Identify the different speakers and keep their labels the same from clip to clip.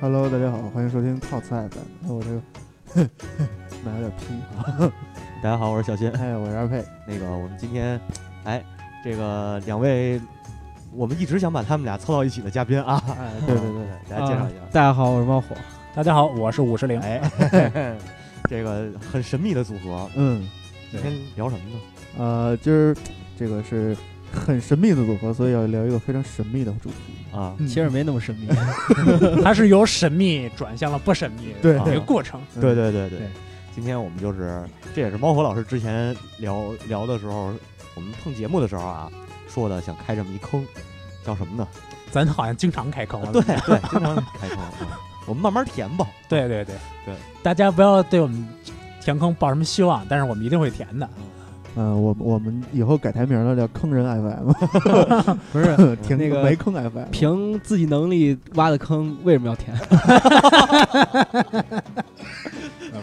Speaker 1: Hello，大家好，欢迎收听套菜 FM。那我这个 买了点拼啊！
Speaker 2: 大家好，我是小新。
Speaker 1: 哎，我是二佩。
Speaker 2: 那个，我们今天，哎，这个两位，我们一直想把他们俩凑到一起的嘉宾啊，
Speaker 1: 哎，对对对，
Speaker 2: 大家介绍一下。
Speaker 3: 大家好，我是猫火。
Speaker 4: 大家好，我是五十铃。
Speaker 2: 哎，这个很神秘的组合，
Speaker 1: 嗯，
Speaker 2: 今天聊什么呢？
Speaker 1: 呃，今儿这个是很神秘的组合，所以要聊一个非常神秘的主题。
Speaker 2: 啊，
Speaker 1: 嗯
Speaker 3: 其实没那么神秘，
Speaker 4: 它是由神秘转向了不神秘
Speaker 1: 对
Speaker 4: 的一个过程。
Speaker 1: 嗯
Speaker 2: 对对对对
Speaker 3: 对，
Speaker 2: 今天我们就是，这也是猫火老师之前聊聊的时候，我们碰节目的时候啊说的，想开这么一坑，叫什么呢？
Speaker 4: 咱好像经常开坑 了。
Speaker 2: 对对，经常开坑，啊 我们慢慢填吧。
Speaker 4: 对对对
Speaker 2: 对，
Speaker 4: 大家不要对我们填坑抱什么希望，但是我们一定会填的。
Speaker 1: 嗯、我我们以后改台名了，叫坑人 FM，
Speaker 3: 不是
Speaker 1: 填
Speaker 3: 那个
Speaker 1: 没坑 FM。
Speaker 3: 凭自己能力挖的坑，为什么要填？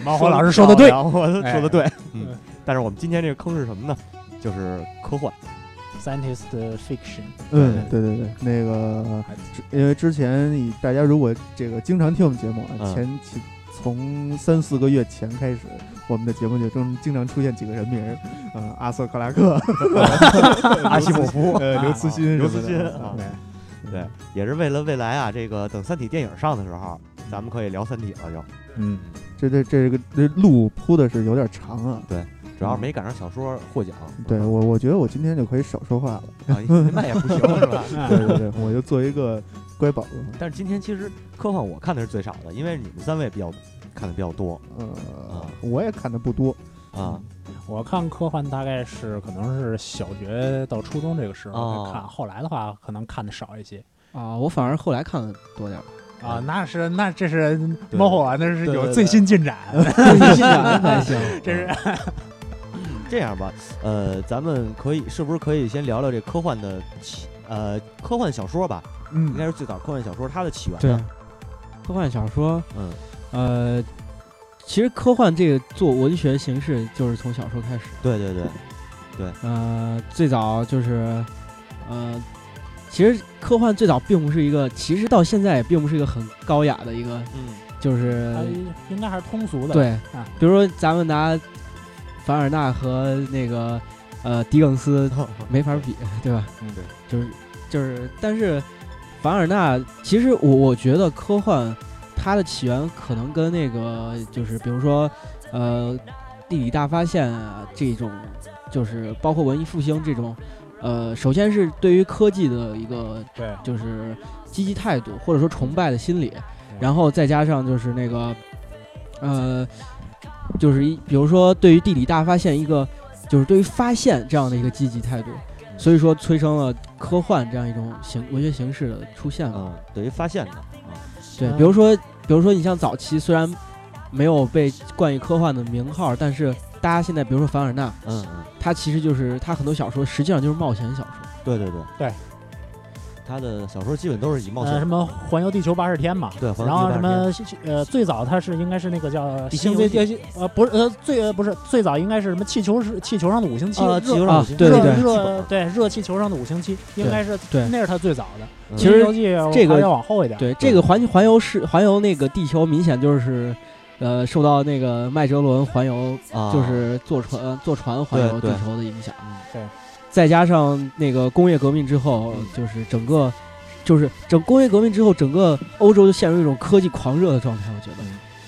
Speaker 4: 猫火老师说的对，
Speaker 2: 我 说的对，嗯
Speaker 4: 嗯。
Speaker 2: 但是我们今天这个坑是什么呢？就是科幻。
Speaker 4: ，scientist fiction。
Speaker 1: 嗯，对对对，那个之因为之前以大家如果这个经常听我们节目啊，
Speaker 2: 嗯
Speaker 1: 前期从三四个月前开始，我们的节目就中经常出现几个人名儿，呃，阿瑟克拉克、阿西莫夫、呃，刘慈欣、
Speaker 2: 刘慈欣啊
Speaker 1: 对
Speaker 2: 对，也是为了未来啊，这个等《三体》电影上的时候，咱们可以聊《三体》了，就
Speaker 1: 嗯，这这这个这路铺的是有点长啊。
Speaker 2: 主要是没赶上小说获奖。
Speaker 1: 对我，我觉得我今天就可以少说话了。
Speaker 2: 啊，那也不行是吧？
Speaker 1: 对对对，我就做一个乖宝宝。
Speaker 2: 但是今天其实科幻我看的是最少的，因为你们三位比较看的比较多
Speaker 1: 呃
Speaker 2: 啊，
Speaker 1: 我也看的不多。
Speaker 2: 啊
Speaker 4: 我看科幻大概是可能是小学到初中这个时候
Speaker 2: 哦
Speaker 4: 会看，后来的话可能看的少一些
Speaker 3: 啊，我反而后来看的多 点儿。
Speaker 4: 啊。那是那这是
Speaker 2: 对
Speaker 4: 猫火，那
Speaker 2: 对
Speaker 4: 是
Speaker 2: 对
Speaker 4: 有
Speaker 2: 对
Speaker 4: 最新进展，
Speaker 3: 新安排行，
Speaker 4: 这是
Speaker 2: 这样吧，呃，咱们可以是不是可以先聊聊这科幻的起呃科幻小说吧？应该
Speaker 1: 嗯，
Speaker 2: 是最早科幻小说它的起源
Speaker 3: 对啊
Speaker 2: 呢。，
Speaker 3: 科幻小说，
Speaker 2: 嗯，
Speaker 3: 呃，其实科幻这个做文学形式就是从小说开始。
Speaker 2: 对对对，
Speaker 3: 呃，最早就是，呃，其实科幻最早并不是一个，其实到现在也并不是一个很高雅的一个，
Speaker 2: 嗯
Speaker 3: 就是
Speaker 4: 它应该还是通俗的。
Speaker 3: 对
Speaker 4: 啊，
Speaker 3: 比如说咱们拿凡尔纳和那个呃狄更斯没法比，对吧？
Speaker 2: 嗯对，
Speaker 3: 就是就是，但是凡尔纳其实我我觉得科幻它的起源可能跟那个就是比如说呃地理大发现啊这种，就是包括文艺复兴这种，呃，首先是对于科技的一个
Speaker 4: 对，
Speaker 3: 就是积极态度或者说崇拜的心理，然后再加上就是那个，呃，就是一比如说对于地理大发现一个，就是对于发现这样的一个积极态度，所以说催生了科幻这样一种形文学形式的出现嘛。
Speaker 2: 嗯，等于发现的啊，
Speaker 4: 嗯
Speaker 3: 对，比如说比如说你像早期虽然没有被冠以科幻的名号，但是大家现在比如说凡尔纳，
Speaker 2: 嗯嗯，
Speaker 3: 他其实就是他很多小说实际上就是冒险小说。
Speaker 2: 对对对
Speaker 4: 对，
Speaker 2: 他的小说基本都是以冒
Speaker 4: 呃，
Speaker 2: 险
Speaker 4: 什么环游地球八十天嘛，
Speaker 2: 对环游地球
Speaker 4: 然后
Speaker 2: 80
Speaker 4: 什么呃，最早它是应该是那个叫
Speaker 2: 地
Speaker 4: 星
Speaker 2: 心
Speaker 4: 最
Speaker 2: 游
Speaker 4: 呃不是呃最呃不是最早应该是什么气球是气球上的五星期
Speaker 2: 啊，
Speaker 4: 热
Speaker 2: 气球上
Speaker 3: 啊
Speaker 2: 五星
Speaker 3: 对
Speaker 4: 热
Speaker 3: 对啊对
Speaker 4: 热对热气球上的五星期应该是
Speaker 3: 对
Speaker 4: 那是它最早的，
Speaker 2: 嗯
Speaker 3: 其实
Speaker 4: 《西游记》
Speaker 3: 这个
Speaker 4: 还要往后一点，
Speaker 3: 对，这个环环游是环游那个地球，明显就是，呃，受到那个麦哲伦环游，
Speaker 2: 啊
Speaker 3: 就是坐船、呃坐船环游
Speaker 2: 对
Speaker 3: 地
Speaker 2: 对
Speaker 3: 球的影响。
Speaker 2: 嗯
Speaker 4: 对
Speaker 3: 再加上那个工业革命之后，
Speaker 2: 嗯
Speaker 3: 就是整个，就是整工业革命之后，整个欧洲就陷入一种科技狂热的状态。我觉得，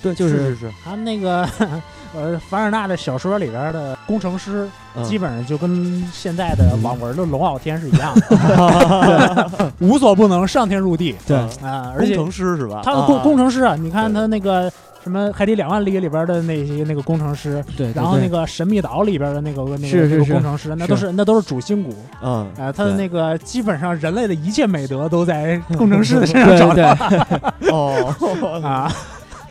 Speaker 2: 对，
Speaker 3: 就是
Speaker 2: 是
Speaker 3: 是
Speaker 2: 是，
Speaker 4: 他那个 呃凡尔纳的小说里边的工程师，
Speaker 3: 呃
Speaker 2: 嗯
Speaker 4: 基本上就跟现在的网文的龙傲天是一样的，对无所不能，上天入地
Speaker 3: 对
Speaker 2: 啊
Speaker 4: 啊，而
Speaker 2: 工
Speaker 4: 且
Speaker 2: 程师是吧？
Speaker 4: 他的
Speaker 2: 啊
Speaker 4: 工
Speaker 2: 啊
Speaker 4: 工程师啊，你看
Speaker 2: 对
Speaker 4: 他那个什么《海底两万里》里边的那些那个工程师，
Speaker 3: 对，对
Speaker 4: 然后
Speaker 3: 对
Speaker 4: 那个《神秘岛》里边的那个那个
Speaker 3: 是
Speaker 4: 那
Speaker 3: 是
Speaker 4: 个
Speaker 3: 是
Speaker 4: 工程师，那都是那都是主心骨
Speaker 2: 嗯
Speaker 3: 哎
Speaker 4: 啊，他的
Speaker 2: 对
Speaker 4: 那个基本上人类的一切美德都在工程师的身 上找
Speaker 3: 对
Speaker 4: 到
Speaker 3: 对，
Speaker 2: 哦，
Speaker 4: 啊，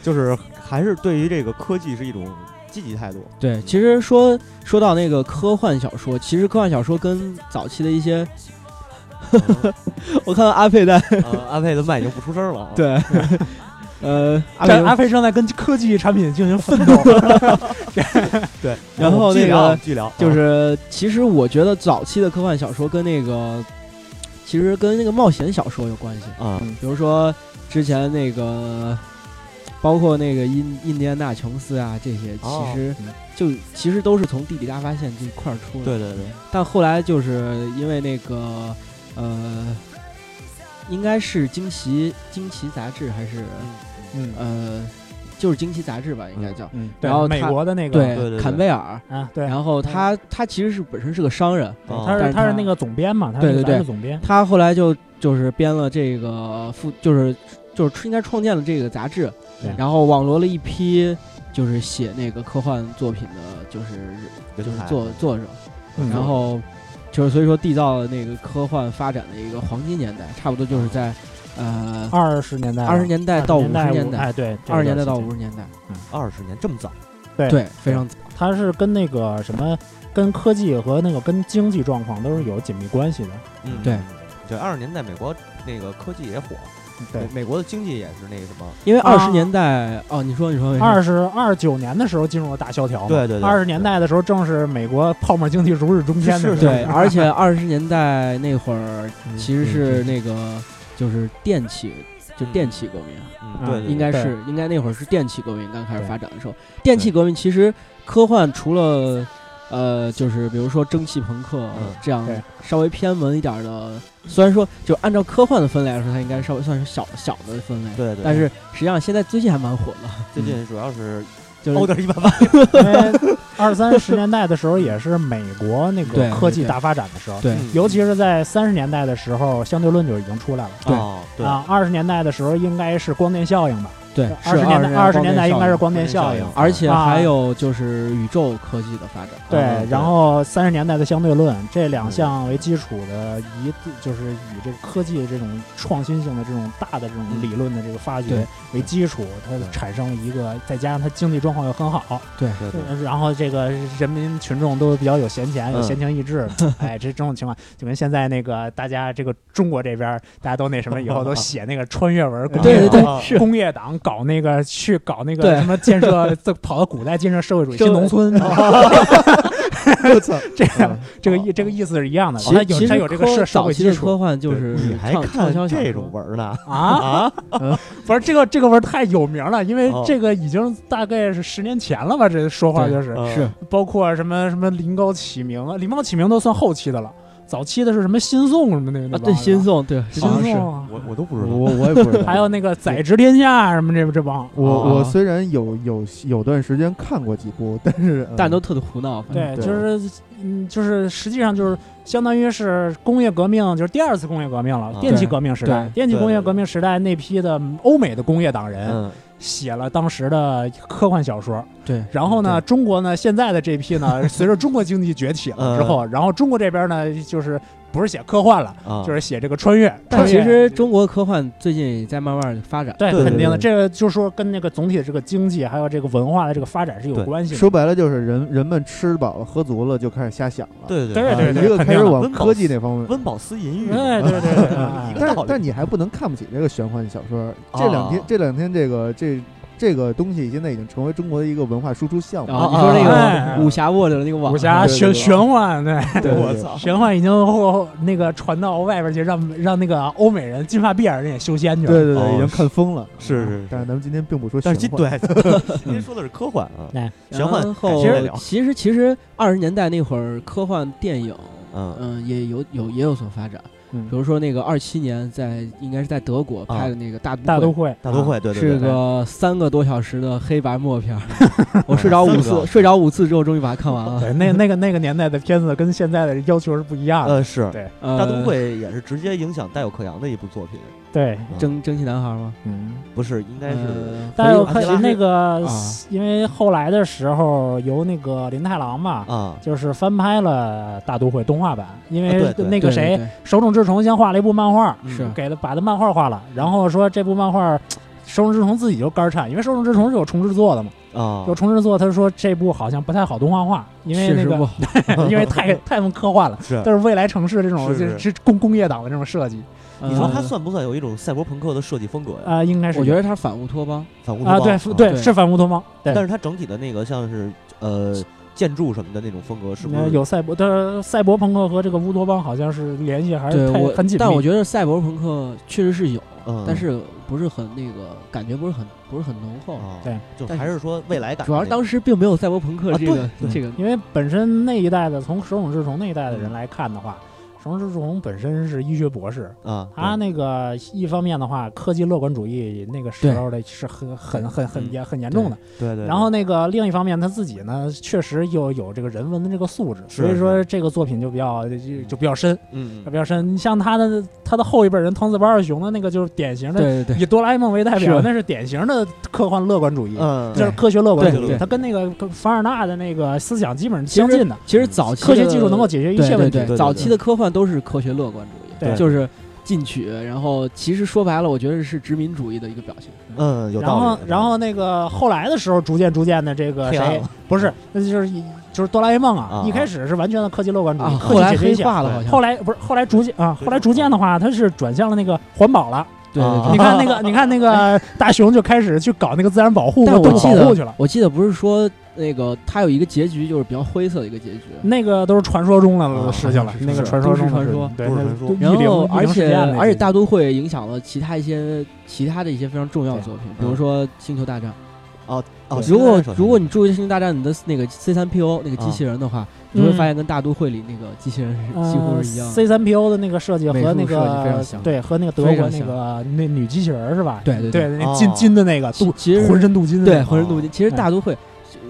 Speaker 2: 就是还是对于这个科技是一种积极 态度。
Speaker 3: 对，其实说说到那个科幻小说，其实科幻小说跟早期的一些，
Speaker 2: 嗯
Speaker 3: 我看到阿佩在
Speaker 2: 呃安慰的麦已经不出声了啊。
Speaker 3: 对，呃，阿
Speaker 4: 对
Speaker 3: 佩
Speaker 4: 阿飞正在跟科技产品进行奋斗，
Speaker 2: 对，
Speaker 3: 然后
Speaker 2: 我们继
Speaker 3: 那
Speaker 2: 续聊
Speaker 3: 个
Speaker 2: 啊继续聊，
Speaker 3: 就是，其实我觉得早期的科幻小说跟那个，其实跟那个冒险小说有关系。
Speaker 2: 啊
Speaker 3: 比如说之前那个包括那个印印第安纳琼斯啊这些，
Speaker 2: 哦
Speaker 3: 其实
Speaker 1: 嗯
Speaker 3: 就其实都是从地理大发现这一块儿出的。
Speaker 2: 对对对，
Speaker 3: 但后来就是因为那个呃，应该是惊奇惊奇杂志还是
Speaker 1: 嗯
Speaker 3: 呃，就是惊奇杂志吧，应该叫。
Speaker 1: 嗯，
Speaker 4: 对
Speaker 3: 然后
Speaker 4: 美
Speaker 3: 他
Speaker 4: 国的那个
Speaker 3: 对
Speaker 2: 对对
Speaker 3: 坎
Speaker 2: 对
Speaker 3: 贝尔，
Speaker 4: 啊，对，
Speaker 3: 然后他他其实是本身是个商人，
Speaker 2: 哦
Speaker 4: 他
Speaker 3: 但
Speaker 4: 是
Speaker 3: 是
Speaker 4: 他是
Speaker 3: 他
Speaker 4: 那个总编嘛，他
Speaker 3: 对
Speaker 4: 是
Speaker 3: 对
Speaker 4: 杂志
Speaker 3: 对
Speaker 4: 总编，
Speaker 3: 他后来就就是编了这个副，就是就是应该创建了这个杂志
Speaker 4: 对，
Speaker 3: 然后网罗了一批就是写那个科幻作品的，就是
Speaker 2: 人
Speaker 3: 就是
Speaker 2: 才
Speaker 3: 作作者，
Speaker 1: 嗯
Speaker 3: 然后就是所以说缔造了那个科幻发展的一个黄金年代，差不多就是在呃
Speaker 4: 二十年代吧，
Speaker 3: 二十年代到
Speaker 4: 五
Speaker 3: 五十年代，
Speaker 4: 哎，对，
Speaker 3: 二十年代到五
Speaker 4: 十，
Speaker 3: 十年代，
Speaker 2: 二十年这么早，
Speaker 3: 对，非常早
Speaker 4: 它是跟那个什么，跟科技和那个跟经济状况都是有紧密关系的。
Speaker 2: 嗯
Speaker 3: 对
Speaker 2: 对，二十年代美国那个科技也火，
Speaker 1: 对
Speaker 2: 美，美国的经济也是那个什么，
Speaker 3: 因为
Speaker 4: 啊
Speaker 3: 二十年代哦，你说你说没事
Speaker 4: 二十二九年的时候进入了大萧条嘛，
Speaker 2: 对对对
Speaker 4: 二十年代的时候正是美国泡沫经济如日中天的时候，
Speaker 3: 对，而且二十年代那会儿
Speaker 4: 嗯
Speaker 3: 其实是那个就是电器，就
Speaker 2: 嗯
Speaker 3: 电器革命啊，
Speaker 2: 嗯
Speaker 4: 嗯
Speaker 2: 对对，对
Speaker 3: 应该
Speaker 4: 对
Speaker 3: 是应该那会儿是电气革命刚开始
Speaker 4: 对
Speaker 3: 发展的时候。电气革命其实科幻除了呃，就是比如说蒸汽朋克、
Speaker 2: 嗯
Speaker 3: 这样
Speaker 4: 对
Speaker 3: 稍微偏门一点儿的，虽然说就按照科幻的分类来说，它应该稍微算是小小的分类。
Speaker 2: 对对，
Speaker 3: 但是实际上现在最近还蛮火的，
Speaker 2: 最近主要是
Speaker 3: 就是
Speaker 2: 嗯
Speaker 4: 哦
Speaker 2: 欧点一百八，
Speaker 4: 因为二三十年代的时候也是美国那个
Speaker 3: 对
Speaker 4: 科技大发展的时候，
Speaker 3: 对
Speaker 2: 嗯
Speaker 4: 尤其是在三十年代的时候，相对论就已经出来了。
Speaker 3: 对
Speaker 2: 哦对
Speaker 4: 啊，二十年代的时候应该是光电效应吧？
Speaker 3: 对，
Speaker 4: 二
Speaker 3: 是
Speaker 4: 十年代，二十
Speaker 3: 光
Speaker 4: 年代
Speaker 3: 电
Speaker 4: 应该
Speaker 3: 效
Speaker 4: 是
Speaker 3: 应
Speaker 4: 光电效
Speaker 2: 应
Speaker 4: 应。
Speaker 3: 而且
Speaker 4: 啊
Speaker 3: 还有就是宇宙科技的发展。啊
Speaker 4: 对
Speaker 2: 嗯，对
Speaker 4: 然后三十年代的相对论这两项为基础的一，就是以这个科技这种创新性的这种大的这种
Speaker 2: 嗯
Speaker 4: 理论的这个发掘
Speaker 3: 对
Speaker 4: 为基础，它
Speaker 2: 对
Speaker 4: 产生了一个，再加上它经济状况又很好，
Speaker 2: 对对
Speaker 4: 呃然后这个人民群众都比较有闲钱、有
Speaker 2: 嗯
Speaker 4: 闲情逸致，哎，这这种情况就跟现在那个大家这个中国这边儿大家都那什么，以后都写那个穿越文，
Speaker 2: 对
Speaker 4: 工业
Speaker 3: 对对
Speaker 4: 党
Speaker 2: 啊
Speaker 3: 对，是
Speaker 4: 工业党搞那个去搞那个
Speaker 3: 对
Speaker 4: 什么建设，这跑到古代建设社会主义新农村，啊
Speaker 1: 我操，
Speaker 4: 这样
Speaker 1: 嗯
Speaker 4: 这个意这个意思是一样的。
Speaker 3: 哦其
Speaker 4: 它
Speaker 3: 实
Speaker 4: 有
Speaker 3: 其
Speaker 4: 它
Speaker 3: 实
Speaker 4: 有这个
Speaker 3: 科
Speaker 4: 社社
Speaker 3: 早
Speaker 4: 会
Speaker 3: 期
Speaker 4: 基
Speaker 3: 的
Speaker 4: 础
Speaker 3: 科幻就
Speaker 2: 对
Speaker 3: 是
Speaker 2: 你还
Speaker 3: 畅畅
Speaker 2: 看
Speaker 3: 销小
Speaker 2: 这
Speaker 3: 说
Speaker 2: 种文儿呢？
Speaker 4: 啊，
Speaker 2: 啊，
Speaker 4: 不是这个这个文太有名了，因为
Speaker 2: 哦
Speaker 4: 这个已经大概是十年前了吧，这说话
Speaker 3: 对哦
Speaker 4: 就是
Speaker 2: 嗯
Speaker 3: 是
Speaker 4: 包括什么什么临高启明啊，临高启明都算后期的了，早期的是什么新宋什么那个
Speaker 3: 啊，对新，宋，对
Speaker 4: 那
Speaker 3: 新
Speaker 4: 帮
Speaker 3: 宋
Speaker 4: 人新
Speaker 3: 是
Speaker 4: 宋啊，
Speaker 2: 我我都不知道，
Speaker 1: 我我也不知道，
Speaker 4: 还有那个载值天下什么这这
Speaker 3: 嗯
Speaker 4: 帮，
Speaker 1: 我我
Speaker 2: 啊
Speaker 1: 虽然有有有段时间看过几部， 但是呃
Speaker 3: 但都
Speaker 1: 都
Speaker 3: 特的胡闹，反
Speaker 4: 对，
Speaker 3: 正
Speaker 1: 对
Speaker 4: 就是嗯，就是实际上就是相当于是工业革命，就是第二次工业革命了
Speaker 2: 啊，
Speaker 4: 电气革命时代
Speaker 3: 对，
Speaker 4: 电气工业革命时代那批的欧美的工业党人
Speaker 2: 嗯
Speaker 4: 写了当时的科幻小说，
Speaker 3: 对，
Speaker 4: 然后呢，中国呢，现在的这批呢，随着中国经济崛起了之后，然后中国这边呢，就是不是写科幻了，
Speaker 2: 啊，
Speaker 4: 就是写这个穿越。
Speaker 3: 但
Speaker 4: 穿
Speaker 3: 其
Speaker 4: 越
Speaker 3: 实中国科幻最近也在慢慢地发展，
Speaker 4: 对
Speaker 2: 对
Speaker 4: 肯定
Speaker 1: 对
Speaker 4: 的，
Speaker 1: 对
Speaker 4: 这个就是说跟那个总体的这个经济还有这个文化的这个发展是有
Speaker 2: 对
Speaker 4: 关系
Speaker 1: 说
Speaker 4: 的。
Speaker 1: 白了就是人人们吃饱了喝足了就开始瞎想了，
Speaker 2: 对
Speaker 4: 对
Speaker 1: 啊，
Speaker 4: 对对
Speaker 1: 一个
Speaker 4: 肯
Speaker 1: 开
Speaker 4: 定
Speaker 1: 始
Speaker 4: 的
Speaker 1: 往
Speaker 2: 温饱
Speaker 1: 科技那方面。 啊
Speaker 2: 温饱思淫欲嘛，
Speaker 4: 哎， 对对对，哎
Speaker 2: 一 个
Speaker 1: 但
Speaker 2: 道理
Speaker 1: 但你还不能看不起这个玄幻小说。这两天
Speaker 2: 啊
Speaker 1: 这两天这个这这个东西现在已经成为中国的一个文化输出项目
Speaker 3: 然
Speaker 1: 了。
Speaker 3: 后啊你说那
Speaker 4: 哎
Speaker 3: 个武侠握着的那个网，
Speaker 4: 武侠
Speaker 1: 对对
Speaker 4: 玄
Speaker 1: 对
Speaker 4: 玄幻，对
Speaker 1: 对
Speaker 2: 我
Speaker 1: 对
Speaker 2: 操，
Speaker 4: 玄幻已经后那个传到外边去，让让那个欧美人金发碧眼人也修仙去了。
Speaker 1: 对对
Speaker 2: 哦
Speaker 1: 对，已经看疯了。啊
Speaker 2: 是是是
Speaker 1: 但是咱们今天并不说玄
Speaker 2: 但是今
Speaker 1: 幻，
Speaker 2: 对，今天说的是科幻啊，
Speaker 4: 哎
Speaker 2: 玄幻
Speaker 3: 然
Speaker 2: 改
Speaker 3: 后
Speaker 2: 天再聊
Speaker 3: 其实其实二十年代那会儿科幻电影，
Speaker 2: 嗯
Speaker 3: 嗯，也有有也有所发展，
Speaker 1: 嗯
Speaker 3: 比如说那个二七年在应该是在德国拍的那个大
Speaker 4: 大都
Speaker 3: 都会。
Speaker 4: 会，
Speaker 2: 大都会，对对
Speaker 3: 是
Speaker 2: 对对，
Speaker 3: 个三个多小时的黑白默片儿， 我睡着
Speaker 2: 三
Speaker 3: 五
Speaker 2: 个
Speaker 3: 次，睡着五次之后终于把它看完了。
Speaker 4: 对，那那个那个年代的片子跟现在的要求是不一样的。
Speaker 2: 呃是。
Speaker 4: 对
Speaker 3: 呃
Speaker 2: 大都会也是直接影响带有克洋的一部作品，
Speaker 4: 对，
Speaker 2: 嗯
Speaker 3: 蒸蒸汽男孩吗？
Speaker 1: 嗯，
Speaker 2: 不是应该是
Speaker 3: 呃
Speaker 4: 但是
Speaker 2: 回忆安吉
Speaker 4: 可
Speaker 2: 拉
Speaker 4: 惜那个
Speaker 3: 啊，
Speaker 4: 因为后来的时候由那个林太郎嘛，
Speaker 2: 啊，
Speaker 4: 就是翻拍了《大都会》动画版，因
Speaker 2: 啊
Speaker 4: 为
Speaker 2: 对对
Speaker 4: 那个
Speaker 3: 对
Speaker 4: 谁
Speaker 3: 对
Speaker 4: 手冢治虫先画了一部漫画，
Speaker 2: 嗯
Speaker 3: 是
Speaker 4: 给了把他漫画画了，然后说这部漫画。手冢治虫自己就肝儿颤，因为手冢治虫是有重制作的嘛，
Speaker 2: 啊
Speaker 4: 有，重制作，他说这部好像不太好动画化，因为
Speaker 3: 确
Speaker 4: 那
Speaker 3: 实不
Speaker 4: 个
Speaker 3: 好。
Speaker 4: 因为太太他妈科幻了，
Speaker 2: 是
Speaker 4: 都是未来城市这种
Speaker 2: 是
Speaker 4: 就是是工工业党的这种设计，
Speaker 2: 你说它
Speaker 3: 呃
Speaker 2: 算不算有一种赛博朋克的设计风格呀？
Speaker 4: 啊，应该是
Speaker 3: 我觉得他反乌托邦，
Speaker 2: 反乌托
Speaker 4: 啊，
Speaker 2: 邦
Speaker 4: 对
Speaker 2: 啊
Speaker 4: 对
Speaker 3: 对
Speaker 4: 是反乌托邦，对
Speaker 2: 但，是它整体的那个像是呃建筑什么的那种风格，是不
Speaker 4: 呃
Speaker 2: 是
Speaker 4: 有赛博，但是赛博朋克和这个乌托邦好像是联系还
Speaker 3: 对
Speaker 4: 是太
Speaker 3: 我
Speaker 4: 很紧密。
Speaker 3: 但我觉得赛博朋克确实是有，
Speaker 2: 嗯
Speaker 3: 了，但是不是很那个感觉不是很不是很浓厚，
Speaker 2: 啊
Speaker 4: 对，
Speaker 2: 就
Speaker 3: 但
Speaker 2: 还是说未来感。
Speaker 3: 主要是当时并没有赛博朋克
Speaker 2: 啊
Speaker 3: 这个
Speaker 2: 对
Speaker 3: 这个
Speaker 4: 因为本身那一代的，从手冢治虫那一代的人来看的话，手冢治虫本身是医学博士，
Speaker 2: 啊，
Speaker 4: 他那个一方面的话，科技乐观主义那个时
Speaker 3: 对
Speaker 4: 候的是很很很很
Speaker 2: 嗯
Speaker 4: 严很严重的。
Speaker 2: 对对对，
Speaker 4: 然后那个另一方面，他自己呢确实又有这个人文的这个素质，
Speaker 2: 是
Speaker 4: 所以说这个作品就比较就就比较深，
Speaker 2: 嗯
Speaker 4: 比较深。你像他的他的后一辈人藤子不二雄的那个就是典型的
Speaker 3: 对对
Speaker 4: 以
Speaker 3: 对
Speaker 4: 哆啦 A 梦为代表，
Speaker 3: 是
Speaker 4: 那是典型的科幻乐观主义，
Speaker 2: 嗯，
Speaker 4: 就是科学乐观
Speaker 3: 对
Speaker 4: 主义，
Speaker 3: 对
Speaker 4: 他跟那个跟凡尔纳的那个思想基本上相近的。
Speaker 3: 其实早期
Speaker 4: 科学
Speaker 3: 的
Speaker 4: 技术能够解决一
Speaker 3: 对
Speaker 4: 切问题。
Speaker 3: 对
Speaker 2: 对对
Speaker 3: 早期的科幻都是科学乐观主义，
Speaker 4: 对
Speaker 3: 就是进取，然后其实说白了，我觉得是殖民主义的一个表现。
Speaker 2: 嗯，有
Speaker 4: 然
Speaker 2: 道
Speaker 4: 后
Speaker 2: 理。，
Speaker 4: 然后那个后来的时候，逐渐逐渐的，这个
Speaker 2: 黑暗
Speaker 4: 谁
Speaker 2: 了嗯
Speaker 4: 不是，那就是就是哆啦 A 梦啊
Speaker 2: 啊，
Speaker 4: 一开始是完全的科技乐观主义，
Speaker 3: 啊，
Speaker 4: 科
Speaker 3: 后
Speaker 4: 技
Speaker 3: 来
Speaker 4: 嗯解决
Speaker 3: 黑
Speaker 4: 一切。
Speaker 3: 化了，好像
Speaker 4: 后来不是，后来逐渐啊，后来逐渐的话，它是转向了那个环保了。
Speaker 3: 对对
Speaker 2: 啊
Speaker 3: 对。
Speaker 4: 你看 那个，你看那个大熊就开始去搞那个自然保护、
Speaker 3: 但
Speaker 4: 动
Speaker 3: 我
Speaker 4: 物
Speaker 3: 记
Speaker 4: 保护去
Speaker 3: 得
Speaker 4: 了，。
Speaker 3: 我记得不是说那个它有一个结局，就是比较灰色的一个结局。
Speaker 4: 那个都是传说中的事情了
Speaker 2: 啊，
Speaker 4: 那个
Speaker 2: 是
Speaker 4: 传说中的
Speaker 3: 都市
Speaker 4: 事情
Speaker 3: 传说
Speaker 4: 对，
Speaker 2: 都市
Speaker 4: 那
Speaker 2: 传说
Speaker 4: 都
Speaker 3: 然
Speaker 4: 异灵
Speaker 3: 后，而
Speaker 4: 异灵事
Speaker 3: 且
Speaker 4: 件那
Speaker 3: 而且
Speaker 4: 些
Speaker 3: 大都会影响了其他一些其他的一些非常重要的作品，比如说《星球大战》。
Speaker 2: 哦，
Speaker 3: 如果
Speaker 2: 现在首先
Speaker 3: 如果你注意《星球大战》你的那个 C 三 PO 那个机器人的话，你会发现跟大都会里那个机器人是几乎是一样
Speaker 4: 嗯呃
Speaker 3: 的。
Speaker 4: C 三 PO 的那个设计
Speaker 3: 美
Speaker 4: 和
Speaker 3: 术
Speaker 4: 那
Speaker 3: 设计非
Speaker 4: 个
Speaker 3: 常像
Speaker 4: 对和那个德
Speaker 3: 非
Speaker 4: 国
Speaker 3: 常
Speaker 4: 那
Speaker 3: 像
Speaker 4: 个那女机器人儿是吧？
Speaker 3: 对对
Speaker 4: 对，
Speaker 3: 对
Speaker 4: 那
Speaker 2: 哦
Speaker 4: 金金的那个
Speaker 3: 其
Speaker 4: 镀
Speaker 3: 其实
Speaker 4: 浑身镀金的
Speaker 3: 对
Speaker 4: 那个，
Speaker 3: 哦嗯浑身镀金，其实大都会，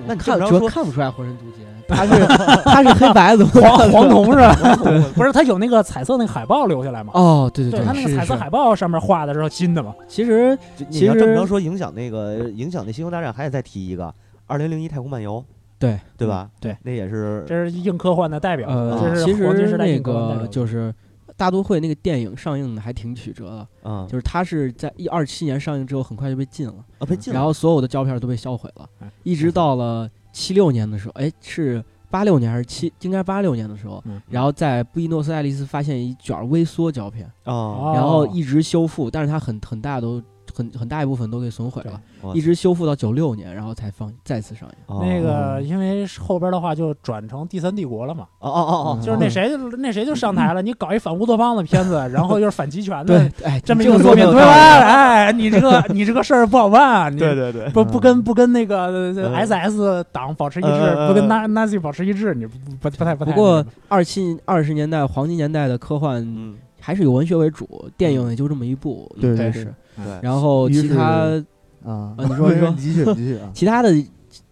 Speaker 2: 那
Speaker 3: 我
Speaker 2: 你
Speaker 3: 看
Speaker 2: 这么着
Speaker 3: 主要
Speaker 2: 说
Speaker 3: 看不出来浑身镀 金，它是它是黑白的
Speaker 4: 黄黄铜是吧？ 不是，它有那个彩色那个海报留下来嘛？
Speaker 3: 哦，对对
Speaker 4: 对，它那
Speaker 3: 是
Speaker 4: 个彩色
Speaker 3: 是
Speaker 4: 海报上面画的是金的嘛？
Speaker 3: 其实
Speaker 2: 你
Speaker 3: 其
Speaker 2: 要这么
Speaker 3: 实
Speaker 2: 着说，影响那个影响那《星球大战》，还得再提一个二零零一太空漫游，
Speaker 3: 对
Speaker 2: 对吧？
Speaker 4: 对，
Speaker 2: 那也是
Speaker 4: 这是硬科幻的代表，
Speaker 3: 呃，
Speaker 4: 这
Speaker 3: 其
Speaker 4: 是黄金
Speaker 3: 实
Speaker 4: 时代
Speaker 3: 那
Speaker 4: 硬科幻代
Speaker 3: 个
Speaker 4: 表。
Speaker 3: 就是大都会那个电影上映的还挺曲折的，
Speaker 2: 嗯
Speaker 3: 就是它是在一二七年上映之后很快就被禁了，
Speaker 2: 啊被禁了，
Speaker 3: 然后所有的胶片都被销毁了
Speaker 4: 哎，
Speaker 3: 一直到了七六年的时候，哎是。八六年还是七，应该是八六年的时候，
Speaker 4: 嗯
Speaker 3: 然后在布宜诺斯艾利斯发现一卷微缩胶片，
Speaker 2: 啊，
Speaker 3: 然后
Speaker 4: 哦
Speaker 3: 一直修复，但是它很很大都很很大一部分都给损毁了，
Speaker 2: 对
Speaker 3: 一直修复到九六年，然后才放再次上映。
Speaker 2: 哦
Speaker 4: 那个，
Speaker 2: 哦
Speaker 4: 因为后边的话就转成第三帝国了嘛，
Speaker 2: 哦哦哦，
Speaker 4: 就是那谁就那谁就上台了，你搞一反乌托邦的片子，然后又是反集权的，，
Speaker 3: 哎，
Speaker 4: 这么一
Speaker 3: 个
Speaker 4: 作品
Speaker 3: 没有
Speaker 4: 对
Speaker 3: 道理
Speaker 4: 吧？哎，你这个你这个事儿不好办啊，你
Speaker 2: 对对对，
Speaker 4: 不不
Speaker 3: 嗯
Speaker 4: 跟不跟那个
Speaker 2: 嗯
Speaker 4: S S 党保持一致
Speaker 2: 嗯嗯，
Speaker 4: 不跟
Speaker 2: 嗯
Speaker 4: Na Nazi 保持一致，你不不不太不太。
Speaker 3: 不过二七二十年代黄金年代的科幻
Speaker 2: 嗯，
Speaker 3: 还是有文学为主，电影也就这么一部，
Speaker 1: 对
Speaker 3: 应该
Speaker 1: 对
Speaker 3: 是。
Speaker 2: 对，
Speaker 3: 然后
Speaker 1: 于
Speaker 3: 其他
Speaker 1: 是啊，
Speaker 3: 啊你 说你说
Speaker 1: 继续你继续啊，
Speaker 3: 其他的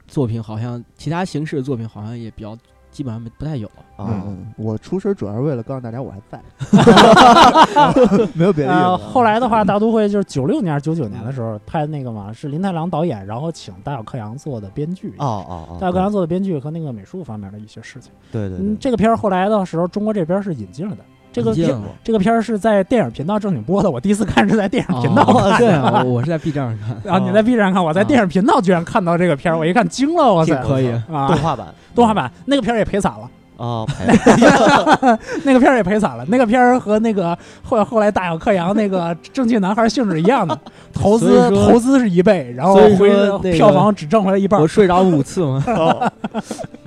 Speaker 3: 作品好像其他形式的作品好像也比较基本上不太有。
Speaker 1: 嗯，
Speaker 2: 啊，
Speaker 1: 嗯，我出声主要是为了告诉大家我还在， 没有别的意思
Speaker 4: 呃，
Speaker 1: 啊。
Speaker 4: 后来的
Speaker 2: 嗯
Speaker 4: 话，大都会就是九六年、九九年的时候拍的那个嘛，是林太郎导演，然后请大小克洋做的编剧。
Speaker 2: 哦哦哦，
Speaker 4: 大小克洋做的编剧和那个美术方面的一些事情。
Speaker 2: 对对
Speaker 4: 嗯
Speaker 2: 对，，
Speaker 4: 这个片儿后来的时候，中国这边是引进了的。这个
Speaker 3: 引进
Speaker 4: 片哦
Speaker 3: 了
Speaker 4: 这个片儿是在电影频道正经播的，我第一次看是在电影频道看
Speaker 3: 哦啊
Speaker 4: 的。
Speaker 3: 对啊，我我是在 B 站上看，
Speaker 4: 然后你在 B 站看，我在电影频道居然看到这个片儿，我一看惊了，我
Speaker 2: 挺
Speaker 4: 塞！
Speaker 3: 可以。
Speaker 2: 动
Speaker 4: 啊，
Speaker 2: 画版，
Speaker 4: 动画版那个片儿也赔惨了。
Speaker 2: 啊，拍
Speaker 4: 那个片儿也赔惨了，那个片儿和那个后后来大小克洋那个正气男孩性质一样的，投资
Speaker 3: 所以说
Speaker 4: 投资是一倍，然后
Speaker 3: 所以说
Speaker 4: 回
Speaker 3: 那个
Speaker 4: 票房只挣回来一半
Speaker 3: 我。睡着五次嘛。
Speaker 2: 哦，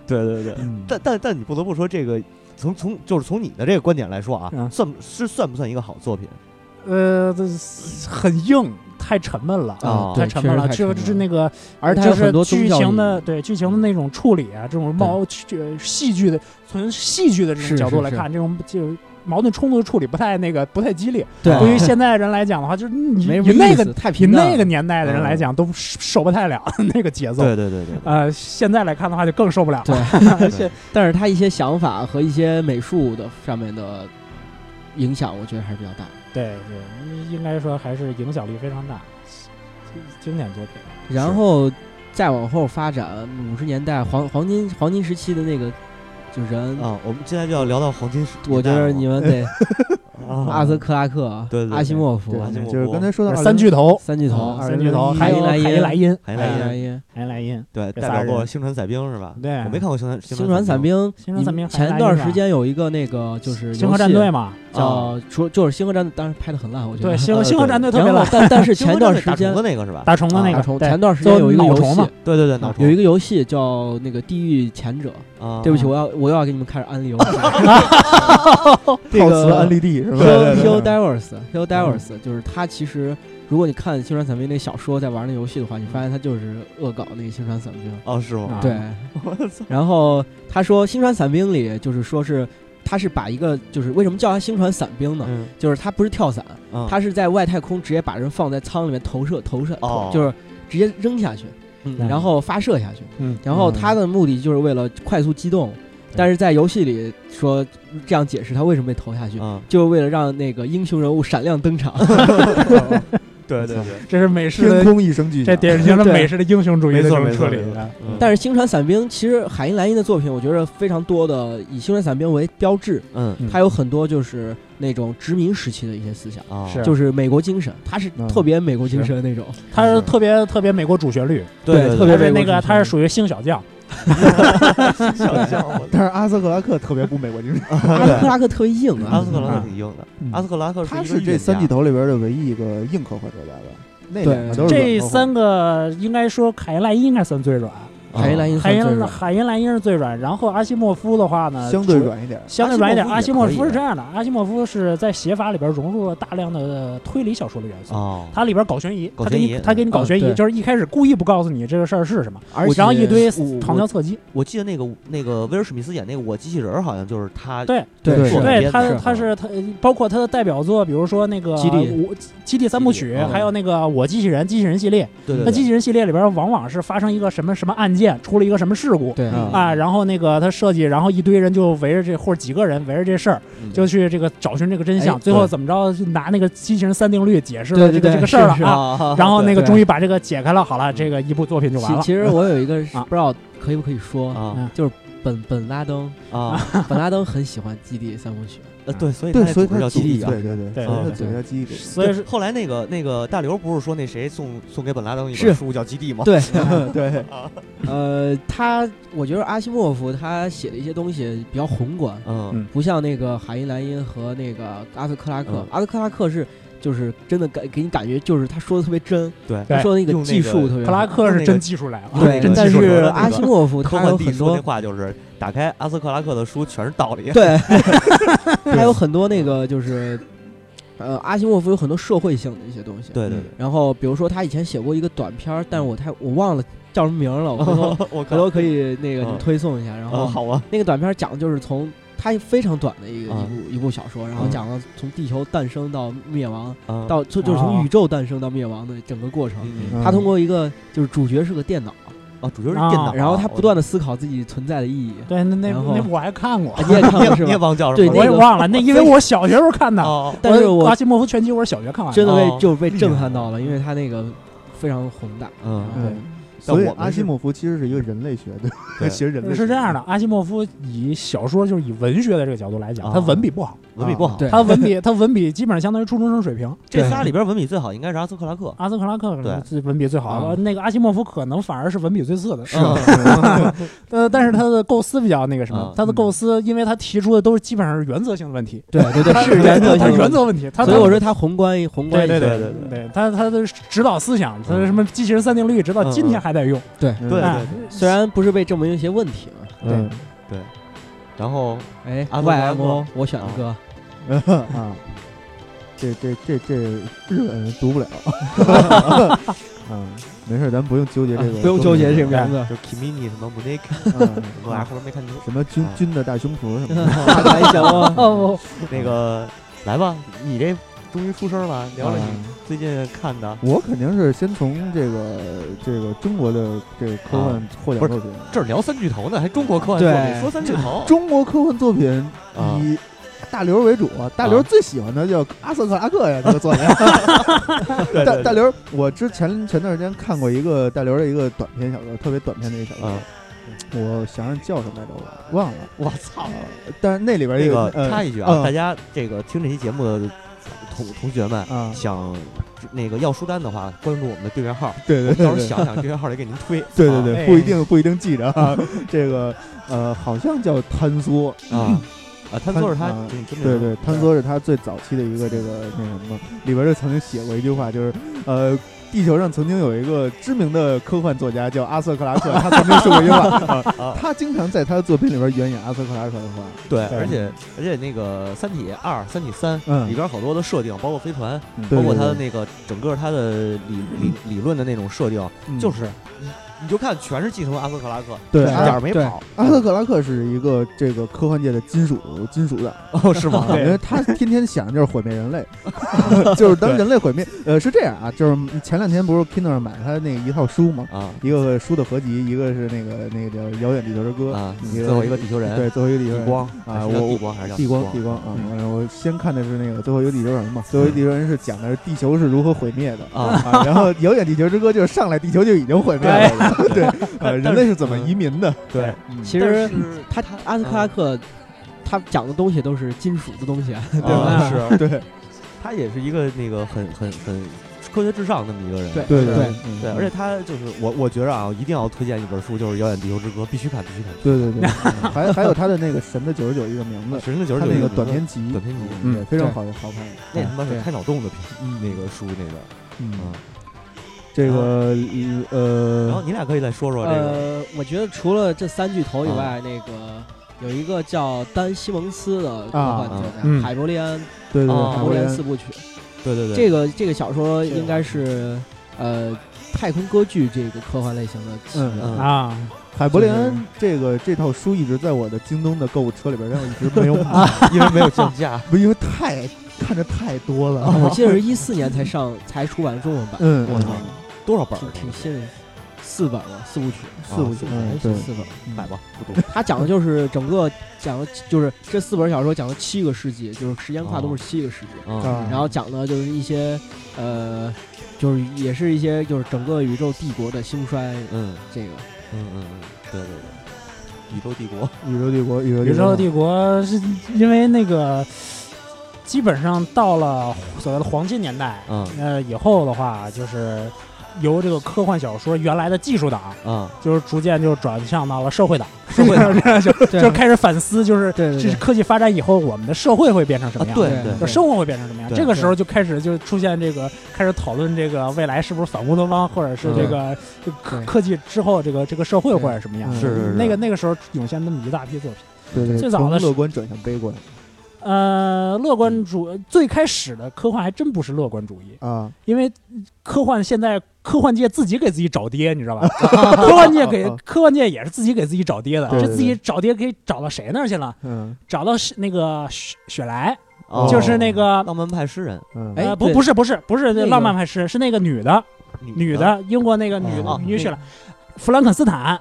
Speaker 2: 对对对，
Speaker 1: 嗯，
Speaker 2: 但但但你不得不说，这个从从就是从你的这个观点来说啊，
Speaker 4: 嗯
Speaker 2: 算不是算不算一个好作品？
Speaker 4: 呃，这很硬，太沉闷了。嗯
Speaker 2: 啊
Speaker 3: 对，
Speaker 4: 太
Speaker 3: 确
Speaker 4: 沉
Speaker 3: 实
Speaker 4: 闷了，这
Speaker 3: 太
Speaker 4: 个
Speaker 3: 沉闷
Speaker 4: 就是
Speaker 3: 了
Speaker 4: 那个，
Speaker 3: 而它
Speaker 4: 就
Speaker 3: 有很
Speaker 4: 是
Speaker 3: 多
Speaker 4: 剧
Speaker 3: 宗教
Speaker 4: 情
Speaker 3: 意
Speaker 4: 的，
Speaker 3: 义
Speaker 4: 对剧情的那种处理啊，这种矛剧戏剧的，从戏剧的这种
Speaker 3: 是
Speaker 4: 角度
Speaker 3: 是
Speaker 4: 来
Speaker 3: 是
Speaker 4: 看，这种就矛盾冲突的处理不太那个，不太激烈。
Speaker 3: 对
Speaker 4: 对于现在人来讲的话，就是你
Speaker 3: 啊没什
Speaker 4: 你
Speaker 3: 么
Speaker 4: 那
Speaker 3: 意
Speaker 4: 个
Speaker 3: 思，太嗯
Speaker 4: 比
Speaker 3: 平淡
Speaker 4: 那
Speaker 3: 了
Speaker 4: 个年代的人来讲都受不太了 那个节奏。
Speaker 2: 对对对对，
Speaker 4: 呃，现在来看的话就更受不了了。
Speaker 3: 对，
Speaker 2: 对
Speaker 3: 但是他一些想法和一些美术的上面的影响，我觉得还是比较大。
Speaker 4: 对对，应该说还是影响力非常大，经经典作品。
Speaker 3: 然后再往后发展，五十年代黄黄金黄金时期的那个就人，
Speaker 2: 啊，我们现在就要聊到黄金时代了，
Speaker 3: 我觉得你们得
Speaker 2: 啊
Speaker 3: 阿泽克拉克、
Speaker 2: 对对对
Speaker 3: 阿西莫夫
Speaker 1: 对
Speaker 2: 我还，真
Speaker 1: 啊就是刚才说到
Speaker 4: 三巨头，
Speaker 3: 三巨头，
Speaker 1: 啊
Speaker 4: 三巨头，
Speaker 1: 2001
Speaker 4: 还有
Speaker 3: 海
Speaker 4: 海
Speaker 3: 因莱因
Speaker 4: 因莱因，
Speaker 2: 还
Speaker 3: 哎
Speaker 2: 来
Speaker 3: 呀
Speaker 2: 一
Speaker 3: 呀
Speaker 4: 海因莱因，
Speaker 2: 对，
Speaker 4: 这
Speaker 2: 代
Speaker 4: 仨
Speaker 2: 表过
Speaker 4: 人
Speaker 2: 星船散兵是吧？
Speaker 4: 对
Speaker 2: 我没看过星船星
Speaker 3: 星船
Speaker 2: 伞
Speaker 3: 伞兵，
Speaker 4: 星船伞兵
Speaker 3: 你前
Speaker 4: 海因莱因
Speaker 3: 段
Speaker 4: 是吧
Speaker 3: 时间有一个那个就是
Speaker 4: 星
Speaker 3: 游
Speaker 4: 河
Speaker 3: 戏
Speaker 4: 战队嘛，
Speaker 3: 叫除就是《星河战队》，当时拍的很烂，我觉得。
Speaker 4: 对，星
Speaker 2: 呃
Speaker 4: 河星河
Speaker 2: 对
Speaker 4: 战队特
Speaker 3: 然
Speaker 4: 别
Speaker 3: 后
Speaker 4: 烂，
Speaker 3: 但但是
Speaker 2: 星
Speaker 3: 前
Speaker 2: 河
Speaker 3: 段
Speaker 2: 战
Speaker 3: 时
Speaker 2: 队打虫
Speaker 3: 间
Speaker 2: 子那个是吧？啊
Speaker 4: 打虫子那
Speaker 3: 打
Speaker 4: 个，
Speaker 3: 虫，
Speaker 4: 对
Speaker 3: 前段时间有一个
Speaker 4: 就
Speaker 3: 游
Speaker 4: 脑虫嘛
Speaker 3: 戏，
Speaker 2: 对对对，脑虫
Speaker 3: 有一个游戏叫那个《地狱前者》。
Speaker 2: 啊，
Speaker 3: 对不起，
Speaker 4: 啊
Speaker 3: 我要我又要给你们开始安利游戏。 这
Speaker 1: 套词
Speaker 3: 个
Speaker 1: 安利地是吧？
Speaker 3: Hill Hill Divers
Speaker 2: 嗯
Speaker 3: Hill Divers 就是它其实，如果你看《星川散兵》那小说，在玩那游戏的话，你发现它就是恶搞那个《星川散兵》。
Speaker 2: 哦是吗？
Speaker 4: 啊
Speaker 3: 对，然后他说《星船散兵》里就是说是他是把一个就是为什么叫他星船散兵呢？
Speaker 2: 嗯，
Speaker 3: 就是他不是跳伞，
Speaker 2: 嗯
Speaker 3: 他是在外太空直接把人放在舱里面投射投射，
Speaker 2: 哦
Speaker 3: 就是直接扔下去，
Speaker 2: 嗯
Speaker 4: 嗯
Speaker 3: 然后发射下去。
Speaker 4: 嗯，
Speaker 3: 然后他的目的就是为了快速机动，但是在游戏里说这样解释他为什么被投下去，
Speaker 2: 嗯，
Speaker 3: 就是为了让那个英雄人物闪亮登场。
Speaker 2: 对对对，
Speaker 4: 这是美式
Speaker 1: 天
Speaker 4: 的，
Speaker 1: 空一声巨
Speaker 4: 这
Speaker 1: 响，
Speaker 4: 典型的
Speaker 3: 对
Speaker 4: 美式的英雄主义
Speaker 2: 没
Speaker 4: 的这
Speaker 2: 错
Speaker 4: 种
Speaker 2: 没
Speaker 4: 处
Speaker 2: 错
Speaker 4: 理
Speaker 2: 没错
Speaker 4: 啊。
Speaker 2: 嗯
Speaker 3: 但是星船散兵其实海因莱因的作品，我觉得非常多的以星船散兵为标志，
Speaker 2: 嗯
Speaker 4: 嗯
Speaker 3: 它有很多就是那种殖民时期的一些思想，
Speaker 2: 啊
Speaker 4: 是
Speaker 3: 就是美国精神，它是
Speaker 1: 嗯
Speaker 3: 特别美国精神的那种，
Speaker 4: 他是特别特别美国主旋律，
Speaker 3: 对
Speaker 2: 对
Speaker 3: 特别
Speaker 4: 他是
Speaker 3: 美
Speaker 4: 那
Speaker 3: 国
Speaker 4: 个
Speaker 3: 主旋律
Speaker 4: 他是属于新小将，
Speaker 2: 小笑话。
Speaker 1: 但是阿瑟克拉克特别不美国精神，
Speaker 3: 阿斯克拉克特别硬
Speaker 2: 阿
Speaker 3: 啊
Speaker 2: 斯，克拉克挺硬的，
Speaker 1: 嗯
Speaker 2: 阿斯克拉克
Speaker 1: 他
Speaker 2: 是一个
Speaker 1: 是这
Speaker 2: 硬
Speaker 1: 三
Speaker 2: 家啊
Speaker 1: 巨头里边的唯一一个硬科幻作家吧？那
Speaker 3: 对
Speaker 1: 两个都是
Speaker 4: 这
Speaker 1: 软科幻
Speaker 4: 三个应该说凯因莱因应该算最软，
Speaker 3: 海
Speaker 2: 哦
Speaker 3: 因莱因
Speaker 4: 海
Speaker 3: 算
Speaker 4: 因
Speaker 3: 最软
Speaker 4: 海因莱因是最软，然后阿西莫夫的话呢，
Speaker 1: 相对
Speaker 4: 主。
Speaker 1: 软一点。
Speaker 4: 相对软一点，阿
Speaker 2: 阿西
Speaker 4: 西
Speaker 2: 莫
Speaker 4: 莫
Speaker 2: 夫也可以
Speaker 4: 夫是这样的，阿西莫夫是在写法里边融入了大量的推理小说的元素，
Speaker 2: 哦，
Speaker 4: 它里边搞悬疑，
Speaker 2: 搞
Speaker 4: 它给
Speaker 2: 悬
Speaker 4: 你
Speaker 2: 疑
Speaker 4: 他给你搞
Speaker 3: 嗯
Speaker 4: 悬疑，
Speaker 3: 对
Speaker 4: 就是一开始故意不告诉你这个事儿是什么，
Speaker 3: 而且
Speaker 4: 然后一堆
Speaker 2: 我
Speaker 4: 旁敲侧击。
Speaker 2: 我记得那个那个威尔史密斯演那个我机器人儿，好像就是他
Speaker 4: 对
Speaker 3: 对
Speaker 2: 对
Speaker 3: 是
Speaker 2: 我觉
Speaker 4: 对
Speaker 2: 得
Speaker 4: 他
Speaker 3: 是，
Speaker 4: 他是他，包括他的代表作，比如说那个
Speaker 3: 基地哦
Speaker 4: 我基地三部
Speaker 2: 基
Speaker 4: 曲
Speaker 2: 地嗯，
Speaker 4: 还有那个我机器人机器人系列。
Speaker 2: 对对
Speaker 4: 那
Speaker 2: 对
Speaker 4: 机器人系列里边往往是发生一个什么什么案件，出了一个什么事故。
Speaker 3: 对
Speaker 1: 嗯
Speaker 4: 啊，然后那个他设计，然后一堆人就围着这或者几个人围着这事儿，
Speaker 2: 嗯
Speaker 4: 就去这个找寻这个真
Speaker 3: 哎
Speaker 4: 相，最后
Speaker 2: 对
Speaker 4: 怎么着就拿那个机器人三定律解释
Speaker 3: 对
Speaker 4: 了
Speaker 3: 对
Speaker 4: 这个
Speaker 3: 对
Speaker 4: 这个事儿
Speaker 3: 是
Speaker 4: 了啊，
Speaker 2: 啊，
Speaker 4: 然后那个
Speaker 3: 对
Speaker 4: 终于把这个解开了，好了，这个一部作品就完
Speaker 3: 其
Speaker 4: 了。
Speaker 3: 其实我有一个
Speaker 4: 啊
Speaker 3: 不知道可以不可以说，
Speaker 2: 啊
Speaker 3: 本本拉 登
Speaker 2: 啊，
Speaker 3: 本拉登很喜欢基地 三部曲，
Speaker 2: 呃对，所以
Speaker 1: 对，
Speaker 2: 那
Speaker 1: 所以
Speaker 2: 组织
Speaker 1: 他
Speaker 2: 叫
Speaker 1: 组
Speaker 2: 基地啊。
Speaker 1: 对对对，
Speaker 4: 对
Speaker 1: 所以他
Speaker 2: 对
Speaker 1: 组
Speaker 3: 对
Speaker 1: 织叫基地。
Speaker 4: 所以是
Speaker 2: 后来那个那个大刘不是说那谁送送给本拉登一
Speaker 3: 是
Speaker 2: 本书叫《基地》吗？
Speaker 3: 对，
Speaker 1: 对，
Speaker 3: 呃，他我觉得阿西莫夫他写的一些东西比较宏观，
Speaker 2: 嗯
Speaker 4: 嗯
Speaker 3: 不像那个海因莱因和那个阿瑟克拉克
Speaker 2: 嗯，
Speaker 3: 阿瑟克拉克是就是真的感给你感觉就是他说的特别真，
Speaker 2: 对
Speaker 4: 对
Speaker 3: 他说的那
Speaker 2: 用
Speaker 3: 个
Speaker 2: 那
Speaker 3: 技
Speaker 2: 个
Speaker 3: 术特别
Speaker 4: 克
Speaker 3: 好
Speaker 4: 拉克
Speaker 2: 那
Speaker 4: 是
Speaker 2: 个
Speaker 4: 真技术来了啊，
Speaker 3: 对
Speaker 2: 那个，
Speaker 3: 但
Speaker 2: 技术
Speaker 3: 是
Speaker 2: 流的那
Speaker 3: 阿
Speaker 2: 个
Speaker 3: 西莫夫
Speaker 2: 科
Speaker 3: 他有
Speaker 2: 幻帝
Speaker 3: 很
Speaker 2: 说那
Speaker 3: 多
Speaker 2: 话就是，打开阿斯克拉克的书全是道 理。
Speaker 3: 对，他有很多那个就是，呃，阿西莫夫有很多社会性的一些东西。
Speaker 2: 对对
Speaker 3: 然后比如说他以前写过一个短片儿，但是我太我忘了叫什么名 儿了，我回头
Speaker 2: 对，我
Speaker 3: 回
Speaker 2: 靠
Speaker 3: 头可以那个
Speaker 2: 嗯
Speaker 3: 推送一下。然
Speaker 2: 啊，
Speaker 3: 后
Speaker 2: 好啊，
Speaker 3: 那个短片儿讲的就是从它非常短的一个
Speaker 2: 啊
Speaker 3: 一部一部小说，然后
Speaker 2: 嗯
Speaker 3: 讲了从地球诞生到灭亡，
Speaker 2: 啊
Speaker 3: 到就就是
Speaker 4: 哦
Speaker 3: 从宇宙诞生到灭亡的整个过程。
Speaker 2: 嗯
Speaker 1: 嗯
Speaker 3: 他通过一个就是主角是个电脑，
Speaker 2: 啊，主角是电脑，
Speaker 3: 然后他
Speaker 2: 我
Speaker 3: 不断的思考自己存在的意义。
Speaker 4: 对，那那
Speaker 3: 然后
Speaker 4: 那部哦我还看过
Speaker 3: 啊，你也看
Speaker 2: 你也
Speaker 3: 过是
Speaker 2: 你也
Speaker 3: 吧？
Speaker 2: 忘叫什
Speaker 3: 对
Speaker 2: 么
Speaker 3: 那
Speaker 2: 了
Speaker 4: 我也
Speaker 3: 个
Speaker 4: 忘了，那因为我小学时候看的。
Speaker 2: 哦，
Speaker 3: 但是我
Speaker 4: 阿西莫夫全集我是小学看完的，
Speaker 3: 真的
Speaker 2: 哦
Speaker 3: 被就被震撼到了，因为他那个非常宏大。
Speaker 2: 嗯，
Speaker 1: 嗯，
Speaker 2: 但
Speaker 1: 所以
Speaker 2: 我们
Speaker 1: 阿
Speaker 2: 是
Speaker 1: 西莫夫其实是一个人类学的，
Speaker 2: 对
Speaker 1: 学人类学
Speaker 4: 是这样的，，阿西莫夫以小说就是以文学的这个角度来讲，
Speaker 2: 啊
Speaker 4: 他文笔不好，
Speaker 2: 文笔不好。
Speaker 3: 哦对
Speaker 4: 他文笔他文笔基本上相当于初中生水 平。
Speaker 2: 这仨里边文笔最好应该是阿斯克拉克。
Speaker 4: 阿斯克拉克可能
Speaker 2: 对
Speaker 4: 是文笔最好，
Speaker 3: 啊
Speaker 4: 那个阿西莫夫可能反而是文笔最次的。
Speaker 2: 是
Speaker 1: 嗯
Speaker 4: 呃，但是他的构思比较那个什么，
Speaker 3: 嗯
Speaker 2: 啊
Speaker 4: 他的构思，因为他提出的都是基本上是原则性的问题，
Speaker 3: 对对对，是 原则
Speaker 4: 他
Speaker 3: 性
Speaker 4: 原
Speaker 3: 的。
Speaker 4: 则问题。他
Speaker 3: 所以我说他宏观一宏观
Speaker 4: 对
Speaker 3: 一
Speaker 4: 对
Speaker 3: 些
Speaker 4: 对
Speaker 2: 对对
Speaker 4: 对，他他的指导思想，他的什么机器人三定律，
Speaker 2: 嗯
Speaker 4: 直到今天还在用。
Speaker 3: 对，
Speaker 1: 嗯
Speaker 2: 对
Speaker 4: 哎
Speaker 3: 虽然不是被证明一些问题嘛。
Speaker 1: 嗯
Speaker 2: 然后
Speaker 3: 哎
Speaker 2: 阿斯拉克
Speaker 3: ，YMO 我选了个，
Speaker 1: 啊，这这这这日本读不了，嗯，没事，咱不用纠结这个，
Speaker 3: 不用纠结这个 名字，
Speaker 2: 就 Kimi 什么 m u n i k
Speaker 1: 嗯
Speaker 2: 我 还后面没看 清楚。
Speaker 1: 什么军
Speaker 2: 啊
Speaker 1: 军的大胸脯什么
Speaker 2: 嗯
Speaker 1: 的，
Speaker 3: 还行啊。
Speaker 4: 哦，
Speaker 2: 那个来吧，你这终于出声了，聊聊你
Speaker 1: 嗯
Speaker 2: 最近看的。
Speaker 1: 我肯定是先从这个这个中国的这个科幻获奖作品，
Speaker 2: 这儿聊三巨头呢，还中国科幻作品，
Speaker 3: 对
Speaker 2: 说三巨头
Speaker 1: 中国科幻作品
Speaker 2: 啊
Speaker 1: 以大刘为主啊，大刘
Speaker 2: 啊
Speaker 1: 最喜欢的叫阿瑟克拉克呀，这个作家。
Speaker 2: 对
Speaker 1: 大
Speaker 2: 对
Speaker 1: 大
Speaker 2: 对，
Speaker 1: 刘，我之前前段时间看过一个大刘的一个短篇小说，特别短篇的一个小说
Speaker 2: 啊，，
Speaker 1: 我想想叫什么来着，我忘了。呃
Speaker 2: 我操！
Speaker 1: 但是那里边
Speaker 2: 那
Speaker 1: 有
Speaker 2: 个
Speaker 1: 呃
Speaker 2: 插一句啊，
Speaker 1: 嗯
Speaker 2: 大家这个听这期节目的同同学们，
Speaker 1: 啊，
Speaker 2: 想那个要书单的话，关注我们的订阅号，
Speaker 1: 对 对
Speaker 2: 到时候
Speaker 1: 对对。
Speaker 2: 想想订阅号来给您 推。啊
Speaker 1: 对对对，
Speaker 4: 哎
Speaker 1: 啊 不一定不一定记着啊，这个呃，好像叫坍缩，
Speaker 2: 啊，啊，探索是他
Speaker 1: 啊
Speaker 2: 嗯真的
Speaker 1: 对
Speaker 2: 是
Speaker 1: 对，探索是他最早期的一个这个那什么，里边就曾经写过一句话，就是呃，地球上曾经有一个知名的科幻作家叫阿瑟克拉克，他曾经说过一句 话，啊他经常在他的作品里边援引阿瑟克拉克的话，
Speaker 2: 对，
Speaker 4: 对
Speaker 2: 而且而且那个《三体二》《三体三》
Speaker 1: 嗯
Speaker 2: 里边好多的设定，包括飞船，
Speaker 1: 对
Speaker 2: 嗯包括
Speaker 1: 对
Speaker 2: 它的
Speaker 1: 对
Speaker 2: 那个整个它的理理理论的那种设定，
Speaker 1: 嗯
Speaker 2: 就是你你就看全是继承阿瑟克拉克，
Speaker 1: 对
Speaker 2: 一
Speaker 1: 阿
Speaker 2: 点儿没
Speaker 3: 对
Speaker 2: 跑。
Speaker 1: 阿瑟克拉克是一个这个科幻界的金属金属党，
Speaker 2: 哦， 是吗？
Speaker 1: 啊，因为他天天想就是毁灭人类， 就是当人类毁灭。呃，是这样啊，就是前两天不是 Kindle 上买他那一套书嘛，
Speaker 2: 啊
Speaker 1: 一个书的合集，一个是那个那个叫《遥远地球的歌》
Speaker 2: 啊！
Speaker 1: 一
Speaker 2: 最
Speaker 1: 个
Speaker 2: 后一个地球人，
Speaker 1: 对，最后一个地球
Speaker 2: 地
Speaker 1: 人
Speaker 2: 光
Speaker 1: 啊，
Speaker 2: 是叫
Speaker 1: 我
Speaker 2: 地光还是叫
Speaker 1: 地光
Speaker 2: 地
Speaker 1: 地光啊，
Speaker 4: 嗯
Speaker 1: 完了我先看的是那个最后一个地球人嘛，最后一个地球人是讲的是地球是如何毁灭的。
Speaker 2: 啊？
Speaker 1: 啊，然后《遥远地球之歌》就是上来地球就已经毁灭了，对， 呃，人类是怎么移民的？
Speaker 2: 对，
Speaker 1: 嗯
Speaker 3: 其
Speaker 2: 但
Speaker 3: 实
Speaker 2: 是
Speaker 3: 他阿斯克拉克，他讲的东西都是金属的东西，对
Speaker 2: 啊
Speaker 3: 吧？
Speaker 2: 是
Speaker 1: 对
Speaker 2: 他也是一个那个很很很科学至上那么一个人，
Speaker 1: 对
Speaker 3: 对
Speaker 1: 嗯
Speaker 2: 对，而且他就是我，我觉着啊，我一定要推荐一本书，就是《遥远地球之歌》，必须看，必须看。
Speaker 1: 对对对，嗯 还还有他的那个《神的九十九》一个名字，
Speaker 2: 神的九十
Speaker 1: 他
Speaker 2: 啊九
Speaker 1: 那个短篇集，
Speaker 2: 短篇集，
Speaker 1: 嗯，
Speaker 4: 嗯
Speaker 1: 非常
Speaker 4: 对
Speaker 1: 好好看。
Speaker 2: 那他妈是
Speaker 4: 对
Speaker 2: 开脑洞的片，
Speaker 1: 嗯
Speaker 2: 那个书那个。
Speaker 1: 嗯
Speaker 2: 嗯，
Speaker 1: 这个呃
Speaker 2: 然后，你俩可以再说哦说这个
Speaker 3: 呃，我觉得除了这三巨头以外，那个有一个叫丹·西蒙斯的科幻作
Speaker 1: 啊嗯
Speaker 3: 家，海伯利安
Speaker 1: 对对对，
Speaker 2: 哦
Speaker 1: 海
Speaker 3: 海伯
Speaker 1: 伯
Speaker 3: 利
Speaker 1: 利
Speaker 3: 安
Speaker 1: 安
Speaker 3: 四部曲，
Speaker 2: 对对对，
Speaker 3: 这个这个小说应该是呃太空歌剧这个科幻类型的起源。
Speaker 2: 嗯
Speaker 4: 啊，
Speaker 1: 海伯利
Speaker 4: 就
Speaker 1: 安
Speaker 4: 是
Speaker 1: 这个这套书一直在我的京东的购物车里边，但我一直没有买，
Speaker 2: 因为没有降价，
Speaker 1: 不因为太看着太多了。
Speaker 3: 啊 我记得是一四年才上才出版中文版，
Speaker 1: 哦嗯，
Speaker 2: 我操， 多少本儿
Speaker 3: 挺
Speaker 2: 呢？
Speaker 3: 挺新的，四本吧，四部曲，
Speaker 1: 四五
Speaker 2: 啊
Speaker 1: 九，
Speaker 3: 还
Speaker 4: 哎
Speaker 1: 嗯
Speaker 3: 是
Speaker 1: 对，
Speaker 3: 四本。
Speaker 2: 买吧，不懂。
Speaker 3: 他讲的就是整个讲的就是这四本小说讲了七个世纪，就是时间跨
Speaker 4: 哦
Speaker 3: 度是七个世纪，
Speaker 2: 啊
Speaker 1: 啊
Speaker 3: 然后讲的就是一些呃，就是也是一些就是整个宇宙帝国的兴衰，
Speaker 2: 嗯
Speaker 3: 这个
Speaker 2: 嗯嗯嗯，对对对，宇宙帝国
Speaker 1: 宇宙帝国，宇宙
Speaker 4: 宇宙
Speaker 1: 帝
Speaker 4: 帝国是因为那个基本上到了所谓的黄金年代，
Speaker 2: 嗯
Speaker 4: 呃，以后的话就是由这个科幻小说原来的技术党，
Speaker 2: 啊，
Speaker 4: 就是逐渐就转向到了社会党，
Speaker 2: 社会党
Speaker 4: 这样 就
Speaker 3: 对
Speaker 4: 就开始反思，就是
Speaker 3: 对
Speaker 4: 这
Speaker 3: 对啊
Speaker 4: 是科技发展以后，我们的社会会变成什么样？
Speaker 2: 啊对
Speaker 3: 对
Speaker 4: 就生活会变成什么样？
Speaker 2: 对
Speaker 4: 这个时候就开始就出现这个开始讨论这个未来是不是反乌托邦，或者
Speaker 2: 嗯
Speaker 4: 是这个就科
Speaker 3: 对
Speaker 4: 科技之后这个这个社会会是什么样
Speaker 1: 嗯？
Speaker 2: 是是是
Speaker 4: 那个那个时候涌现那么一大批作品。
Speaker 1: 对对，
Speaker 4: 最早
Speaker 1: 从
Speaker 4: 的是
Speaker 1: 乐观转向悲观
Speaker 2: 嗯
Speaker 4: 呃，乐观主最开始的科幻还真不是乐观主义，
Speaker 1: 啊，
Speaker 4: 因为科幻现在科幻界自己给自己找爹，你知 道吧？科幻界给
Speaker 1: 啊
Speaker 4: 科幻界也是自己给自己找爹的，
Speaker 2: 哦
Speaker 1: 对
Speaker 4: 这
Speaker 1: 对
Speaker 4: 自己找爹给找到谁那儿去了？
Speaker 1: 嗯
Speaker 4: 找到是那个雪雪莱，
Speaker 2: 哦
Speaker 4: 就是那个
Speaker 2: 浪漫派诗人，
Speaker 1: 嗯，
Speaker 3: 哎
Speaker 4: 呃，不
Speaker 3: 对
Speaker 4: 不是不是不是那
Speaker 3: 那个嗯啊
Speaker 4: 浪漫派诗，是那个女的女的英国那个女
Speaker 1: 哦
Speaker 4: 女雪
Speaker 2: 那
Speaker 4: 莱，弗兰肯斯坦，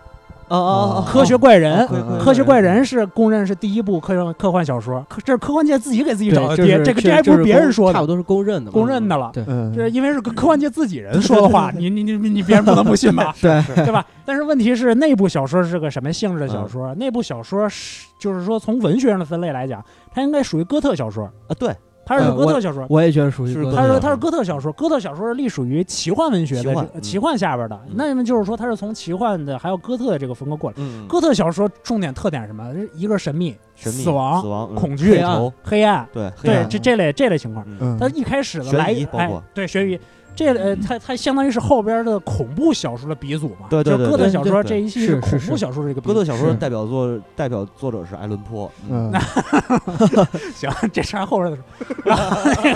Speaker 2: 哦哦哦，
Speaker 3: 啊
Speaker 4: 科学怪人。
Speaker 1: 科
Speaker 2: 哦
Speaker 4: 科学怪人是公认是第一部科幻科幻小说，科这是科幻界自己给自己
Speaker 3: 对
Speaker 4: 找的
Speaker 3: 就
Speaker 4: 爹，
Speaker 3: 是
Speaker 4: 这个
Speaker 3: 就
Speaker 4: 这还不
Speaker 3: 就是
Speaker 4: 别人
Speaker 3: 公
Speaker 4: 说
Speaker 3: 差
Speaker 4: 的
Speaker 3: 不，多是公认的嘛，
Speaker 4: 公认的了。
Speaker 3: 对，
Speaker 1: 嗯，
Speaker 4: 这因为是科科幻界自己人说的话，你你你你你别人不能不信吧
Speaker 3: 对
Speaker 4: 对吧？但是问题是，那部小说是个什么性质的
Speaker 3: 嗯
Speaker 4: 小说？那部小说是就是说从文学上的分类来讲，它应该属于哥特小说，
Speaker 2: 啊，对，
Speaker 4: 它是
Speaker 3: 呃
Speaker 4: 哥特小说。
Speaker 3: 我也觉得属于
Speaker 2: 是
Speaker 3: 哥特
Speaker 4: 它
Speaker 2: 哥特
Speaker 4: 是它是哥特小说，哥特小说隶属于奇幻文学
Speaker 2: 奇
Speaker 4: 的
Speaker 2: 幻
Speaker 4: 这呃
Speaker 2: 嗯
Speaker 4: 奇幻下边的，
Speaker 2: 嗯
Speaker 4: 那么就是说它是从奇幻的还有哥特的这个风格过来。
Speaker 2: 嗯，
Speaker 4: 哥特小说重点特点是什么？一个是神秘、
Speaker 2: 神秘
Speaker 4: 死亡
Speaker 2: 死亡、嗯
Speaker 4: 恐惧
Speaker 2: 黑暗，
Speaker 4: 黑暗，
Speaker 2: 对黑
Speaker 4: 对
Speaker 2: 暗，
Speaker 4: 这这类这类情况。
Speaker 2: 嗯
Speaker 1: 嗯
Speaker 4: 它一开始的
Speaker 2: 悬
Speaker 4: 来
Speaker 2: 疑
Speaker 4: 源，
Speaker 2: 包
Speaker 4: 哎
Speaker 2: 括，
Speaker 4: 对悬疑，这呃，它它相当于是后边的恐怖小说的鼻祖嘛，
Speaker 2: 对对对
Speaker 4: 就哥特
Speaker 2: 对
Speaker 4: 小
Speaker 3: 对
Speaker 4: 说
Speaker 2: 对
Speaker 4: 这一系
Speaker 3: 是
Speaker 4: 列
Speaker 3: 是
Speaker 4: 恐
Speaker 3: 是
Speaker 4: 怖小说这个鼻
Speaker 2: 哥特小说
Speaker 4: 祖
Speaker 2: 的代表作代表作者是艾伦坡，
Speaker 1: 嗯，
Speaker 4: 行，这是后边的事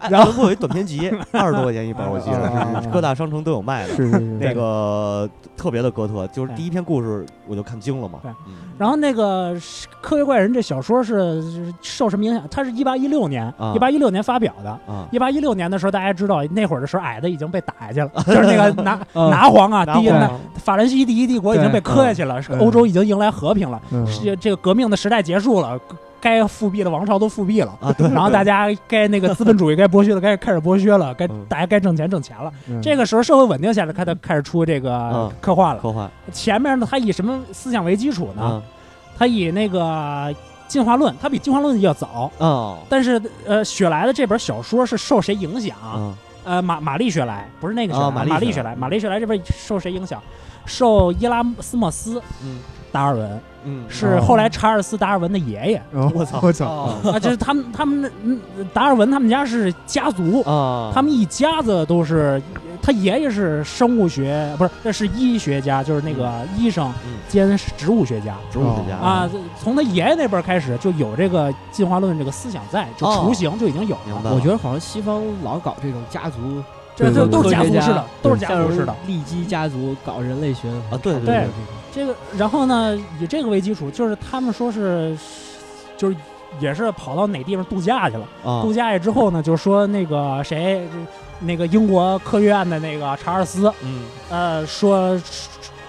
Speaker 2: 艾伦坡有一短篇 集，二十多块钱一本，我记
Speaker 1: 啊
Speaker 2: 得
Speaker 1: 啊
Speaker 2: 是
Speaker 1: 啊
Speaker 2: 各大商城都有卖的。
Speaker 1: 是是是，
Speaker 2: 那个特别的哥特，就是
Speaker 4: 嗯对
Speaker 2: 第一篇故事我就看惊了嘛
Speaker 4: 对。
Speaker 2: 嗯
Speaker 4: 然后那个是《科学怪人》这小说是是受什么影响？它是一八一六年
Speaker 2: 啊，
Speaker 4: 一八一六年发表的。
Speaker 2: 啊，
Speaker 4: 一八一六年的时候，大家知道那会儿的时候，矮的已经被打下去了，就是那个拿
Speaker 3: 嗯
Speaker 4: 拿皇啊，
Speaker 2: 拿
Speaker 4: 第一
Speaker 2: 皇
Speaker 4: 那
Speaker 2: 啊
Speaker 4: 法兰西第一帝国已经被磕下去了，是
Speaker 1: 嗯
Speaker 4: 欧洲已经迎来和平了，
Speaker 1: 嗯
Speaker 4: 世界这个革命的时代结束了，该复辟的王朝都复 辟了，
Speaker 2: 啊，对，
Speaker 4: 然后大家该那个资本主义该剥削的该开始剥削了，该
Speaker 2: 嗯
Speaker 4: 大家该挣钱挣钱了。
Speaker 1: 嗯
Speaker 4: 这个时候社会稳定下来，开始开始出这个
Speaker 2: 嗯
Speaker 4: 科幻了。
Speaker 2: 科幻
Speaker 4: 前面呢，他以什么思想为基础呢？
Speaker 2: 啊
Speaker 4: 他以那个进化论，他比进化论要早。
Speaker 2: 哦
Speaker 4: 但是呃，雪莱的这本小说是受谁影响？
Speaker 2: 啊
Speaker 4: 呃，玛玛丽雪莱不是那个雪莱，
Speaker 2: 哦玛丽
Speaker 4: 玛丽
Speaker 2: 雪莱
Speaker 4: 莱，玛丽雪莱这本受谁影响？受伊拉斯莫斯
Speaker 2: 嗯
Speaker 4: 达尔文，
Speaker 2: 嗯
Speaker 4: 是后来查尔斯·达尔文的爷爷
Speaker 1: 然后
Speaker 2: 我操
Speaker 1: 嗯我操，
Speaker 3: 哦
Speaker 4: 啊，就是他们他们嗯达尔文他们家是家族，
Speaker 2: 啊，
Speaker 4: 他们一家子都是，他爷爷是生物学，不是，那是医学家，就是那个医生
Speaker 2: 嗯哦
Speaker 4: 兼植物学家。
Speaker 2: 植物学家
Speaker 1: 哦
Speaker 4: 啊，从他爷爷那辈儿开始就有这个进化论这个思想在，就
Speaker 2: 哦
Speaker 4: 雏形就已经有
Speaker 2: 明白
Speaker 4: 了。
Speaker 2: 了
Speaker 3: 我觉得好像西方老搞这种家族，
Speaker 4: 这
Speaker 1: 对
Speaker 4: 这
Speaker 1: 对
Speaker 4: 都是家
Speaker 3: 科
Speaker 4: 族
Speaker 3: 学
Speaker 4: 式的，都是家
Speaker 3: 像
Speaker 4: 族
Speaker 3: 是
Speaker 4: 式的。
Speaker 3: 利基家族搞人类学
Speaker 2: 啊，对
Speaker 4: 对
Speaker 2: 对，
Speaker 4: 这个，然后呢，以这个为基础，就是他们说是，就是也是跑到哪地方度假去了。
Speaker 2: 啊
Speaker 4: 度假去之后呢，就说那个谁，这那个英国科学院的那个查尔斯，
Speaker 2: 嗯
Speaker 4: 呃，说是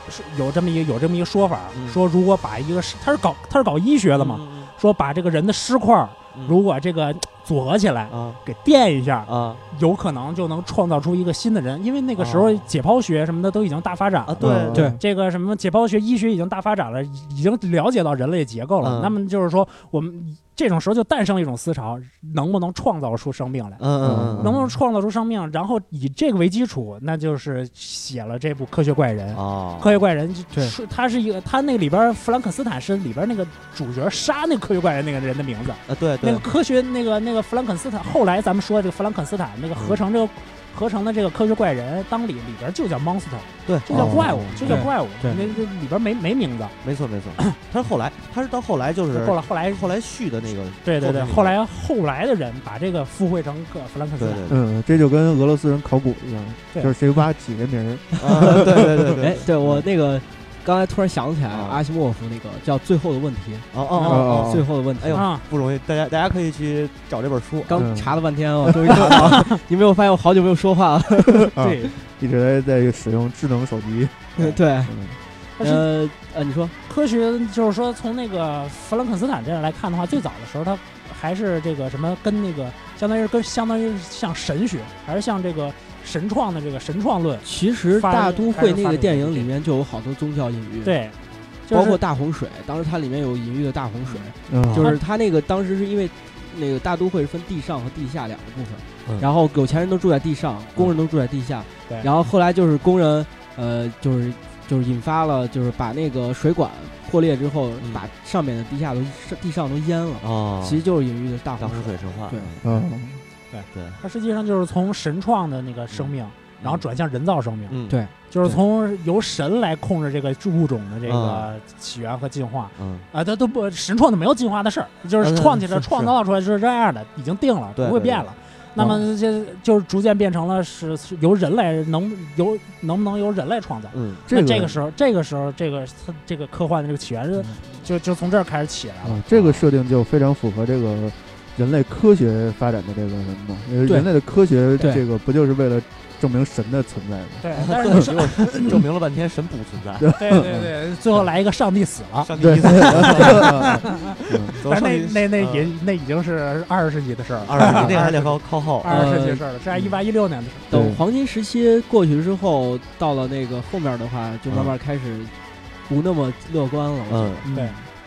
Speaker 4: 是有这么一个有这么一个说法，
Speaker 2: 嗯
Speaker 4: 说如果把一个尸他是搞他是搞医学的嘛，
Speaker 2: 嗯
Speaker 4: 说把这个人的尸块儿
Speaker 2: 嗯
Speaker 4: 如果这个组合起来
Speaker 2: 啊
Speaker 4: 给电一下，
Speaker 2: 啊
Speaker 4: 有可能就能创造出一个新的人，因为那个时候
Speaker 2: 哦
Speaker 4: 解剖学什么的都已经大发展了。
Speaker 2: 啊，对
Speaker 3: 对
Speaker 4: 这个什么解剖学、医学已经大发展了，已经了解到人类结构了。
Speaker 2: 嗯
Speaker 4: 那么就是说，我们这种时候就诞生一种思潮，能不能创造出生命来？
Speaker 2: 嗯嗯嗯
Speaker 4: 能不能创造出生命？然后以这个为基础，那就是写了这部《科学怪人》。
Speaker 2: 啊
Speaker 4: 科学怪人就
Speaker 3: 对
Speaker 4: 是他是一个，他那里边弗兰肯斯坦是里边那个主角杀那个科学怪人那个人的名字，
Speaker 2: 啊对
Speaker 4: 那
Speaker 2: 对
Speaker 4: 个科学那个那个弗兰肯斯坦，后来咱们说这个弗兰肯斯坦那个合成这个合成的这个科学怪人，当里里边就叫 monster，
Speaker 2: 对，
Speaker 4: 就叫
Speaker 1: 哦
Speaker 4: 怪物，就叫
Speaker 3: 对
Speaker 4: 怪物，
Speaker 3: 对
Speaker 4: 那那里边没没名字。
Speaker 2: 没错没错，他是后来他是到后来就是
Speaker 4: 后来后来
Speaker 2: 后来续的那个
Speaker 4: 对对
Speaker 2: 作品
Speaker 4: 对，
Speaker 2: 里
Speaker 4: 后来后来的人把这个附会成个弗兰肯斯
Speaker 2: 对
Speaker 4: 坦。
Speaker 2: 对对
Speaker 1: 嗯，这就跟俄罗斯人考古一样，
Speaker 4: 对
Speaker 1: 就是谁挖起这名儿，
Speaker 2: 啊对对对对
Speaker 3: 哎，对我那个刚才突然想起来，
Speaker 2: 啊
Speaker 3: 阿西莫夫那个叫《最后的问题
Speaker 2: 哦哦哦
Speaker 1: 啊
Speaker 3: 最后的问题》
Speaker 2: 哎。呦
Speaker 4: 啊，
Speaker 2: 不容易，大家大家可以去找这本书
Speaker 3: 刚
Speaker 1: 嗯
Speaker 3: 查了半天，我终于查到。你没有发现我好久没有说话了？
Speaker 1: 啊，一直在在使用智能手机，
Speaker 3: 对，
Speaker 1: 嗯
Speaker 4: 但是
Speaker 3: 呃呃，你说
Speaker 4: 科学就是说，从那个弗兰肯斯坦这样来看的话，最早的时候他还是这个什么跟那个相当于是跟相当于是像神学，还是像这个神创的这个神创论。
Speaker 3: 其实
Speaker 4: 发
Speaker 3: 大都会
Speaker 4: 还是
Speaker 3: 那
Speaker 4: 发
Speaker 3: 个
Speaker 4: 明
Speaker 3: 电
Speaker 4: 的
Speaker 3: 影里
Speaker 4: 这
Speaker 3: 面就有好多宗教隐喻，，
Speaker 4: 对，就
Speaker 3: 嗯包括
Speaker 4: 是
Speaker 3: 大洪水，当时它里面有隐喻的大洪水，
Speaker 1: 嗯，
Speaker 3: 就
Speaker 1: 啊
Speaker 3: 是它那个当时是因为那个大都会是分地上和地下两个部分，
Speaker 2: 嗯
Speaker 3: 然后有钱人都住在地上，工人都住在地下，
Speaker 4: 对
Speaker 3: 然后后来就是工人呃就是就是引发了就是把那个水管破裂之后，
Speaker 2: 嗯
Speaker 3: 把上面的地下都地上都淹了，
Speaker 2: 啊
Speaker 3: 其实就是隐喻的大
Speaker 2: 大
Speaker 3: 洪
Speaker 2: 洪水
Speaker 3: 水。
Speaker 2: 神话
Speaker 3: 对
Speaker 1: 嗯，
Speaker 2: 对，
Speaker 4: 它实际上就是从神创的那个生命，然后转向人造生命，
Speaker 2: 嗯
Speaker 3: 对
Speaker 4: 就是从由神来控制这个物种的这个
Speaker 2: 嗯
Speaker 4: 起源和进化。
Speaker 2: 嗯
Speaker 4: 啊，它都不神创的没有进化的事儿，就
Speaker 2: 啊
Speaker 4: 是
Speaker 2: 对
Speaker 4: 创起来、
Speaker 2: 是
Speaker 4: 创
Speaker 2: 是
Speaker 4: 造出来就是这样的，已经定了，
Speaker 2: 对
Speaker 4: 不会
Speaker 2: 对
Speaker 4: 变
Speaker 2: 对嗯
Speaker 4: 了。那么这就是逐渐变成了是是由人来能由能不能由人来创造？
Speaker 2: 嗯
Speaker 4: 那
Speaker 1: 这
Speaker 4: 这
Speaker 1: 个
Speaker 4: 个时候，这个时候，这个它这个科幻的这个起源就
Speaker 3: 嗯
Speaker 4: 就就从这儿开始起来
Speaker 2: 嗯
Speaker 4: 了。
Speaker 1: 啊，这个设定就非常符合这个人类科学发展的这个什么嘛，因为
Speaker 3: 对
Speaker 1: 人类的科学
Speaker 3: 对
Speaker 1: 这个不就是为了证明神的存在吗？
Speaker 4: 对， 但是你
Speaker 2: 结
Speaker 4: 上
Speaker 2: 果证明了半天神不存在，
Speaker 4: 对对对，最后来一个上帝死了，
Speaker 2: 上帝
Speaker 1: 对
Speaker 2: 意思，
Speaker 4: 但是那那那
Speaker 2: 嗯
Speaker 4: 也那已经是二十世纪的事儿了，
Speaker 2: 二十那个还得靠靠后，
Speaker 4: 二十世纪的
Speaker 3: 呃
Speaker 4: 事儿了，这还一八一六年的事儿。
Speaker 3: 等黄金时期过去之后，到了那个后面的话，就慢慢开始不那么乐观了。
Speaker 2: 嗯，
Speaker 4: 对，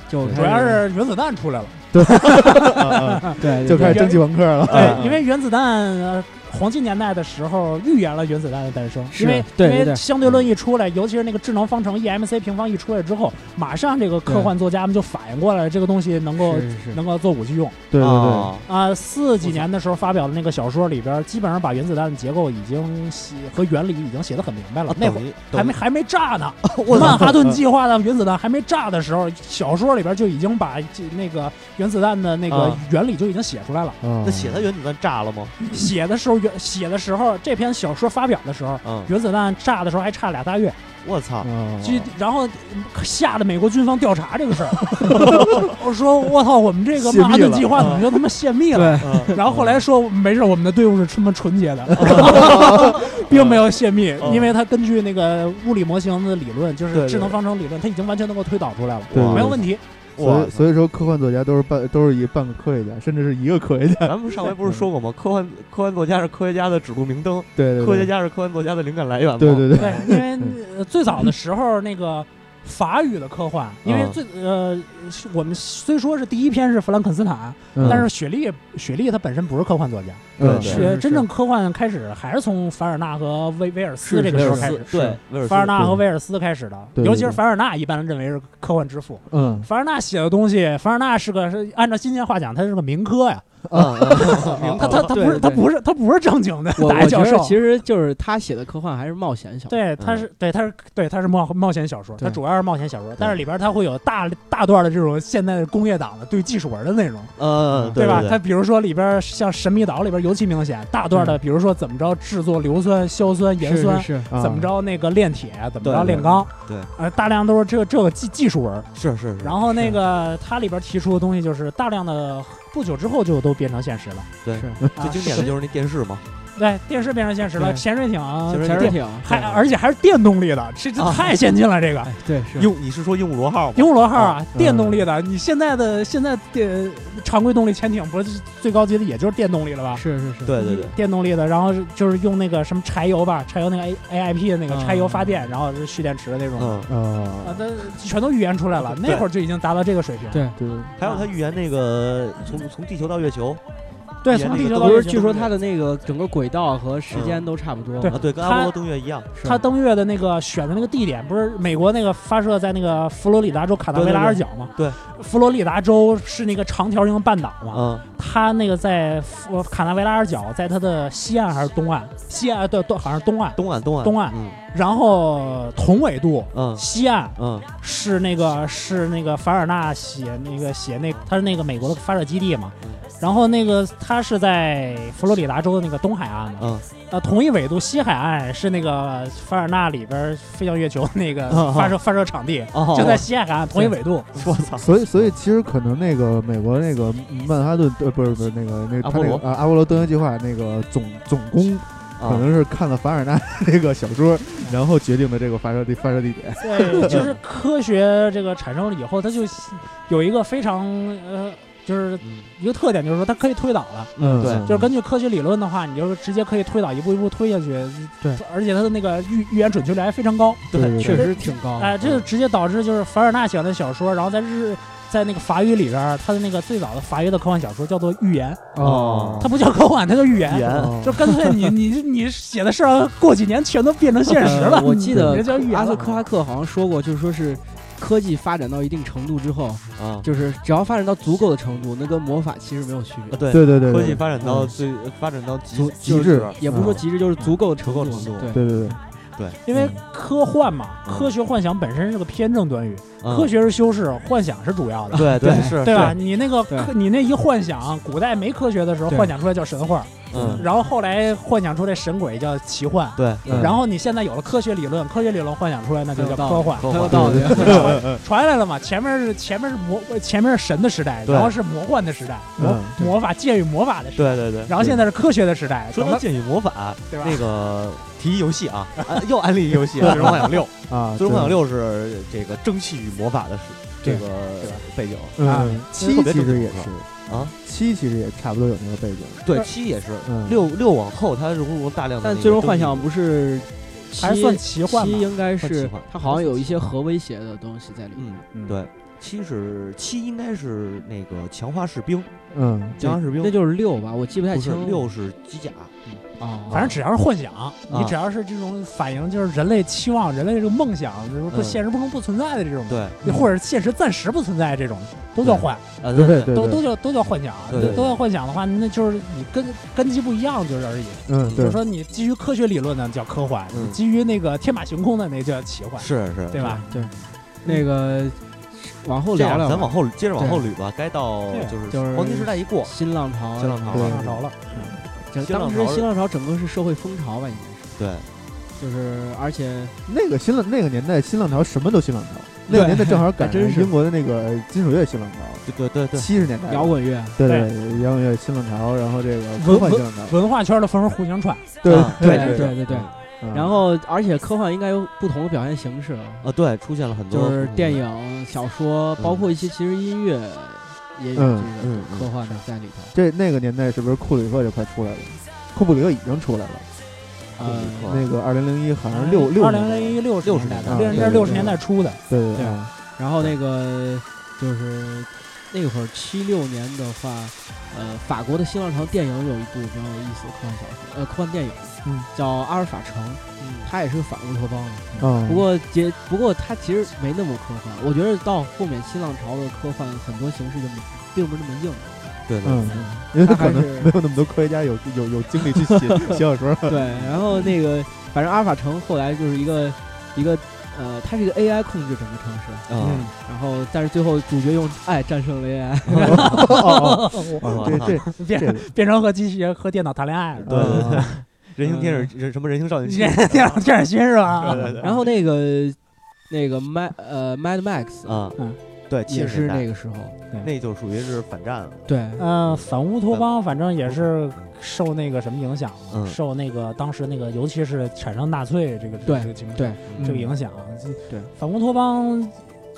Speaker 3: 就开始
Speaker 4: 主要是原子弹出来了。
Speaker 1: 啊
Speaker 3: 对，对
Speaker 1: 就
Speaker 3: 对
Speaker 1: 开始蒸汽朋克了。
Speaker 2: 嗯
Speaker 4: 对，因为原子弹、呃、黄金年代的时候预言了原子弹的诞生，
Speaker 3: 是
Speaker 4: 因为
Speaker 3: 对对
Speaker 4: 因
Speaker 3: 对
Speaker 4: 为相对论一出来，尤其是那个智能方程 E EMC 平方一出来之后，马上这个科幻作家们就反应过来，这个东西能够
Speaker 3: 是是是，
Speaker 4: 能够做武器用
Speaker 1: 对对对，
Speaker 2: 啊
Speaker 4: 啊、四几年的时候发表的那个小说里边，基本上把原子弹的结构已经写和原理已经写得很明白
Speaker 2: 啊
Speaker 3: 啊
Speaker 4: 了。那会儿。还没还没炸 呢，曼哈顿计划的原子弹还没炸的时候，小说里边就已经把这那个原子弹的那个
Speaker 2: 啊
Speaker 4: 原理就已经写出来了。
Speaker 1: 啊
Speaker 2: 那写他原子弹炸了吗？
Speaker 4: 写的时候，原写的时候，这篇小说发表的时候，
Speaker 2: 嗯，
Speaker 4: 原子弹炸的时候还差俩大月，
Speaker 2: 我操，
Speaker 1: 啊
Speaker 4: 就然后吓得美国军方调查这 个事儿。我说我操，我们这个
Speaker 1: 泄密了啊
Speaker 4: 曼哈顿计划怎么就他妈泄密了？
Speaker 3: 对，
Speaker 2: 嗯
Speaker 4: 然后后来说没事，我们的队伍是他妈纯洁的， 并没有泄密，
Speaker 2: 嗯
Speaker 4: 因为它根据那个物理模型的理论，就
Speaker 2: 对对
Speaker 4: 是智能方程理论，它已经完全能够推导出来了，
Speaker 1: 对
Speaker 2: 哇
Speaker 1: 对
Speaker 4: 没有问题。
Speaker 1: 所以
Speaker 2: 哇，
Speaker 1: 所以说科幻作家都是半都是一半个科学家，甚至是一个科学 家。
Speaker 2: 咱们上回不是说过吗？科幻科幻作家是科学家的指路明灯，
Speaker 1: 对对对，
Speaker 2: 科学家是科幻作家的灵感来源吗？
Speaker 1: 对对对
Speaker 4: 对，因为呃最早的时候那个法语的科幻，因为
Speaker 2: 嗯
Speaker 4: 最呃，是我们虽说是第一篇是弗兰肯斯坦，
Speaker 1: 嗯
Speaker 4: 但是雪莉雪莉她本身不是科幻作家，
Speaker 1: 嗯
Speaker 2: 对
Speaker 1: 是
Speaker 2: 是
Speaker 4: 雪真正科幻开始还是从凡尔纳和威威尔斯
Speaker 3: 是
Speaker 4: 这个
Speaker 3: 威
Speaker 4: 时
Speaker 3: 尔
Speaker 4: 候
Speaker 3: 斯
Speaker 4: 开始，
Speaker 2: 对，威尔斯
Speaker 4: 凡尔纳
Speaker 1: 对
Speaker 4: 和威尔斯开始的，
Speaker 1: 对对
Speaker 4: 尤其是
Speaker 1: 对
Speaker 4: 凡尔纳，一般人认为是科幻之父。
Speaker 1: 嗯
Speaker 4: 凡尔纳写的东西，凡尔纳是个是按照今天话讲，他是个民科呀，
Speaker 2: 嗯嗯嗯嗯
Speaker 4: 他他他
Speaker 3: 对
Speaker 4: 不是
Speaker 3: 对
Speaker 4: 他不是他不是正经的
Speaker 3: 我
Speaker 4: 大学
Speaker 3: 我
Speaker 4: 教
Speaker 3: 觉
Speaker 4: 授
Speaker 3: 得，其实就是他写的科幻还是冒险小说，
Speaker 4: 对，
Speaker 2: 嗯
Speaker 4: 他是对他是对他是冒冒险小说，
Speaker 1: 对
Speaker 4: 他主要是冒险小说，但是里边他会有大大段的这种现代工业党的对技术文的内容，
Speaker 2: 呃，对
Speaker 4: 吧？
Speaker 2: 对
Speaker 4: 他比如说里边像《神秘岛》里边尤其明显，大段的
Speaker 2: 嗯
Speaker 4: 比如说怎么着制作硫酸、硝酸、盐
Speaker 3: 是
Speaker 4: 酸
Speaker 3: 是，是，
Speaker 1: 啊
Speaker 4: 怎么着那个炼铁，怎么
Speaker 2: 嗯对
Speaker 4: 着
Speaker 2: 对
Speaker 4: 炼钢，
Speaker 2: 对，
Speaker 4: 呃，大量都是这这个技技术文。
Speaker 2: 是是是，
Speaker 4: 然后那个它里边提出的东西就是大量的不久之后就都变成现实了，
Speaker 2: 对
Speaker 3: 是
Speaker 4: 啊
Speaker 2: 最经典的就是那电视嘛，
Speaker 4: 对电视变成现实了，
Speaker 3: 对
Speaker 4: 潜水艇
Speaker 2: 潜水
Speaker 3: 潜
Speaker 4: 电
Speaker 3: 水艇，
Speaker 4: 还
Speaker 3: 对
Speaker 4: 而且还是电动力的，这这
Speaker 2: 嗯啊
Speaker 4: 太先进了，这个。
Speaker 3: 哎对是
Speaker 2: 鹦你是说鹦鹉螺号吗？
Speaker 4: 鹦鹉螺号
Speaker 2: 哎
Speaker 4: 啊，
Speaker 1: 嗯
Speaker 4: 电动力的，你现在的现在电常规动力潜艇不是最高级的，也就是电动力了吧？嗯
Speaker 3: 是是是，
Speaker 2: 对对对，
Speaker 4: 电动力的，然后是就是用那个什么柴油吧，柴油那个 A A I P 的那个
Speaker 3: 嗯
Speaker 4: 柴油发电，然后是蓄电池的那种，
Speaker 2: 嗯，
Speaker 4: 啊
Speaker 1: 啊，
Speaker 4: 它全都预言出来了，
Speaker 2: 对
Speaker 4: 那会儿就已经达到这个水平。
Speaker 3: 对
Speaker 1: 对，
Speaker 2: 还有他预言那个从从地球到月 球
Speaker 4: 对，
Speaker 2: 预言
Speaker 4: 从地
Speaker 2: 那个
Speaker 4: 球到
Speaker 2: 都
Speaker 3: 不
Speaker 4: 月
Speaker 3: 是，
Speaker 2: 是
Speaker 4: 球，
Speaker 3: 据说它的那个整个轨道和时间都差不多。
Speaker 4: 对
Speaker 2: 啊，对，跟阿波罗登月一样，
Speaker 3: 是
Speaker 4: 它登月的那个选的那个地点，不是美国那个发射在那个佛罗里达州卡纳维拉尔角吗？
Speaker 2: 对对
Speaker 4: 佛罗里达州是那个长条形半岛嘛，
Speaker 2: 嗯，
Speaker 4: 它那个在佛卡纳维拉尔角，在它的西岸还是东岸？西岸呃对对，好像是东岸。
Speaker 2: 东岸东岸
Speaker 4: 东岸
Speaker 2: 嗯
Speaker 4: 然后同纬度，
Speaker 2: 嗯
Speaker 4: 西岸
Speaker 2: 嗯
Speaker 4: 是那个是那个凡尔纳写那个写那他是那个美国的发射基地嘛
Speaker 2: 嗯，
Speaker 4: 然后那个他是在佛罗里达州的那个东海岸嘛，
Speaker 2: 嗯，
Speaker 4: 呃，同一纬度西海岸是那个凡尔纳里边飞向月球的那个
Speaker 2: 哦
Speaker 4: 发射发射场地，
Speaker 2: 哦，
Speaker 4: 就在西海岸同一纬度，
Speaker 2: 我操，
Speaker 1: 所以所以其实可能那个美国那个曼哈顿呃不是不是那个那个他
Speaker 2: 阿波
Speaker 1: 那
Speaker 2: 罗
Speaker 1: 个啊阿波罗登月计划那个总总工啊可能是看了凡尔纳那个小说，然后决定的这个发射地发射地点。
Speaker 4: 对，就是科学这个产生了以后，它就有一个非常呃，就是
Speaker 2: 嗯
Speaker 4: 一个特点，就是说它可以推导了。
Speaker 1: 嗯
Speaker 2: 对
Speaker 4: 就是根据科学理论的话，你就是直接可以推导一步一步推下去。
Speaker 3: 对，
Speaker 4: 而且它的那个预预言准确率还非常高。
Speaker 1: 对对
Speaker 3: 确实挺高。
Speaker 4: 哎、这就直接导致就是凡尔纳写的小说，然后在日在那个法语里边儿，他的那个最早的法语的科幻小说叫做《预言》，
Speaker 2: 哦
Speaker 4: 它不叫科幻，它叫预言。
Speaker 2: 语言
Speaker 1: 哦
Speaker 4: 就干脆你你你写的事儿，过几年全都变成现实了
Speaker 3: 呃。我记得
Speaker 4: 这叫预言
Speaker 3: 阿瑟
Speaker 4: 了。
Speaker 3: 克拉克好像说过，就是说是科技发展到一定程度之后，
Speaker 2: 啊
Speaker 3: 就是只要发展到足够的程度，那跟魔法其实没有区
Speaker 2: 啊
Speaker 3: 别，
Speaker 2: 对
Speaker 1: 对对对
Speaker 2: 科
Speaker 1: 对
Speaker 2: 技
Speaker 1: 对
Speaker 2: 发展
Speaker 4: 嗯
Speaker 2: 到最发展到极
Speaker 3: 足
Speaker 1: 极致
Speaker 3: 也不是说极致，就是足够的程
Speaker 2: 足
Speaker 3: 度。
Speaker 2: 够程度
Speaker 3: 对，
Speaker 1: 对对，
Speaker 4: 因为科幻嘛，
Speaker 2: 嗯
Speaker 4: 科学幻想本身是个偏正短语，
Speaker 2: 嗯
Speaker 4: 科学是修饰，幻想是主要的。
Speaker 2: 对
Speaker 3: 对
Speaker 2: 是
Speaker 4: 对吧？
Speaker 2: 是
Speaker 4: 你那个
Speaker 3: 对
Speaker 4: 科，你那一幻想，古代没科学的时候，
Speaker 3: 对
Speaker 4: 幻想出来叫神话，
Speaker 2: 嗯
Speaker 4: 然后后来幻想出来神鬼叫奇幻，
Speaker 2: 对
Speaker 1: 嗯
Speaker 4: 然后你现在有了科学理论，科学理论幻想出来那就叫科幻。
Speaker 2: 科
Speaker 3: 很有
Speaker 1: 嗯
Speaker 2: 幻
Speaker 3: 道理。
Speaker 4: 传下来了嘛？前面是前面是魔，前面是神的时代，
Speaker 2: 对
Speaker 4: 然后是魔幻的时代，魔
Speaker 1: 嗯
Speaker 3: 对
Speaker 4: 魔法介于魔法的时代，
Speaker 2: 对对对。
Speaker 4: 然后现在是科学的时代。
Speaker 2: 说
Speaker 4: 等
Speaker 2: 到
Speaker 4: 到
Speaker 2: 剑与魔法，
Speaker 4: 对吧
Speaker 2: 那个提一游戏啊，啊又安利一游 戏《啊，最终幻想六》。
Speaker 1: 啊，
Speaker 2: 《最终幻想
Speaker 1: 对
Speaker 2: 六》是这个蒸汽与魔法的是这个
Speaker 4: 对吧嗯
Speaker 2: 背景，
Speaker 1: 嗯，七
Speaker 2: 啊特别
Speaker 1: 其
Speaker 2: 正
Speaker 1: 实
Speaker 2: 经
Speaker 1: 也
Speaker 2: 是
Speaker 1: 是
Speaker 2: 啊，
Speaker 1: 七其实也差不多有那个背景。
Speaker 2: 对七也是
Speaker 1: 嗯
Speaker 2: 六六往后它融入了大量的那
Speaker 3: 但
Speaker 2: 个
Speaker 3: 最终
Speaker 2: 东
Speaker 3: 幻
Speaker 2: 西嗯
Speaker 3: 想不是
Speaker 4: 还
Speaker 3: 七
Speaker 4: 算奇幻
Speaker 3: 七
Speaker 4: 吧？
Speaker 3: 应该
Speaker 2: 算奇
Speaker 3: 是
Speaker 2: 幻
Speaker 3: 它好像有一些核威胁的东西在里面。
Speaker 2: 嗯对七是七应该是那个强化士兵，
Speaker 1: 嗯，
Speaker 2: 强化士兵
Speaker 3: 那就是六吧，我记不太
Speaker 2: 不是
Speaker 3: 清了。
Speaker 2: 六是机甲，
Speaker 3: 啊，
Speaker 1: 哦
Speaker 4: 反正只要是幻想，你
Speaker 2: 啊
Speaker 4: 只要是这种反映就是人类期望、人类这种梦想，就是不
Speaker 2: 嗯
Speaker 4: 现实中不存在的这种，
Speaker 2: 对
Speaker 4: 或者现实暂时不存在这种，都叫
Speaker 2: 对
Speaker 4: 幻。
Speaker 3: 呃
Speaker 2: 啊
Speaker 1: 对对对，
Speaker 4: 都
Speaker 1: 对
Speaker 4: 都叫都叫幻想，
Speaker 2: 对对
Speaker 4: 都叫幻想的话，那就是你根根基不一样，就是而已。
Speaker 1: 嗯
Speaker 4: 比如
Speaker 1: 对，
Speaker 4: 说你基于科学理论的叫科幻，
Speaker 2: 嗯
Speaker 4: 你基于那个天马行空的那叫奇幻，
Speaker 2: 是是，
Speaker 4: 对吧？
Speaker 3: 对，那个往后
Speaker 2: 这
Speaker 3: 聊
Speaker 2: 样
Speaker 3: 聊吧，
Speaker 2: 咱往后接着往
Speaker 3: 对
Speaker 2: 后捋吧，该到
Speaker 4: 对
Speaker 2: 就
Speaker 3: 就是
Speaker 2: 是黄金时代一过，
Speaker 3: 新浪潮，啊
Speaker 2: 新浪潮
Speaker 1: 对
Speaker 4: 上潮了，
Speaker 3: 整
Speaker 2: 新浪
Speaker 3: 当时
Speaker 2: 潮是
Speaker 3: 新浪潮整个是社会风潮吧，应该是，
Speaker 2: 对
Speaker 3: 就是而且
Speaker 1: 那个新浪那个年代新浪潮什么都新浪潮，那个
Speaker 3: 对
Speaker 1: 年代正好赶上
Speaker 3: 还真是
Speaker 1: 英国的那个金属乐新浪潮，
Speaker 2: 对对对对，
Speaker 1: 七十年代
Speaker 3: 摇，滚乐，
Speaker 1: 对对对，摇滚乐新浪潮，然后这个
Speaker 4: 文啊
Speaker 1: 科幻新浪潮，
Speaker 4: 文化圈的风互相串，
Speaker 1: 对
Speaker 2: 啊
Speaker 3: 对
Speaker 2: 对
Speaker 3: 对对对。
Speaker 1: 嗯
Speaker 3: 然后而且科幻应该有不同的表现形式，
Speaker 2: 啊对，出现了很多
Speaker 3: 就是
Speaker 2: 不同的
Speaker 3: 电，影、小说，
Speaker 2: 嗯
Speaker 3: 包括一些其实音乐也有
Speaker 1: 嗯
Speaker 2: 嗯
Speaker 3: 这个
Speaker 2: 嗯
Speaker 3: 科幻的在里头。
Speaker 1: 这那个年代是不是库里克就快出来了？库布里克已经出来了，
Speaker 2: 库里克
Speaker 1: 那个二零零一好像是六六
Speaker 4: 二
Speaker 1: 年
Speaker 4: 零
Speaker 1: 代
Speaker 4: 零一
Speaker 3: 呃
Speaker 4: 六
Speaker 2: 60
Speaker 4: 年代
Speaker 2: 年
Speaker 1: 代
Speaker 4: 的，这
Speaker 1: 对
Speaker 4: 是六十年代初的，
Speaker 1: 对对
Speaker 4: 对
Speaker 1: 啊
Speaker 3: 然后那个就是那会儿七六年的话，呃，法国的新浪潮电影有一部比较有意思的科幻小说，呃，科幻电影，
Speaker 1: 嗯，
Speaker 3: 叫《阿尔法城》，它也是反乌托邦的。
Speaker 1: 嗯
Speaker 3: 不过结不过它其实没那么科幻，我觉得到后面新浪潮的科幻很多形式就没并不是那么硬了。
Speaker 2: 对啊对，
Speaker 1: 嗯，因为他
Speaker 3: 他还
Speaker 1: 可能
Speaker 3: 是
Speaker 1: 没有那么多科学家有有有精力去写写小说，
Speaker 3: 对，然后那个反正阿尔法城后来就是一个一个呃，它是一个 AI 控制整个城市，
Speaker 2: 嗯，
Speaker 3: 然后但是最后主角用爱战胜了
Speaker 1: 哦
Speaker 3: AI。
Speaker 1: 哦哦
Speaker 2: 我
Speaker 1: 这
Speaker 2: 操
Speaker 1: 这
Speaker 4: 变
Speaker 1: 这
Speaker 4: 变成和机器人和电脑谈恋爱了。
Speaker 2: 对对对
Speaker 1: 嗯
Speaker 2: 人形天
Speaker 3: 嗯
Speaker 2: 使人什么人形
Speaker 1: 呃
Speaker 2: 少 年
Speaker 4: 你
Speaker 2: 期，
Speaker 4: 这电脑这是新是吧？
Speaker 2: 啊
Speaker 3: 然后那个那个 Mad 呃 Mad Max
Speaker 2: 啊
Speaker 4: 嗯，
Speaker 2: 对，
Speaker 3: 也是那
Speaker 2: 个，
Speaker 3: 个时候，
Speaker 2: 那就属于是反战了，
Speaker 3: 对，
Speaker 4: 嗯，反乌托邦反正也是受那个什么影响嘛，
Speaker 2: 嗯
Speaker 4: 受那个当时那个，尤其是产生纳粹这个
Speaker 3: 对
Speaker 4: 这个情
Speaker 3: 对
Speaker 2: 嗯
Speaker 4: 这个影响。
Speaker 3: 对，
Speaker 4: 反乌托邦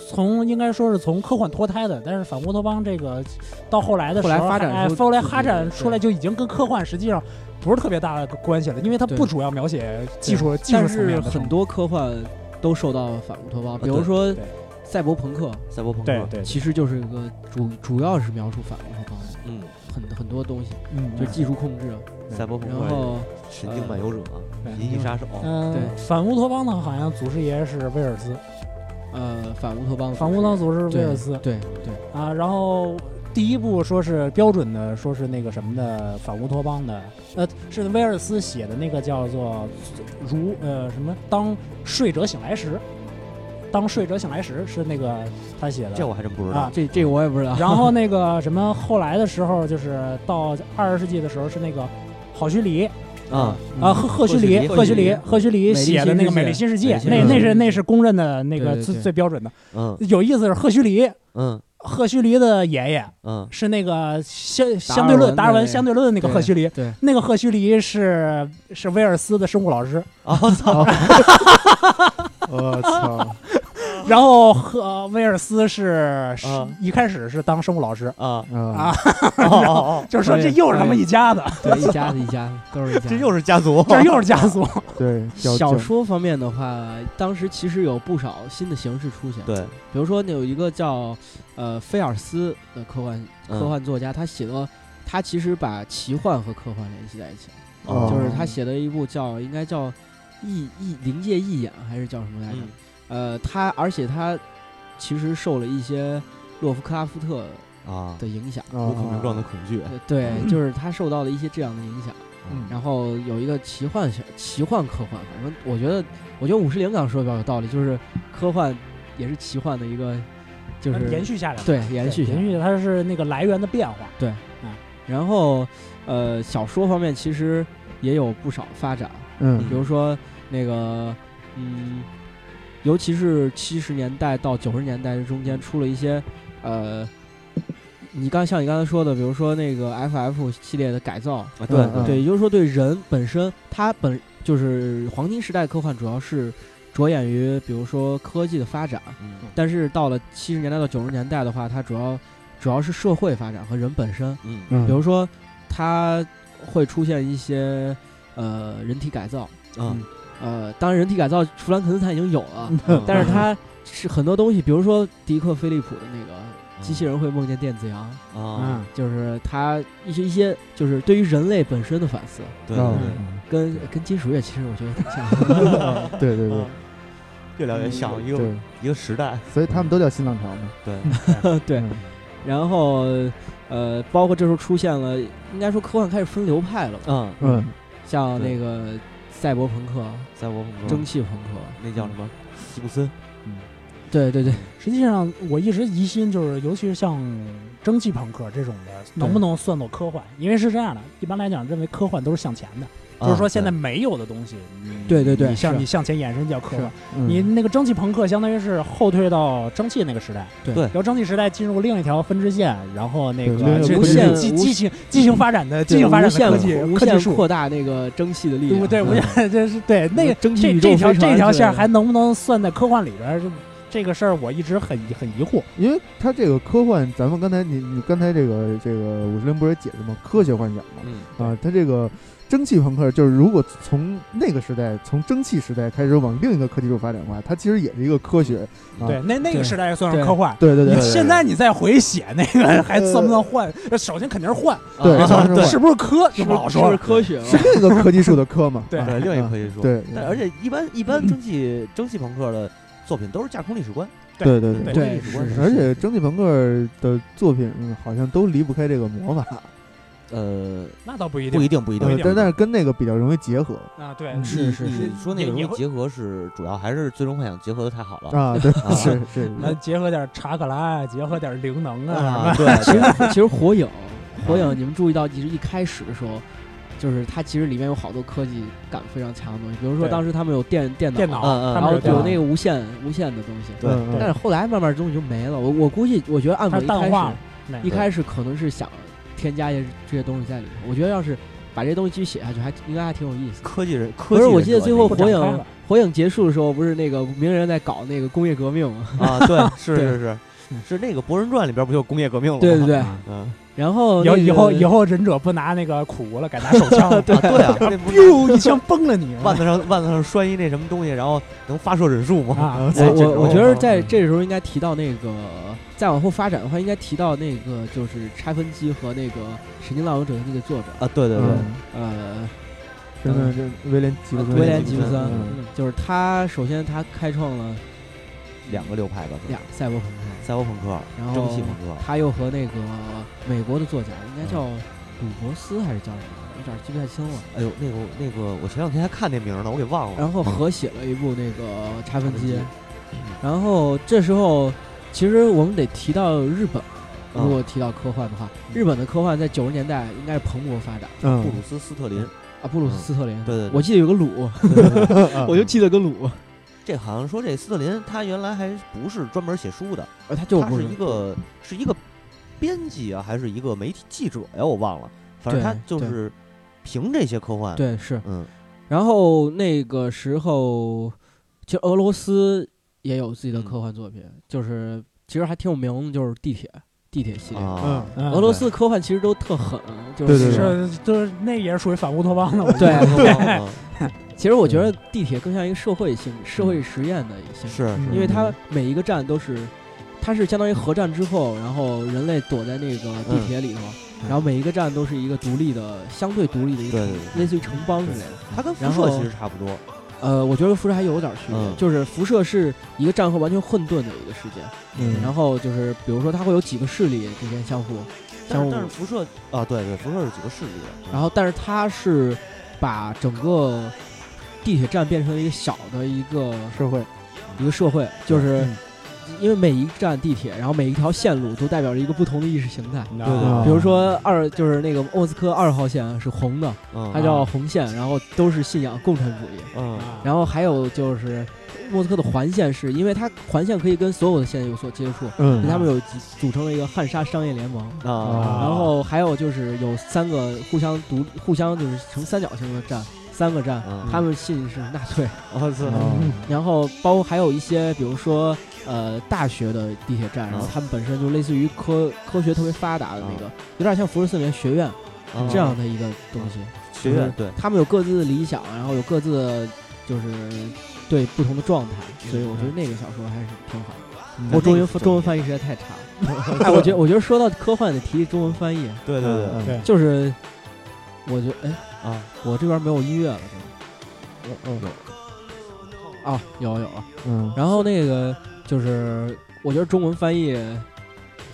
Speaker 4: 从应该说是从科幻脱胎的，但是反乌托邦这个到后来的时候，
Speaker 3: 后来发展
Speaker 4: 哎
Speaker 3: 出
Speaker 4: 后来
Speaker 3: 自己
Speaker 4: 发展
Speaker 3: 的
Speaker 4: 出来就已经跟科幻实际上不是特别大的关系了，因为它
Speaker 3: 对
Speaker 4: 不主要描写技术技术
Speaker 3: 但
Speaker 4: 层面
Speaker 3: 是
Speaker 4: 的
Speaker 3: 很
Speaker 4: 东
Speaker 3: 多科幻都受到反乌托邦，比如
Speaker 2: 对
Speaker 3: 说
Speaker 4: 对
Speaker 3: 赛博朋克，
Speaker 2: 嗯赛博朋
Speaker 4: 西
Speaker 2: 克
Speaker 4: 对，对
Speaker 3: 其实就是一个主主要是描述反乌托邦的，
Speaker 2: 嗯，
Speaker 3: 很很多东西，
Speaker 1: 嗯
Speaker 3: 就技术控制，
Speaker 2: 赛
Speaker 4: 嗯
Speaker 2: 博朋
Speaker 3: 然
Speaker 2: 克，
Speaker 3: 后
Speaker 2: 神经漫游者，
Speaker 4: 对
Speaker 2: 银翼杀手，
Speaker 4: 嗯，
Speaker 3: 对
Speaker 4: 反乌托邦呢，好像祖师爷是威尔斯，
Speaker 3: 呃反乌托邦，
Speaker 4: 反乌托邦祖师是威尔斯
Speaker 3: 对对
Speaker 4: 啊。然后第一部说是标准的，说是那个什么的反乌托邦的，呃，是威尔斯写的那个叫做如呃什么当睡者醒来时，当睡者醒来时是那个他写
Speaker 2: 这
Speaker 4: 的。
Speaker 2: 我还真不知
Speaker 4: 啊
Speaker 2: 道，
Speaker 3: 这这个我也不知道，
Speaker 4: 然后那个什么后来的时候，就是到二十世纪的时候是那个郝胥黎
Speaker 2: 啊，
Speaker 3: 嗯
Speaker 4: 啊，赫赫胥黎，赫
Speaker 2: 赫
Speaker 4: 胥
Speaker 2: 胥黎
Speaker 4: 黎，赫胥黎
Speaker 3: 美丽
Speaker 4: 写的
Speaker 3: 新
Speaker 4: 那个《
Speaker 3: 世
Speaker 4: 美
Speaker 3: 界
Speaker 4: 丽新世界
Speaker 2: 美丽》，新
Speaker 4: 那
Speaker 2: 世
Speaker 4: 那
Speaker 3: 界
Speaker 4: 是那是公认的那个
Speaker 3: 对对
Speaker 4: 最
Speaker 3: 对
Speaker 4: 最标准的。
Speaker 2: 嗯
Speaker 4: 有意思是赫胥黎，
Speaker 2: 嗯
Speaker 4: 赫胥黎的爷爷
Speaker 2: 嗯，
Speaker 4: 是那个相相对论达
Speaker 3: 达尔
Speaker 4: 尔
Speaker 3: 文
Speaker 4: 文
Speaker 3: 的
Speaker 4: 相对论那个
Speaker 3: 对
Speaker 4: 赫胥黎，
Speaker 3: 对
Speaker 4: 那个赫胥黎是是威尔斯的生物老师，
Speaker 2: 啊我操，
Speaker 1: 我操，
Speaker 4: 然后赫
Speaker 3: 嗯
Speaker 4: 威尔斯是是
Speaker 2: 啊
Speaker 4: 一开始是当生物老师，
Speaker 2: 啊
Speaker 1: 啊
Speaker 2: 哦 哦，哦
Speaker 4: 就是说
Speaker 3: 专
Speaker 4: 这
Speaker 3: 业
Speaker 4: 又是他
Speaker 3: 专
Speaker 4: 们
Speaker 3: 业
Speaker 4: 一家 子，
Speaker 3: 对一家子一家子都是一家，
Speaker 2: 这又是家族，
Speaker 4: 这又是家族，
Speaker 1: 对，较
Speaker 3: 小
Speaker 1: 劲
Speaker 3: 说方面的话，当时其实有不少新的形式出现，
Speaker 2: 对，
Speaker 3: 比如说有一个叫呃菲尔斯的科幻
Speaker 2: 嗯
Speaker 3: 科幻作家，他写了，他其实把奇幻和科幻联系在一起，
Speaker 1: 哦
Speaker 3: 就是他写的一部叫应该叫《异异临界异眼》还是叫什么来着？
Speaker 2: 嗯
Speaker 3: 呃，他而且他其实受了一些洛夫克拉夫特
Speaker 2: 啊，
Speaker 3: 的影响，
Speaker 1: 啊
Speaker 2: 无孔不状的恐惧，啊
Speaker 3: 呃对，就是他受到了一些这样的影响。
Speaker 1: 嗯
Speaker 3: 然后有一个奇幻小奇幻科幻，反正我觉得，我觉得五十铃刚说的比较有道理，就是科幻也是奇幻的一个， 就是
Speaker 4: 延续下来，
Speaker 3: 对延续下
Speaker 4: 延续，它是那个来源的变化，
Speaker 3: 然后，呃，小说方面其实也有不少发展，
Speaker 1: 嗯
Speaker 3: 比如说那个，嗯，尤其是七十年代到九十年代这中间出了一些，呃，你刚像你刚才说的，比如说那个 FF 系列的改造，
Speaker 2: 啊，对
Speaker 1: 嗯
Speaker 3: 对，也就是说对人本身，它本就是黄金时代科幻主要是着眼于比如说科技的发展，
Speaker 2: 嗯
Speaker 3: 但是到了七十年代到九十年代的话，它主要主要是社会发展和人本身。
Speaker 2: 嗯
Speaker 1: 嗯
Speaker 3: 比如说它会出现一些呃人体改造，
Speaker 2: 嗯
Speaker 3: 呃，当然人体改造弗兰肯斯坦已经有了，
Speaker 2: 嗯，
Speaker 3: 但是它是很多东西，比如说迪克菲利普的那个机器人会梦见电子羊，
Speaker 2: 啊
Speaker 4: 嗯，，
Speaker 3: 就是它一些一些就是对于人类本身的反思，
Speaker 2: 对
Speaker 1: 啊
Speaker 2: 对对。
Speaker 4: 嗯
Speaker 3: 跟跟金属乐其实我觉得挺像 的。
Speaker 1: 对对对
Speaker 2: 嗯越聊越像一
Speaker 1: 嗯
Speaker 2: 个
Speaker 1: 对，
Speaker 2: 一个时代，
Speaker 1: 所以他们都叫新浪潮嘛，
Speaker 2: 对，
Speaker 4: 嗯
Speaker 3: 对，然后呃，包括这时候出现了，应该说科幻开始分流派了，
Speaker 2: 嗯，
Speaker 1: 嗯
Speaker 3: 像
Speaker 2: 对
Speaker 3: 那个赛博朋克、
Speaker 2: 赛博
Speaker 4: 嗯
Speaker 2: 朋克
Speaker 3: 蒸汽朋克，
Speaker 2: 那叫什么？吉布森，
Speaker 3: 对对对，
Speaker 4: 实际上我一直疑心，就是尤其是像蒸汽朋克这种的，能不能算作科幻？因为是这样的，一般来讲，认为科幻都是向前的，就是
Speaker 2: 啊
Speaker 4: 说现在没有的东西，你
Speaker 3: 嗯对对对
Speaker 4: 你
Speaker 3: 是
Speaker 4: 向你向前延伸叫科幻。
Speaker 1: 嗯，
Speaker 4: 你那个蒸汽朋克相当于是后退到蒸汽那个时代，
Speaker 3: 对
Speaker 2: 对
Speaker 4: 由蒸汽时代进入另一条分支线，然后那个
Speaker 1: 对
Speaker 4: 这
Speaker 1: 无
Speaker 4: 这
Speaker 1: 限
Speaker 4: 激
Speaker 3: 无
Speaker 4: 激情激情发展的激情发展
Speaker 3: 无
Speaker 4: 的
Speaker 3: 限
Speaker 4: 科技
Speaker 3: 无
Speaker 4: 科技
Speaker 3: 限
Speaker 4: 树，
Speaker 3: 扩大那个蒸汽的力
Speaker 4: 对
Speaker 3: 量，
Speaker 4: 对，我
Speaker 3: 嗯
Speaker 4: 觉得 这是对那个
Speaker 3: 蒸汽
Speaker 4: 这
Speaker 3: 宇宙
Speaker 4: 这条
Speaker 3: 飞船
Speaker 4: 这条
Speaker 3: 之类
Speaker 4: 线
Speaker 3: 的
Speaker 4: 还能不能算在科幻里边儿？这这个事儿我一直很很疑惑。
Speaker 1: 因为他这个科幻，咱们刚才你你刚才这个这个五十铃不是也解释吗？科学幻想嘛，
Speaker 2: 嗯，
Speaker 1: 啊，他这个蒸汽朋克就是如果从那个时代，从蒸汽时代开始往另一个科技路发展的话，它其实也是一个科学。啊
Speaker 4: 对，那那个
Speaker 3: 对
Speaker 4: 时代也算是
Speaker 3: 对
Speaker 4: 科幻。
Speaker 1: 对对对
Speaker 4: 你现在你再回写那个还算不算幻？呃首先肯定是幻，
Speaker 1: 对
Speaker 2: 啊
Speaker 1: 没错对
Speaker 4: 是不是科就是不好
Speaker 3: 是
Speaker 4: 说
Speaker 3: 不是
Speaker 4: 了。
Speaker 3: 科学嘛？
Speaker 1: 是另一个科技树的科嘛？
Speaker 4: 对
Speaker 1: 啊
Speaker 2: 对，另一个可以说，
Speaker 1: 对
Speaker 2: 但而且一般一般蒸汽蒸汽朋克的作品都是架空历史观，
Speaker 1: 对对对
Speaker 3: 对，
Speaker 2: 是
Speaker 3: 是是
Speaker 1: 而且蒸汽朋克的作品嗯好像都离不开这个魔法，
Speaker 2: 呃，
Speaker 4: 那倒不一定，
Speaker 2: 不一定不一
Speaker 1: 呃
Speaker 2: 定，
Speaker 1: 但但是跟那个比较容易结合
Speaker 4: 啊，对，
Speaker 3: 嗯是是
Speaker 2: 你
Speaker 3: 是
Speaker 2: 你说那
Speaker 4: 你
Speaker 2: 个容
Speaker 4: 你
Speaker 2: 易
Speaker 4: 会
Speaker 2: 结合是主要还是最终幻想结合的太好了
Speaker 1: 啊，对，
Speaker 2: 啊
Speaker 1: 是是，
Speaker 4: 那结合点查克拉呀，结合点灵能啊，
Speaker 2: 啊，对，对
Speaker 3: 其实火影，火影你们注意到，其实一开始的时候，就是它其实里面有好多科技感非常强的东西，比如说
Speaker 4: 对
Speaker 3: 当时他们有电电脑，
Speaker 4: 电脑
Speaker 2: 嗯嗯，
Speaker 4: 他们
Speaker 3: 然后
Speaker 4: 有电
Speaker 3: 有
Speaker 4: 脑
Speaker 3: 那个无线无线的东西。
Speaker 2: 对
Speaker 1: 嗯嗯
Speaker 3: 但是后来慢慢东西就没了。我我估计，我觉得按我
Speaker 4: 它
Speaker 3: 一
Speaker 4: 淡
Speaker 3: 开
Speaker 4: 化
Speaker 3: 始
Speaker 4: 了那
Speaker 3: 一
Speaker 4: 个
Speaker 3: 开始可能是想添加一些这些东西在里面。我觉得要是把这些东西继续写下去，还应该还挺有意思的。
Speaker 2: 科技人科
Speaker 3: 不
Speaker 2: 技人
Speaker 3: 是，
Speaker 2: 格这一块，
Speaker 3: 我记得最后
Speaker 4: 不
Speaker 3: 火
Speaker 4: 展开
Speaker 3: 影
Speaker 4: 了
Speaker 3: 火影结束的时候，不是那个鸣人在搞那个工业革命吗？
Speaker 2: 啊，对，是是是是那个《博人传》里边不就有工业革命了吗？
Speaker 3: 嗯对对对。
Speaker 2: 嗯，
Speaker 3: 然后
Speaker 4: 以后以后以
Speaker 3: 有
Speaker 4: 后忍者不拿那个苦了，改拿手 枪了，
Speaker 2: 啊对 啊，那不是
Speaker 4: ，biu 一枪崩了你。
Speaker 2: 腕子上腕子上拴一那什么东西，然后能发射忍术吗？
Speaker 4: 啊，
Speaker 3: 我我我觉得
Speaker 4: 这
Speaker 3: 在
Speaker 2: 嗯
Speaker 3: 这时候应该提到那个，再往后发展的话，应该提到那个就是拆分机和那个神经浪游者的那个作者，
Speaker 2: 啊，对对对，
Speaker 1: 嗯
Speaker 3: 呃，
Speaker 1: 真的这威廉吉布森，
Speaker 3: 啊威廉
Speaker 2: 吉
Speaker 3: 吉
Speaker 2: 布
Speaker 3: 布
Speaker 2: 森
Speaker 3: 森
Speaker 1: 嗯，
Speaker 3: 就是他首先他开创了
Speaker 2: 两个流派吧，
Speaker 3: 两个赛博朋克，
Speaker 2: 赛博朋克、
Speaker 3: 然后
Speaker 2: 蒸汽朋克，嗯
Speaker 3: 他又和那个美国的作家应该叫鲁伯斯还是叫什么，有点记不太清了，
Speaker 2: 哎呦，那个那个，我前两天还看那名儿呢，我给忘了。
Speaker 3: 然后合写了一部那个拆分
Speaker 2: 嗯拆
Speaker 3: 机
Speaker 2: 分机，嗯
Speaker 3: 然后这时候其实我们得提到日本。
Speaker 2: 嗯
Speaker 3: 如果提到科幻的话，日本的科幻在九十年代应该是蓬勃发展
Speaker 2: 布
Speaker 1: 嗯
Speaker 2: 鲁斯·斯特 林，
Speaker 3: 啊。布鲁斯·斯特林，
Speaker 2: 嗯对对对
Speaker 3: 我记得有个鲁，
Speaker 1: 嗯
Speaker 3: 我就记得个鲁，
Speaker 2: 这好像说这斯特林他原来还不是专门写书的，
Speaker 3: 呃，他就
Speaker 2: 他
Speaker 3: 不
Speaker 2: 是一个是一个编辑啊，还是一个媒体记者呀？我忘了，反正他
Speaker 3: 对
Speaker 2: 就是凭这些科幻，
Speaker 3: 对是。
Speaker 2: 嗯，
Speaker 3: 然后那个时候，其实俄罗斯也有自己的
Speaker 2: 嗯
Speaker 3: 科幻作品，就是其实还挺有名的，就是地铁地铁系列。
Speaker 2: 啊
Speaker 1: 嗯，
Speaker 4: 俄
Speaker 3: 俄罗斯的科幻其实都特狠，就
Speaker 1: 对对
Speaker 3: 是
Speaker 4: 是就是那也是属于反乌托邦 的，我觉得
Speaker 3: 对
Speaker 2: 对，
Speaker 3: 其实我觉得地铁更像一个社会性、社会实验的一些，
Speaker 2: 是
Speaker 1: 嗯
Speaker 3: 因为它每一个站都是，它是相当于核战之后，然后人类躲在那个地铁里头，
Speaker 2: 嗯
Speaker 3: 然后每一个站都是一个独立的、相对独立的一个
Speaker 2: 对
Speaker 3: 城
Speaker 2: 对
Speaker 3: 类似于城邦之类的。
Speaker 2: 他跟辐
Speaker 3: 然
Speaker 2: 射
Speaker 3: 后
Speaker 2: 其实差不多，
Speaker 3: 呃，我觉得辐射还有点区别，
Speaker 2: 嗯
Speaker 3: 就是辐射是一个战后完全混沌的一个世界，
Speaker 1: 嗯
Speaker 3: 然后就是比如说它会有几个势力之间相互，
Speaker 2: 但
Speaker 3: 像
Speaker 2: 是
Speaker 3: 我
Speaker 2: 但是辐射啊，对对，辐射是几个势力的，
Speaker 3: 然后但是它是把整个地铁站变成一个小的一个
Speaker 1: 社会，
Speaker 3: 一个社会，就是
Speaker 1: 嗯
Speaker 3: 因为每一站地铁，然后每一条线路都代表着一个不同的意识形态。
Speaker 4: 你知道
Speaker 2: 对对
Speaker 4: 吗
Speaker 2: 对
Speaker 3: 比如说二就是那个莫斯科二号线是红的，
Speaker 2: 嗯，
Speaker 3: 它叫红线，然后都是信仰共产主义。
Speaker 2: 嗯
Speaker 4: 啊
Speaker 3: 然后还有就是莫斯科的环线是，因为它环线可以跟所有的线有所接触，
Speaker 1: 嗯
Speaker 3: 他们有组组成了一个汉莎商业联盟。
Speaker 2: 啊，
Speaker 3: 然后还有就是有三个互相独互相就是呈三角形的站，三个站，
Speaker 2: 嗯
Speaker 3: 他们信是纳粹。
Speaker 2: 我操
Speaker 3: 哦
Speaker 1: 嗯
Speaker 3: 然后包括还有一些，比如说呃大学的地铁站，然后他们本身就类似于科科学特别发达的那个，有点像福尔森林学院这样的一个东西。
Speaker 2: 嗯学院对，
Speaker 3: 他们有各自的理想，然后有各自的就是对不同的状态，所以我觉得那个小说还是挺好的。我中文中文翻译实在太差了，哎，我觉得我觉得说到科幻得提中文翻译，
Speaker 2: 对对对
Speaker 1: 嗯
Speaker 4: 对
Speaker 3: 就是我觉得哎，
Speaker 2: 啊，
Speaker 3: 我这边没有音乐了，这
Speaker 1: 嗯嗯
Speaker 3: 个啊有有啊，
Speaker 1: 嗯
Speaker 3: 然后那个就是我觉得中文翻译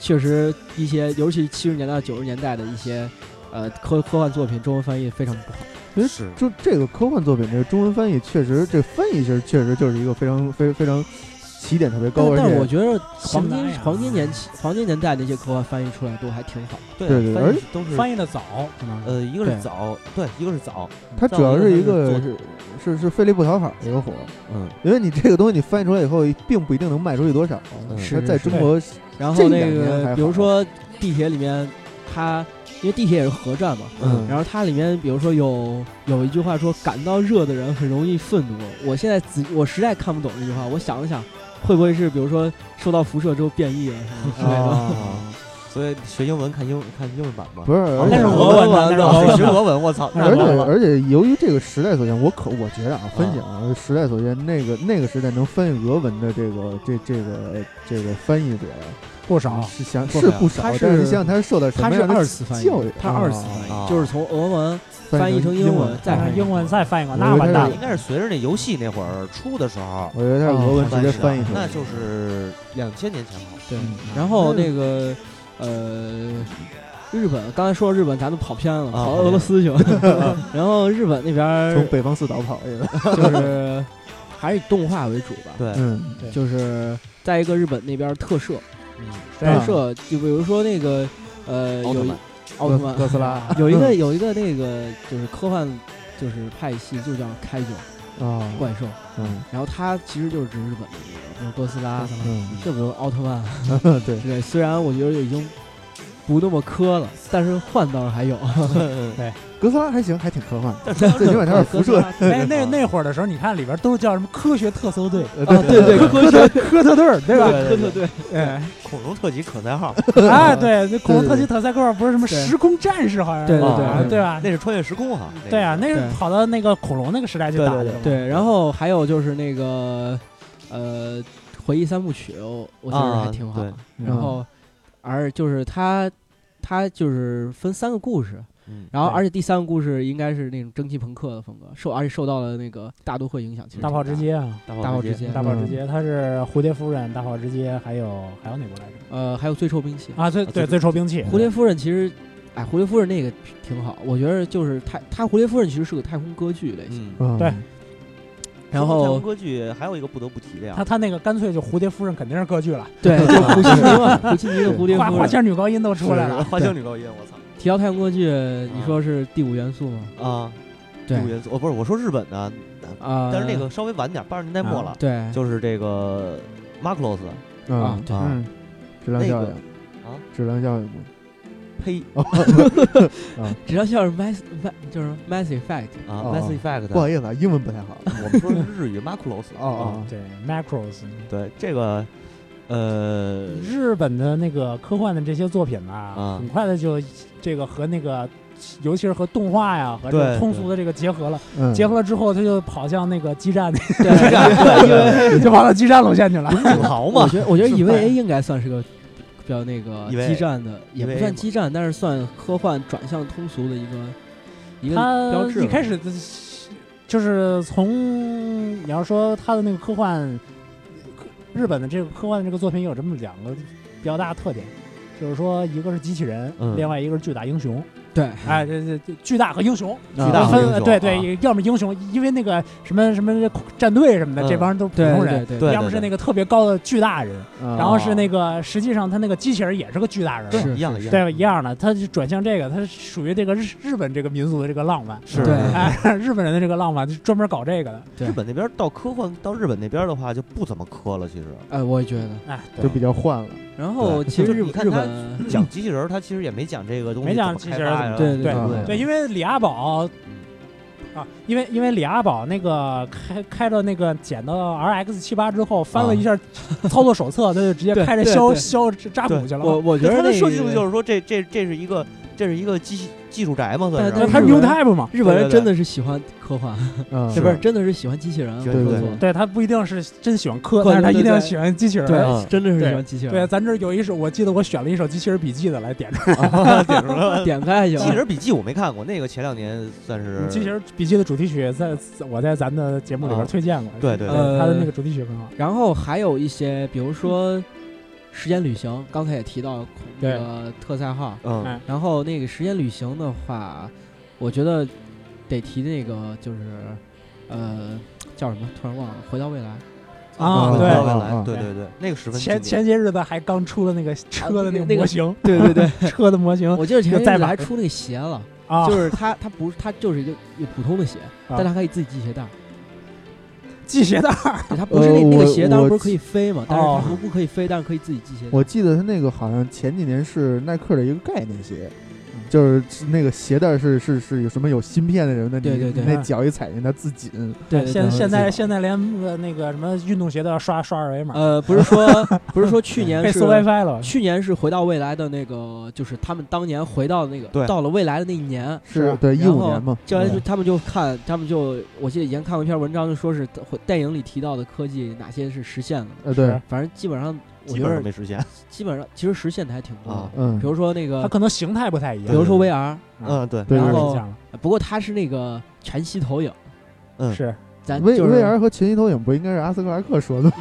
Speaker 3: 确实一些，尤其是七十年代九十年代的一些。呃，科科幻作品中文翻译非常不好，
Speaker 2: 是
Speaker 1: 就这个科幻作品，这个中文翻译确实，这翻译是确实就是一个非常非非常起点特别高，而
Speaker 3: 但
Speaker 1: 且
Speaker 3: 是我觉得
Speaker 4: 黄
Speaker 3: 黄
Speaker 4: 南
Speaker 3: 金
Speaker 4: 呀
Speaker 3: 黄金年期黄金年代那些科幻翻译出来都还挺好。
Speaker 2: 对
Speaker 1: 对对
Speaker 2: 翻译
Speaker 1: 而且
Speaker 2: 都是
Speaker 4: 翻译的早，可
Speaker 3: 嗯
Speaker 4: 能
Speaker 2: 呃，一个是
Speaker 3: 对
Speaker 2: 早，对，一个是早，
Speaker 1: 它主要是一个
Speaker 2: 造
Speaker 1: 是是是费力不讨好的一个活儿，
Speaker 2: 嗯，
Speaker 1: 因为你这个东西你翻译出来以后，并不一定能卖出去多少。它
Speaker 3: 是
Speaker 1: 在
Speaker 3: 是
Speaker 1: 中国，
Speaker 3: 然
Speaker 1: 这
Speaker 3: 后
Speaker 1: 一
Speaker 3: 那
Speaker 1: 两年还
Speaker 3: 个，比如
Speaker 1: 好啊
Speaker 3: 说地铁里面，它因为地铁也是核战嘛，
Speaker 1: 嗯
Speaker 3: 然后它里面比如说有有一句话说，感到热的人很容易愤怒。我现在仔我实在看不懂这句
Speaker 1: 嗯
Speaker 3: 话，我想了想，会不会是比如说受到辐射之后变异啊什么之类的？
Speaker 1: 啊，
Speaker 2: 哦所以学英文看英看英文版吧。
Speaker 1: 不是，而
Speaker 4: 那
Speaker 1: 且
Speaker 4: 是
Speaker 2: 俄
Speaker 4: 俄文的
Speaker 2: 文
Speaker 4: 那
Speaker 2: 的，
Speaker 4: 是俄文
Speaker 2: 学
Speaker 4: 的
Speaker 2: 俄文，我操！哦那
Speaker 1: 而且
Speaker 2: 俄文
Speaker 1: 而且，由于这个时代所限，我可我觉得啊，分享啊时代所限，那个那个时代能翻译俄文的这个这这个这个翻译者
Speaker 4: 不少。
Speaker 1: 是想
Speaker 3: 不
Speaker 1: 是
Speaker 3: 少
Speaker 1: 不少
Speaker 3: 他，
Speaker 1: 但你
Speaker 3: 是
Speaker 1: 想想他是受到什
Speaker 3: 他
Speaker 1: 么
Speaker 3: 啊是
Speaker 1: 样的
Speaker 3: 二次翻译
Speaker 1: 教育，
Speaker 3: 他二次翻
Speaker 2: 啊
Speaker 3: 译就是从俄文
Speaker 1: 翻
Speaker 3: 翻译
Speaker 1: 成
Speaker 3: 成英文
Speaker 1: 文，
Speaker 3: 再
Speaker 1: 啊
Speaker 3: 翻译
Speaker 4: 英文再翻译过，
Speaker 1: 我
Speaker 4: 那
Speaker 1: 以为
Speaker 4: 完
Speaker 1: 他
Speaker 4: 蛋
Speaker 1: 是
Speaker 4: 了
Speaker 2: 应。该是随着那游戏那会儿出的时候，啊
Speaker 1: 我觉得他是俄文直接翻译成，
Speaker 2: 哦那就是两千年前后。
Speaker 3: 对
Speaker 1: 嗯，
Speaker 3: 然后那个呃，日本刚才说日本，咱们跑偏了，
Speaker 2: 啊
Speaker 3: 跑到俄罗斯去了。 然后日本那边
Speaker 1: 从
Speaker 3: 儿
Speaker 1: 北方四岛跑去了。
Speaker 3: 就是还是以动画为主 吧，
Speaker 2: 对，
Speaker 1: 嗯，
Speaker 3: 就是在一个日本那边儿特摄，
Speaker 4: 对
Speaker 3: 特摄就比如说那个呃，
Speaker 2: 奥特
Speaker 3: 有一
Speaker 2: 曼
Speaker 3: 奥特曼
Speaker 1: 哥斯拉
Speaker 3: 有一个有一个那个就是科幻就是派系就叫开卷
Speaker 1: 啊，
Speaker 3: 怪兽，
Speaker 1: 嗯
Speaker 3: 然后它其实就是指日本的那个，比如哥斯拉，
Speaker 1: 嗯，
Speaker 3: 这比如奥特曼，
Speaker 1: 对，
Speaker 3: 对，虽然我觉得已经不那么磕了，但是换倒是还有。
Speaker 1: 哥斯拉还行，还挺科幻，
Speaker 2: 但是
Speaker 1: 最起码它是辐射。
Speaker 4: 那那那会儿的时候，你看里边都叫什么科学特搜队、
Speaker 1: 呃
Speaker 3: 啊，对对，科学
Speaker 4: 科特队儿，对吧？
Speaker 3: 对对对，
Speaker 4: 哎
Speaker 2: 恐龙特级可赛号，
Speaker 4: 哎，对，那恐龙特级特赛克不是什么时空战士，好像
Speaker 3: 对
Speaker 4: 是
Speaker 3: 对
Speaker 2: 对
Speaker 4: 啊
Speaker 3: 对
Speaker 4: 对吧
Speaker 2: 那？是穿越时空哈。那个
Speaker 4: 对啊，那是
Speaker 3: 对
Speaker 4: 跑到那个恐龙那个时代去打的
Speaker 2: 对
Speaker 4: 嘛。
Speaker 3: 对，然后还有就是那个呃，回忆三部曲，我我觉得还挺好
Speaker 2: 啊。
Speaker 1: 嗯
Speaker 3: 然后，而就是它，它就是分三个故事，
Speaker 2: 嗯
Speaker 3: 然后
Speaker 1: 对
Speaker 3: 而且第三个故事应该是那种蒸汽朋克的风格，受而且受到了那个大都会影响。其实
Speaker 4: 大炮直
Speaker 3: 挺
Speaker 4: 接啊，
Speaker 2: 大
Speaker 3: 大
Speaker 2: 炮
Speaker 3: 炮
Speaker 2: 之
Speaker 3: 之
Speaker 2: 间
Speaker 3: 间
Speaker 4: 大炮直接，他是蝴蝶夫人，大炮直接，还有还有哪部来着？
Speaker 3: 大，呃，还有最臭兵器。
Speaker 4: 啊，对
Speaker 2: 最
Speaker 4: 对，最臭兵器，
Speaker 3: 蝴蝶夫人其实，哎，蝴蝶夫人那个挺好，我觉得就是太，它蝴蝶夫人其实是个太空歌剧类型。
Speaker 2: 嗯，
Speaker 1: 嗯
Speaker 4: 对
Speaker 3: 然
Speaker 2: 说到太空
Speaker 3: 后
Speaker 2: 歌剧还有一个不得不提的呀
Speaker 4: 他，他那个干脆就蝴蝶夫人肯定是歌剧了，
Speaker 3: 对，就普契尼嘛，普契尼的蝴蝶
Speaker 4: 花
Speaker 3: 夫
Speaker 4: 花
Speaker 3: 人。
Speaker 4: 腔女高音都出来 了。
Speaker 2: 花香女高音，我操！
Speaker 3: 提到太空歌剧，你说是第五元素吗？
Speaker 2: 啊，
Speaker 3: 对
Speaker 2: 杜元素哦，不是，我说日本的，
Speaker 3: 啊，
Speaker 2: 但是那个稍微晚点，八十年代末了，
Speaker 3: 对
Speaker 2: 就是这个马克罗斯
Speaker 1: 啊
Speaker 3: 啊，
Speaker 1: 对，嗯，质量效应
Speaker 2: 啊，
Speaker 1: 质量效应嘛，
Speaker 2: 呸
Speaker 1: 哦
Speaker 3: 只要像是 mass ma- 就是 mass effect，
Speaker 2: 啊
Speaker 1: 哦
Speaker 2: ，Mass Effect，
Speaker 1: 不好意思啊，英文不太好。
Speaker 2: 我们说的是日语马克罗斯
Speaker 1: 哦哦，
Speaker 4: 对，Macros，
Speaker 2: 啊对这个，呃，
Speaker 4: 日本的那个科幻的这些作品啊，
Speaker 2: 嗯
Speaker 4: 很快的就这个和那个，尤其是和动画呀和这
Speaker 2: 对
Speaker 4: 个
Speaker 2: 对
Speaker 4: 通俗的这个结合了，
Speaker 1: 嗯，
Speaker 4: 结合了之后，他就跑向那个基 站，
Speaker 3: 对，
Speaker 4: 就跑到基站路线去了。
Speaker 2: 吐槽嘛
Speaker 3: 我，觉得我觉得
Speaker 2: 是
Speaker 3: EVA
Speaker 2: 吧
Speaker 3: 应该算是个比较那个
Speaker 2: EVA
Speaker 3: 激战的，也不
Speaker 2: EVA
Speaker 3: 算
Speaker 2: 嘛
Speaker 3: 激战，但是算科幻转向通俗的一个一个标
Speaker 4: 他
Speaker 3: 志吧。
Speaker 4: 一开始的就是从你要说他的那个科幻，日本的这个科幻的这个作品有这么两个比较大的特点，就是说一个是机器人，
Speaker 2: 嗯
Speaker 4: 另外一个是巨大英雄。
Speaker 3: 对
Speaker 4: 哎，这这这巨大和英雄，
Speaker 2: 巨大和
Speaker 4: 分
Speaker 2: 英雄
Speaker 4: 对
Speaker 2: 啊
Speaker 4: 对，要么英雄，因为那个什么什么战队什么的，
Speaker 2: 嗯
Speaker 4: 这帮人都是普
Speaker 3: 对
Speaker 4: 通
Speaker 3: 对
Speaker 4: 人。
Speaker 3: 对
Speaker 2: 对啊
Speaker 4: 要么是那个特别高的巨大人，
Speaker 1: 然
Speaker 4: 然后是那个实际上他那个机器人也是个巨大人，
Speaker 3: 是
Speaker 2: 一样的，样
Speaker 4: 对，一样的，他就转向这个，他是属于这个日日本这个民族的这个浪漫，
Speaker 2: 是
Speaker 3: 对
Speaker 4: 哎，日本人的这个浪漫，就专门搞这个的，
Speaker 2: 日本那边到科幻到日本那边的话就不怎么科了，其实
Speaker 3: 哎，我也觉得。
Speaker 4: 哎，对
Speaker 1: 就比较换 了。
Speaker 3: 然后
Speaker 2: 对
Speaker 3: 其实
Speaker 2: 就
Speaker 3: 日
Speaker 2: 你看
Speaker 3: 日
Speaker 2: 他
Speaker 3: 本
Speaker 2: 讲机器人儿，他其实也没讲这个东西
Speaker 4: 没
Speaker 2: 怎
Speaker 4: 讲
Speaker 2: 么
Speaker 4: 机
Speaker 2: 开
Speaker 4: 器人儿
Speaker 2: 发
Speaker 4: 怎
Speaker 2: 呀，
Speaker 4: 么
Speaker 3: 对
Speaker 4: 对
Speaker 1: 对
Speaker 4: 对，因为李阿宝。啊，因为因为李阿宝那个开开了那个捡到 RX 七八之后，翻了一下操作手册，他就直接
Speaker 3: 啊对
Speaker 4: 开着
Speaker 3: 对
Speaker 4: 削
Speaker 3: 对
Speaker 4: 削扎古去了。
Speaker 3: 我我觉
Speaker 2: 他
Speaker 3: 得那
Speaker 2: 的设计
Speaker 3: 个
Speaker 2: 就是说这这这是一个这是一个技技术宅嘛，算是
Speaker 3: 对对
Speaker 4: 他是
Speaker 3: 日
Speaker 4: New
Speaker 3: 本
Speaker 4: Type 嘛，
Speaker 3: 日本人
Speaker 2: 对对对
Speaker 3: 真的是喜欢科幻，
Speaker 1: 嗯，
Speaker 3: 这边真的是喜欢机器人啊，
Speaker 2: 对
Speaker 1: 对
Speaker 3: 我说
Speaker 1: 对
Speaker 3: 错了
Speaker 4: 对他不一定是真喜欢科，
Speaker 3: 科
Speaker 4: 但是他
Speaker 3: 对
Speaker 4: 一定
Speaker 3: 对
Speaker 4: 喜欢机器人。
Speaker 2: 嗯
Speaker 3: 对，啊真的是喜欢机器
Speaker 4: 对，
Speaker 3: 人。
Speaker 4: 咱这儿有一首，我记得我选了一首《机器人笔记》的来点出来。
Speaker 2: 点出来 了。
Speaker 3: 点开就
Speaker 2: 机器
Speaker 3: 行了。
Speaker 2: 人笔记我没看过，那个前两年算是
Speaker 4: 《机嗯器人笔记》的主题曲在我在咱的节目里边推荐过，
Speaker 2: 啊对对对
Speaker 4: 他的那个
Speaker 3: 呃
Speaker 4: 主题曲很好。
Speaker 3: 然后还有一些，比如说时间旅行，刚才也提到那个特赛号，
Speaker 2: 嗯
Speaker 4: 哎
Speaker 3: 然后那个时间旅行的话，我觉得得提那个就是，呃，叫什么？突然忘了，《回到未来》
Speaker 4: 啊，
Speaker 1: 嗯
Speaker 2: 回到
Speaker 4: 对，
Speaker 2: 未
Speaker 1: 啊
Speaker 2: 来，对对对，那个十分
Speaker 4: 前
Speaker 2: 经典
Speaker 4: 前些日子还刚出了那个车的
Speaker 3: 啊那个
Speaker 4: 模型，
Speaker 3: 对对 对，
Speaker 4: 车的模型
Speaker 3: 我记得前阵
Speaker 4: 再
Speaker 3: 子
Speaker 4: 把
Speaker 3: 还出那个鞋了，
Speaker 4: 啊，
Speaker 3: 就是它它不是它就是一个一个普通的鞋，但它可以自己系鞋带 儿，
Speaker 4: 系鞋带儿，
Speaker 3: 对它不是
Speaker 1: 呃
Speaker 3: 那那
Speaker 1: 我
Speaker 3: 个鞋带儿
Speaker 1: 我
Speaker 3: 不是可以飞嘛？但是
Speaker 4: 哦
Speaker 3: 它不不可以飞，但是可以自己系鞋带儿。
Speaker 1: 我记得他那个好像前几年是耐克的一个概念鞋，
Speaker 3: 嗯
Speaker 1: 就是那个鞋带是是是有什么有芯片的人的，
Speaker 3: 对
Speaker 1: 你
Speaker 3: 对对嗯
Speaker 1: 你那脚一踩进去它自紧，
Speaker 3: 对，对
Speaker 4: 现
Speaker 3: 对
Speaker 4: 现在现在连个那个什么运动鞋都要刷刷二维码，嗯
Speaker 3: 呃，不是说不是说去年
Speaker 4: 被
Speaker 3: 是
Speaker 4: 搜 WiFi 了。
Speaker 3: 去年是回到未来的那个，就是他们当年回到那个
Speaker 2: 对
Speaker 3: 到了未来的那一年，
Speaker 1: 是对一
Speaker 3: 啊然
Speaker 1: 五
Speaker 3: 后
Speaker 1: 年嘛，
Speaker 3: 教
Speaker 1: 嗯
Speaker 3: 练就他们就看，他们就我记得以前看过一篇文章，就说是电影里提到的科技哪些是实现了，
Speaker 1: 呃对
Speaker 4: 是，
Speaker 3: 反正基本上我
Speaker 2: 基
Speaker 3: 觉
Speaker 2: 本上
Speaker 3: 得
Speaker 2: 没实现。
Speaker 3: 基本上其实实现的还挺多的
Speaker 2: 啊，
Speaker 1: 嗯
Speaker 3: 比，如说那个
Speaker 4: 它可能形态不太一
Speaker 3: 比
Speaker 4: 样，
Speaker 3: 如说
Speaker 2: 对
Speaker 3: VR，
Speaker 2: 嗯，对，
Speaker 1: 对
Speaker 4: 当
Speaker 3: 然
Speaker 4: 然
Speaker 3: 后
Speaker 4: 是这样
Speaker 3: 呃不过它是那个全息投影，
Speaker 2: 嗯
Speaker 4: 是
Speaker 3: 咱
Speaker 1: ，V
Speaker 3: 就是
Speaker 1: V R 和全息投影不应该是阿斯克拉克说 的吗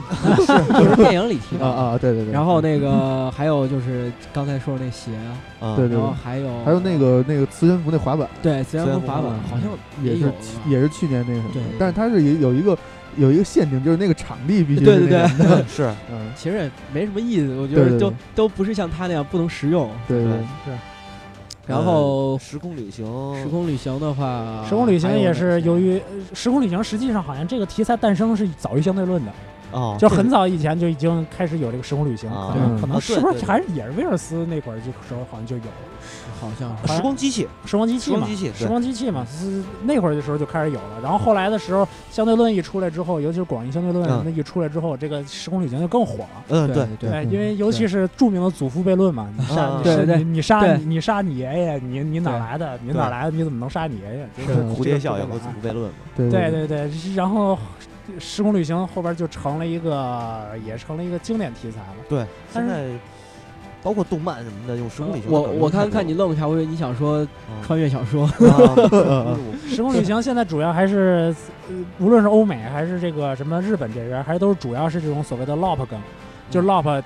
Speaker 3: 就是 电影里提
Speaker 1: 啊
Speaker 3: 到的。
Speaker 1: 啊，对对对，
Speaker 3: 然后那个还有就是刚才说的那鞋啊，
Speaker 2: 嗯
Speaker 1: 对对
Speaker 3: 然后还有
Speaker 1: 还有那个那个磁悬浮那滑板
Speaker 3: 对自然
Speaker 2: 自然
Speaker 3: 风
Speaker 2: 风
Speaker 3: 滑板
Speaker 1: 嗯
Speaker 3: 好像
Speaker 1: 也
Speaker 3: 有
Speaker 1: 是
Speaker 3: 了吧
Speaker 1: 去也是去年那个什
Speaker 3: 对
Speaker 1: 么
Speaker 3: 对，
Speaker 1: 但是它是有有一个有一个限定，就是那个场地必须
Speaker 3: 对
Speaker 1: 是
Speaker 3: 对
Speaker 1: 那个
Speaker 3: 对
Speaker 1: 什么的，
Speaker 2: 是
Speaker 1: 嗯，
Speaker 3: 其实也没什么意思，我觉
Speaker 1: 对
Speaker 3: 得
Speaker 1: 对
Speaker 3: 都
Speaker 1: 对
Speaker 3: 都不是像他那样不能实用。
Speaker 1: 对 对
Speaker 2: 对
Speaker 1: 对。
Speaker 3: 然后
Speaker 2: 嗯时空旅行，
Speaker 3: 时空旅行的话，
Speaker 4: 时空旅行
Speaker 3: 还有
Speaker 4: 也
Speaker 3: 哪
Speaker 4: 是
Speaker 3: 些
Speaker 4: 由于呃时空旅行，实际上好像这个题材诞生是早于相对论的，
Speaker 2: 哦，
Speaker 4: 就很早以前就已经开始有这个时空旅行，
Speaker 2: 啊
Speaker 4: 可能
Speaker 1: 嗯
Speaker 4: 可
Speaker 2: 啊
Speaker 4: 能
Speaker 2: 对
Speaker 4: 是不
Speaker 2: 对
Speaker 4: 是
Speaker 2: 对
Speaker 4: 还是也是威尔斯那会儿就时候好像就有了
Speaker 3: 好像是
Speaker 2: 时光机器，
Speaker 4: 时光机器
Speaker 2: 时光
Speaker 4: 嘛
Speaker 2: 机。器，对
Speaker 4: 时光机器嘛，是那会儿的时候就开始有了。然后后来的时候，相对论一出来之后，尤其是广义相对论
Speaker 2: 嗯
Speaker 4: 那一出来之后，这个时空旅行就更火了。
Speaker 2: 嗯，
Speaker 3: 对
Speaker 2: 对，
Speaker 3: 对
Speaker 4: 哎
Speaker 1: 嗯
Speaker 4: 因为尤其是著名的祖父悖论嘛，你杀
Speaker 2: 啊
Speaker 4: 你
Speaker 3: 对
Speaker 4: 是
Speaker 3: 对
Speaker 4: 你你杀
Speaker 3: 对
Speaker 4: 你你杀你爷爷，你你哪
Speaker 3: 对
Speaker 4: 来的？你
Speaker 2: 对
Speaker 4: 哪来的？你怎么能杀你爷爷？这
Speaker 1: 是
Speaker 4: 个
Speaker 2: 蝴蝶效应和
Speaker 4: 这
Speaker 2: 祖
Speaker 4: 个
Speaker 2: 父悖论嘛，
Speaker 1: 对
Speaker 4: 对
Speaker 1: 对
Speaker 4: 对对，然后时空旅行后边就成了一个，也成了一个经典题材了。
Speaker 2: 对，
Speaker 4: 但
Speaker 2: 现
Speaker 4: 是
Speaker 2: 在包括动漫什么的，用时空旅行的
Speaker 3: 我
Speaker 2: 梗
Speaker 3: 我
Speaker 2: 用太
Speaker 3: 刚
Speaker 2: 多
Speaker 3: 看你
Speaker 2: 了
Speaker 3: 愣一下，我以为你想说
Speaker 2: 嗯
Speaker 3: 穿越小说，
Speaker 1: 嗯
Speaker 2: 啊
Speaker 4: 时空旅行现在主要还是，呃无论是欧美还是这个什么日本这边，还都是主要是这种所谓的 LOP 梗，就是 LOP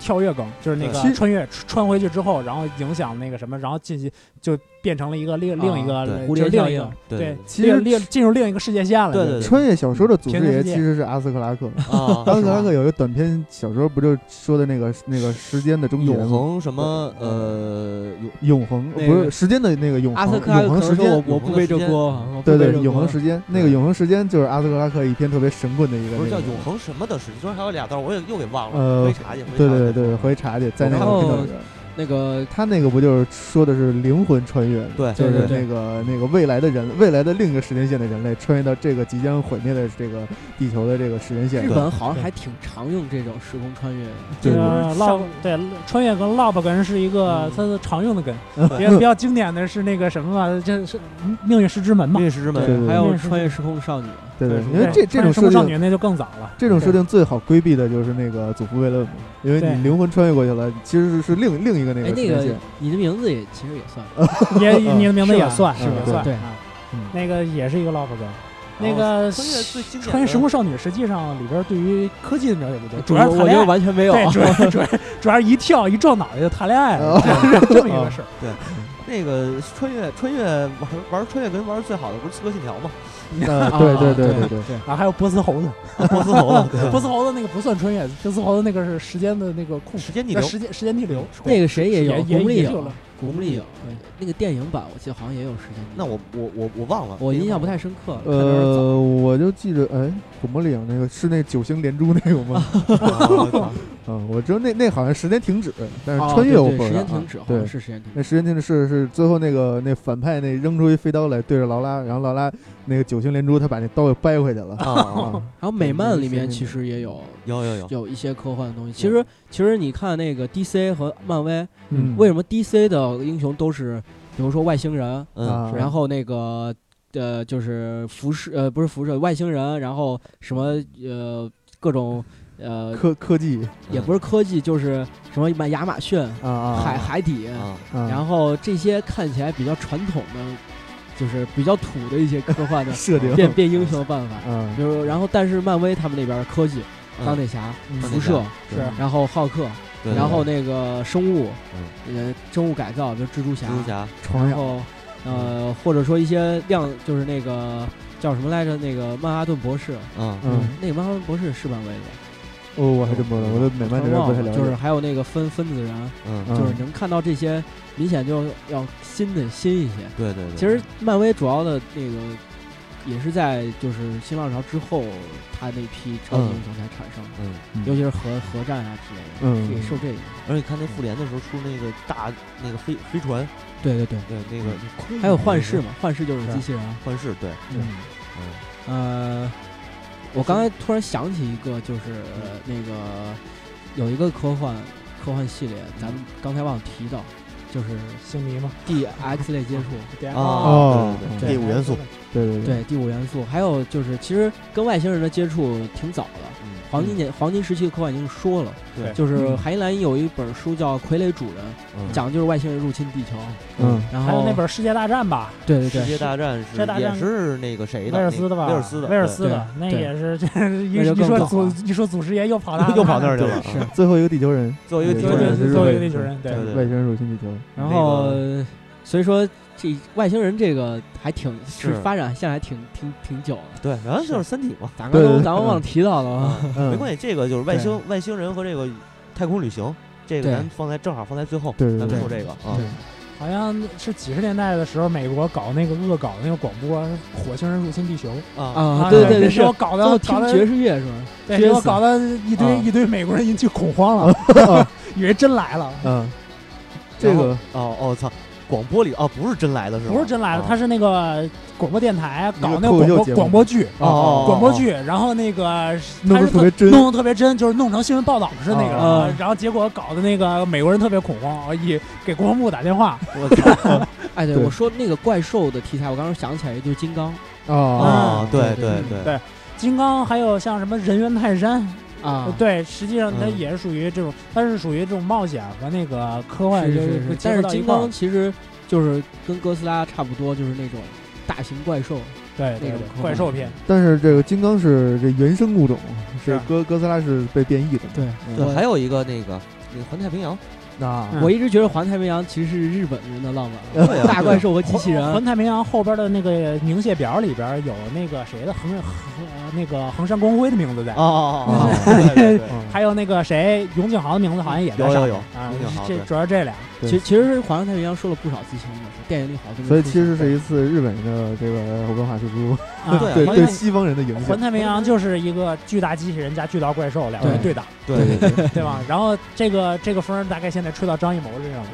Speaker 4: 跳跃梗，就是那
Speaker 1: 嗯对
Speaker 4: 个穿越穿回去之后，然后影响那个什么，然后进行就变成了一个
Speaker 1: 啊
Speaker 4: 另另一个
Speaker 2: 对
Speaker 4: 就
Speaker 3: 蝴蝶
Speaker 4: 另
Speaker 3: 效
Speaker 4: 一
Speaker 3: 应
Speaker 4: 个
Speaker 2: 对
Speaker 4: 对，
Speaker 1: 其实
Speaker 4: 另另进入另一个世界线了。
Speaker 2: 对
Speaker 4: 就
Speaker 2: 对
Speaker 1: 穿越小说的祖师
Speaker 4: 平行
Speaker 1: 爷
Speaker 4: 世
Speaker 1: 其
Speaker 4: 界
Speaker 1: 实是阿斯克拉 克，
Speaker 2: 啊
Speaker 1: 阿斯
Speaker 2: 是
Speaker 1: 克
Speaker 2: 吧
Speaker 1: 拉克有一个短篇小说，不就说的那个那个时间的终结
Speaker 2: 永
Speaker 1: 吗？
Speaker 2: 恒什么呃永
Speaker 1: 永恒
Speaker 3: 那个
Speaker 1: 不是时间的那个永
Speaker 3: 阿斯
Speaker 1: 恒，
Speaker 3: 克拉
Speaker 1: 永
Speaker 3: 克
Speaker 1: 恒
Speaker 3: 可
Speaker 1: 时
Speaker 3: 能说我
Speaker 1: 间，
Speaker 3: 我不背这锅啊，我不
Speaker 1: 对
Speaker 3: 背
Speaker 1: 对
Speaker 3: 这，
Speaker 1: 永
Speaker 3: 锅
Speaker 1: 恒时间，那个永恒时间就是阿斯克拉克一篇特别神棍的一个，
Speaker 2: 不是
Speaker 1: 那
Speaker 2: 叫
Speaker 1: 个
Speaker 2: 永恒什么的事，你说还有俩字儿，我也又给忘了，
Speaker 1: 呃
Speaker 2: 回查去。回
Speaker 1: 对
Speaker 2: 查
Speaker 1: 对对
Speaker 2: 去
Speaker 1: 对，回去查去，在那个
Speaker 3: 然后
Speaker 1: 频道里边，
Speaker 3: 那个
Speaker 1: 他那个不就是说的是灵魂穿越吗？
Speaker 2: 对
Speaker 1: 就
Speaker 3: 对
Speaker 1: 是
Speaker 3: 对
Speaker 1: 那个那个未来的人，未来的另一个时间线的人类穿越到这个即将毁灭的这个地球的这个时间线
Speaker 3: 日
Speaker 1: 上，
Speaker 3: 本好像还挺常用这种时空穿越的，
Speaker 1: 对
Speaker 4: 这
Speaker 1: 对
Speaker 4: 个
Speaker 1: 对
Speaker 4: LOP 对穿越跟 LOP 梗是一个
Speaker 3: 嗯
Speaker 4: 它是常用 的梗，
Speaker 1: 嗯
Speaker 4: 比较比较经典的是那个什么嘛，这是命运石之门嘛
Speaker 2: 命，运石
Speaker 1: 对
Speaker 2: 之门，
Speaker 1: 对
Speaker 3: 还有
Speaker 4: 面试
Speaker 3: 穿越时空的少女，
Speaker 1: 对对，
Speaker 2: 对
Speaker 1: 因为这
Speaker 4: 对
Speaker 1: 这种
Speaker 4: 穿越时
Speaker 1: 设
Speaker 4: 空少
Speaker 1: 定
Speaker 4: 女那就更早了，
Speaker 1: 这种
Speaker 4: 对
Speaker 1: 设定最好规避的就是那个祖父悖论嘛，因为
Speaker 4: 对
Speaker 1: 你灵魂穿越过去了，其实是是另另一个那
Speaker 3: 哎
Speaker 1: 个，时
Speaker 3: 那
Speaker 1: 间
Speaker 3: 个
Speaker 1: 线。
Speaker 3: 你的名字也其实也算，
Speaker 4: 也
Speaker 1: 嗯
Speaker 4: 你的名字
Speaker 3: 是
Speaker 4: 也
Speaker 3: 吧
Speaker 4: 算，
Speaker 1: 是吧
Speaker 4: 也算，
Speaker 3: 对
Speaker 4: 啊
Speaker 1: 嗯
Speaker 4: 那个也是一个 LOP 梗。那
Speaker 2: 然后
Speaker 4: 个
Speaker 2: 哦穿越最经典的
Speaker 4: 穿越时空少女实际上里边对于科技的描写不多，主要是
Speaker 3: 我
Speaker 4: 谈
Speaker 3: 觉
Speaker 4: 恋
Speaker 3: 得
Speaker 4: 爱。
Speaker 3: 完全没有啊
Speaker 4: 对，，主要主要主要是一跳一撞脑袋 就谈恋爱了，这这么一个事儿。
Speaker 2: 那个穿越穿越玩玩穿越跟玩最好的不是《刺客信条》吗？
Speaker 1: 啊，
Speaker 3: 啊
Speaker 2: 哦
Speaker 1: 对对对
Speaker 3: 对
Speaker 1: 对，
Speaker 4: 然后还有波斯猴子，
Speaker 2: 波斯猴子，
Speaker 4: 波斯猴子那个不算穿越，波斯猴子那个是时间的那个控制，
Speaker 2: 时间逆
Speaker 4: 那
Speaker 2: 流，
Speaker 4: 时间时间逆流。
Speaker 3: 那个谁也有，
Speaker 4: 也
Speaker 3: 古
Speaker 4: 也
Speaker 3: 墓丽
Speaker 4: 也有
Speaker 3: 影
Speaker 4: 了，
Speaker 3: 古墓丽影，那个电影版我记得好像也有时间逆流。
Speaker 2: 那我我我我忘了，
Speaker 3: 我印象不太深刻了，看的有点早。
Speaker 1: 呃，我就记着，哎，古墓丽影那个是那九星连珠那个吗？
Speaker 2: 啊。
Speaker 1: 嗯，我知道那那好像时间停止，但是
Speaker 3: 哦
Speaker 1: 穿越
Speaker 3: 对
Speaker 1: 我
Speaker 3: 对
Speaker 1: 不
Speaker 3: 时
Speaker 1: 知道
Speaker 3: 间
Speaker 1: 啊。
Speaker 3: 停止，好
Speaker 1: 对
Speaker 3: 像，是时间停止。
Speaker 1: 那时间停止是是最后那个那反派那扔出一飞刀来对着劳拉，然后劳拉那个九星连珠，他把那刀给掰回去了。
Speaker 2: 啊，
Speaker 1: 啊，
Speaker 3: 然后美漫里面其实也有
Speaker 2: 有有有，
Speaker 3: 有一些科幻的东西。其实其实你看那个 DC 和漫威，
Speaker 1: 嗯
Speaker 3: 为什么 DC 的英雄都是比如说外星人，
Speaker 2: 嗯
Speaker 1: 啊，
Speaker 3: 然后那个呃就是辐射呃不是辐射外星人，然后什么呃各种呃
Speaker 1: 科科技
Speaker 2: 嗯
Speaker 3: 也不是科技，就是什么亚马逊、
Speaker 1: 啊啊，
Speaker 3: 海海底，
Speaker 2: 啊，
Speaker 1: 啊
Speaker 3: 然后这些看起来比较传统的，就是比较土的一些科幻 的
Speaker 1: 设定
Speaker 3: 变变英雄的办法，
Speaker 1: 啊
Speaker 3: 比如然后但是漫威他们那边科技、
Speaker 2: 嗯
Speaker 3: 钢铁侠、
Speaker 1: 嗯
Speaker 3: 辐射，
Speaker 2: 是
Speaker 4: 是
Speaker 3: 然后浩克，
Speaker 2: 对对
Speaker 3: 然后那个生物，
Speaker 2: 嗯
Speaker 3: 呃，生物改造就是蜘蛛侠，
Speaker 2: 蜘蛛侠，
Speaker 1: 床
Speaker 3: 然
Speaker 1: 上
Speaker 3: 后
Speaker 1: 嗯
Speaker 3: 呃或者说一些亮就是那个叫什么来着？那个曼哈顿博士，
Speaker 2: 嗯
Speaker 1: 嗯，
Speaker 3: 那个曼哈顿博士是漫威的，
Speaker 1: 哦，我还真不知道，我对美漫这
Speaker 3: 全
Speaker 1: 边
Speaker 3: 忘
Speaker 1: 不太
Speaker 3: 了，
Speaker 1: 了解。
Speaker 3: 就是还有那个分分子人，
Speaker 2: 嗯，
Speaker 1: 嗯
Speaker 3: 就是能看到这些明显就要新的新一些。
Speaker 2: 对对对，
Speaker 3: 其实漫威主要的那个也是在就是新浪潮之后，他那批超级英雄才产生的，
Speaker 2: 嗯，
Speaker 3: 尤其是核核战啊之类的，
Speaker 1: 嗯
Speaker 3: 也受这个影响。
Speaker 2: 而且你看那复联的时候出那个大那个飞飞船，
Speaker 3: 对对对，
Speaker 2: 对那个
Speaker 1: 嗯
Speaker 2: 空
Speaker 3: 还有幻视
Speaker 2: 嘛，
Speaker 3: 嘛，幻视就是
Speaker 2: 是
Speaker 3: 机器人啊。
Speaker 2: 幻视对，
Speaker 3: 嗯，
Speaker 2: 嗯
Speaker 3: 呃，我刚才突然想起一个，就是、呃那个有一个科幻科幻系列，咱们刚才忘了提到，就是
Speaker 4: 星迷啊吗？
Speaker 3: 第 X 类接触，
Speaker 4: 嗯
Speaker 1: 哦
Speaker 2: 啊
Speaker 1: 对
Speaker 2: 对对对，第五元素，
Speaker 1: 对对
Speaker 3: 对第五元素，还有就是其实跟外星人的接触挺早的，
Speaker 2: 嗯，
Speaker 3: 黄金年黄金时期的科幻已经说了，
Speaker 2: 对
Speaker 3: 就是
Speaker 1: 嗯
Speaker 3: 韩一兰有一本书叫《傀儡主人》，
Speaker 2: 嗯
Speaker 3: 讲的就是外星人入侵地球，
Speaker 1: 嗯
Speaker 3: 然
Speaker 4: 还
Speaker 3: 后
Speaker 4: 有那本《世界大战》吧，
Speaker 3: 对对
Speaker 2: 世界
Speaker 3: 对，
Speaker 2: 大战
Speaker 4: 世
Speaker 2: 是
Speaker 4: 界大
Speaker 2: 也
Speaker 4: 战
Speaker 2: 是那个谁的？
Speaker 4: 威尔
Speaker 2: 那
Speaker 4: 斯的吧？
Speaker 2: 威尔斯的，
Speaker 4: 威尔
Speaker 2: 对
Speaker 4: 斯的，那
Speaker 3: 对
Speaker 4: 也是，这是一
Speaker 3: 那就
Speaker 4: 一
Speaker 3: 更
Speaker 4: 说
Speaker 3: 早
Speaker 4: 祖
Speaker 3: 了
Speaker 4: 一说祖师爷又跑 那
Speaker 2: 又跑那儿去了，
Speaker 3: 是
Speaker 2: 啊
Speaker 1: 最后一个地球人，
Speaker 2: 最后一个
Speaker 1: 对
Speaker 2: 地
Speaker 4: 最
Speaker 2: 球
Speaker 4: 后
Speaker 1: 对对对对
Speaker 2: 人
Speaker 4: 一个最后一个地球人，对
Speaker 2: 对
Speaker 1: 外星人入侵地球，
Speaker 3: 然
Speaker 2: 那
Speaker 3: 后、
Speaker 2: 个
Speaker 3: 所以说这外星人这个还挺
Speaker 2: 是
Speaker 3: 发展现在还挺挺挺久的，
Speaker 2: 对，然后就是三体嘛，
Speaker 3: 咱
Speaker 1: 对
Speaker 3: 们
Speaker 1: 对
Speaker 3: 都
Speaker 1: 对
Speaker 3: 咱们忘了提到了啊。
Speaker 1: 嗯
Speaker 2: 没关系，这个就是外星外星人和这个太空旅行，这个
Speaker 3: 对
Speaker 2: 咱们放在正好放在最后，
Speaker 1: 对对
Speaker 2: 咱们
Speaker 1: 对
Speaker 2: 说这个啊
Speaker 3: 对，
Speaker 4: 好像是几十年代的时候，美国搞那个恶搞那个广播“火星人入侵地球”
Speaker 2: 啊，
Speaker 3: 啊，对对对，
Speaker 4: 那
Speaker 3: 是
Speaker 4: 时候搞
Speaker 3: 最
Speaker 4: 的
Speaker 3: 后听
Speaker 4: 搞
Speaker 3: 爵
Speaker 4: 的，
Speaker 3: 士乐是吧？
Speaker 4: 对，
Speaker 3: 爵
Speaker 4: 给我
Speaker 3: 士
Speaker 4: 搞的一
Speaker 2: 啊
Speaker 4: 堆一堆美国人引起恐慌了， 以为真来了，
Speaker 1: 嗯，这
Speaker 2: 然后
Speaker 1: 个
Speaker 2: 哦哦操，广播里哦不是真来的是吧？哦
Speaker 4: 不是真来了，他
Speaker 2: 是
Speaker 4: 是那个广播电台
Speaker 1: 一个
Speaker 4: 搞那个
Speaker 1: 脱口秀
Speaker 4: 广播
Speaker 1: 节目
Speaker 4: 广播剧，
Speaker 2: 哦哦
Speaker 4: 广播剧，然后那个
Speaker 1: 弄
Speaker 4: 他
Speaker 1: 得
Speaker 4: 是
Speaker 1: 特别真
Speaker 4: 弄得特别真，就是弄成新闻报道似的那个
Speaker 3: 啊
Speaker 4: 了，然后结果搞的那个美国人特别恐慌，以给国防部打电话，
Speaker 2: 我操
Speaker 3: 哎，对，
Speaker 1: 对
Speaker 3: 我说那个怪兽的题材，我刚刚想起来一个就是金刚
Speaker 1: 啊，
Speaker 2: 啊，对对
Speaker 3: 对
Speaker 2: 对，
Speaker 4: 金刚还有像什么人猿泰山，
Speaker 3: 啊，
Speaker 4: 对，实际上它
Speaker 2: 嗯
Speaker 4: 也是属于这种，它是属于这种冒险和那个科幻
Speaker 3: 是
Speaker 4: 就是会
Speaker 3: 是，
Speaker 4: 结合
Speaker 3: 但是
Speaker 4: 到一
Speaker 3: 金
Speaker 4: 块儿
Speaker 3: 刚其实就是跟哥斯拉差不多，就是那种大型怪兽，
Speaker 4: 对对
Speaker 3: 那种
Speaker 4: 对
Speaker 3: 科幻
Speaker 4: 怪兽片，
Speaker 1: 但是这个金刚是这原生物种，是
Speaker 4: 是
Speaker 1: 哥哥斯拉是被变异的嘛，
Speaker 3: 对
Speaker 2: 对，还
Speaker 3: 我
Speaker 2: 有一个那个那个环太平洋，
Speaker 1: 啊
Speaker 4: 嗯
Speaker 3: 我一直觉得环太平洋其实是日本人的浪漫，
Speaker 2: 对啊
Speaker 3: 大怪兽和机器
Speaker 4: 环
Speaker 3: 人，
Speaker 4: 太平洋后边的那个凝血表里边有那个谁的横横呃那个横山光辉的名字在，
Speaker 2: 哦哦哦，
Speaker 4: 嗯
Speaker 2: 对对对
Speaker 1: 嗯
Speaker 4: 还有那个谁永井豪的名字好像也在
Speaker 2: 有
Speaker 4: 上
Speaker 2: 有
Speaker 4: 面
Speaker 2: 有
Speaker 4: 啊
Speaker 2: 永井豪，
Speaker 4: 这
Speaker 2: 对
Speaker 4: 主要是这俩，
Speaker 3: 其实其实是环太平洋收了不少激情的，电影里好多东西
Speaker 1: 所以
Speaker 3: 出
Speaker 1: 其
Speaker 3: 现
Speaker 1: 实是一次日本人的这个文化输出，
Speaker 4: 啊
Speaker 2: 对
Speaker 1: 对
Speaker 2: 环
Speaker 1: 对
Speaker 2: 太
Speaker 1: 西方人的影响
Speaker 4: 环。太平洋就是一个巨大机器人加巨大怪兽两个人对打，
Speaker 2: 对对对，
Speaker 4: 对吧？然后这个这个风儿大概现在吹到张艺谋身上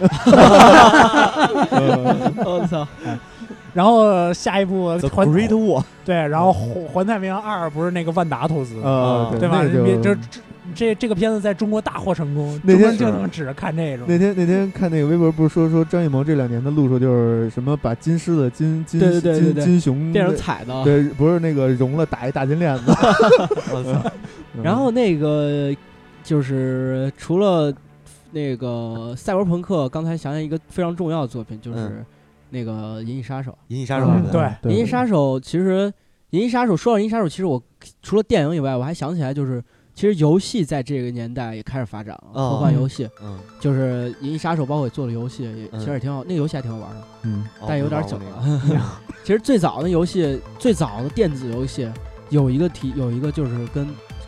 Speaker 4: 了，
Speaker 1: 呃
Speaker 3: 我 操，
Speaker 4: 然后下一步
Speaker 2: The
Speaker 4: 环
Speaker 2: Great Wall，
Speaker 4: 对，然后环环太平洋二不是那个万达投资，
Speaker 1: 呃，
Speaker 4: 对吧？
Speaker 1: 那
Speaker 4: 人民这
Speaker 1: 就
Speaker 4: 这这这个片子在中国大获成功，
Speaker 1: 那
Speaker 4: 中国
Speaker 1: 天
Speaker 4: 人就是他妈指着看这种，
Speaker 1: 那天那天看那个微博，不是说说张艺谋这两年的路数就是什么把金狮子、金金
Speaker 3: 对对对对
Speaker 1: 金
Speaker 3: 对
Speaker 1: 金熊
Speaker 3: 变成彩的。
Speaker 1: 对，不是那个融了打一大金链子。
Speaker 2: 我操，
Speaker 1: 嗯
Speaker 3: 然后那个就是除了那个赛博朋克，刚才想想一个非常重要的作品，就是
Speaker 2: 嗯
Speaker 3: 那个《银翼杀手
Speaker 2: 银翼杀手，
Speaker 1: 嗯
Speaker 4: 对
Speaker 3: 《银翼杀手》。其实，《银翼杀手》说到《银翼杀手》，其实我除了电影以外，我还想起来就是。其实游戏在这个年代也开始发展了，
Speaker 2: 哦
Speaker 3: 科幻游戏
Speaker 2: 嗯，
Speaker 3: 就是《银翼杀手》，包括也做了游戏，也其实也挺好，那个游戏还挺好玩的，
Speaker 1: 嗯
Speaker 2: 哦
Speaker 3: 但有点久
Speaker 2: 我玩过那个
Speaker 3: 了。 其实最早的游戏，最早的电子游戏有一个题，有一个就是跟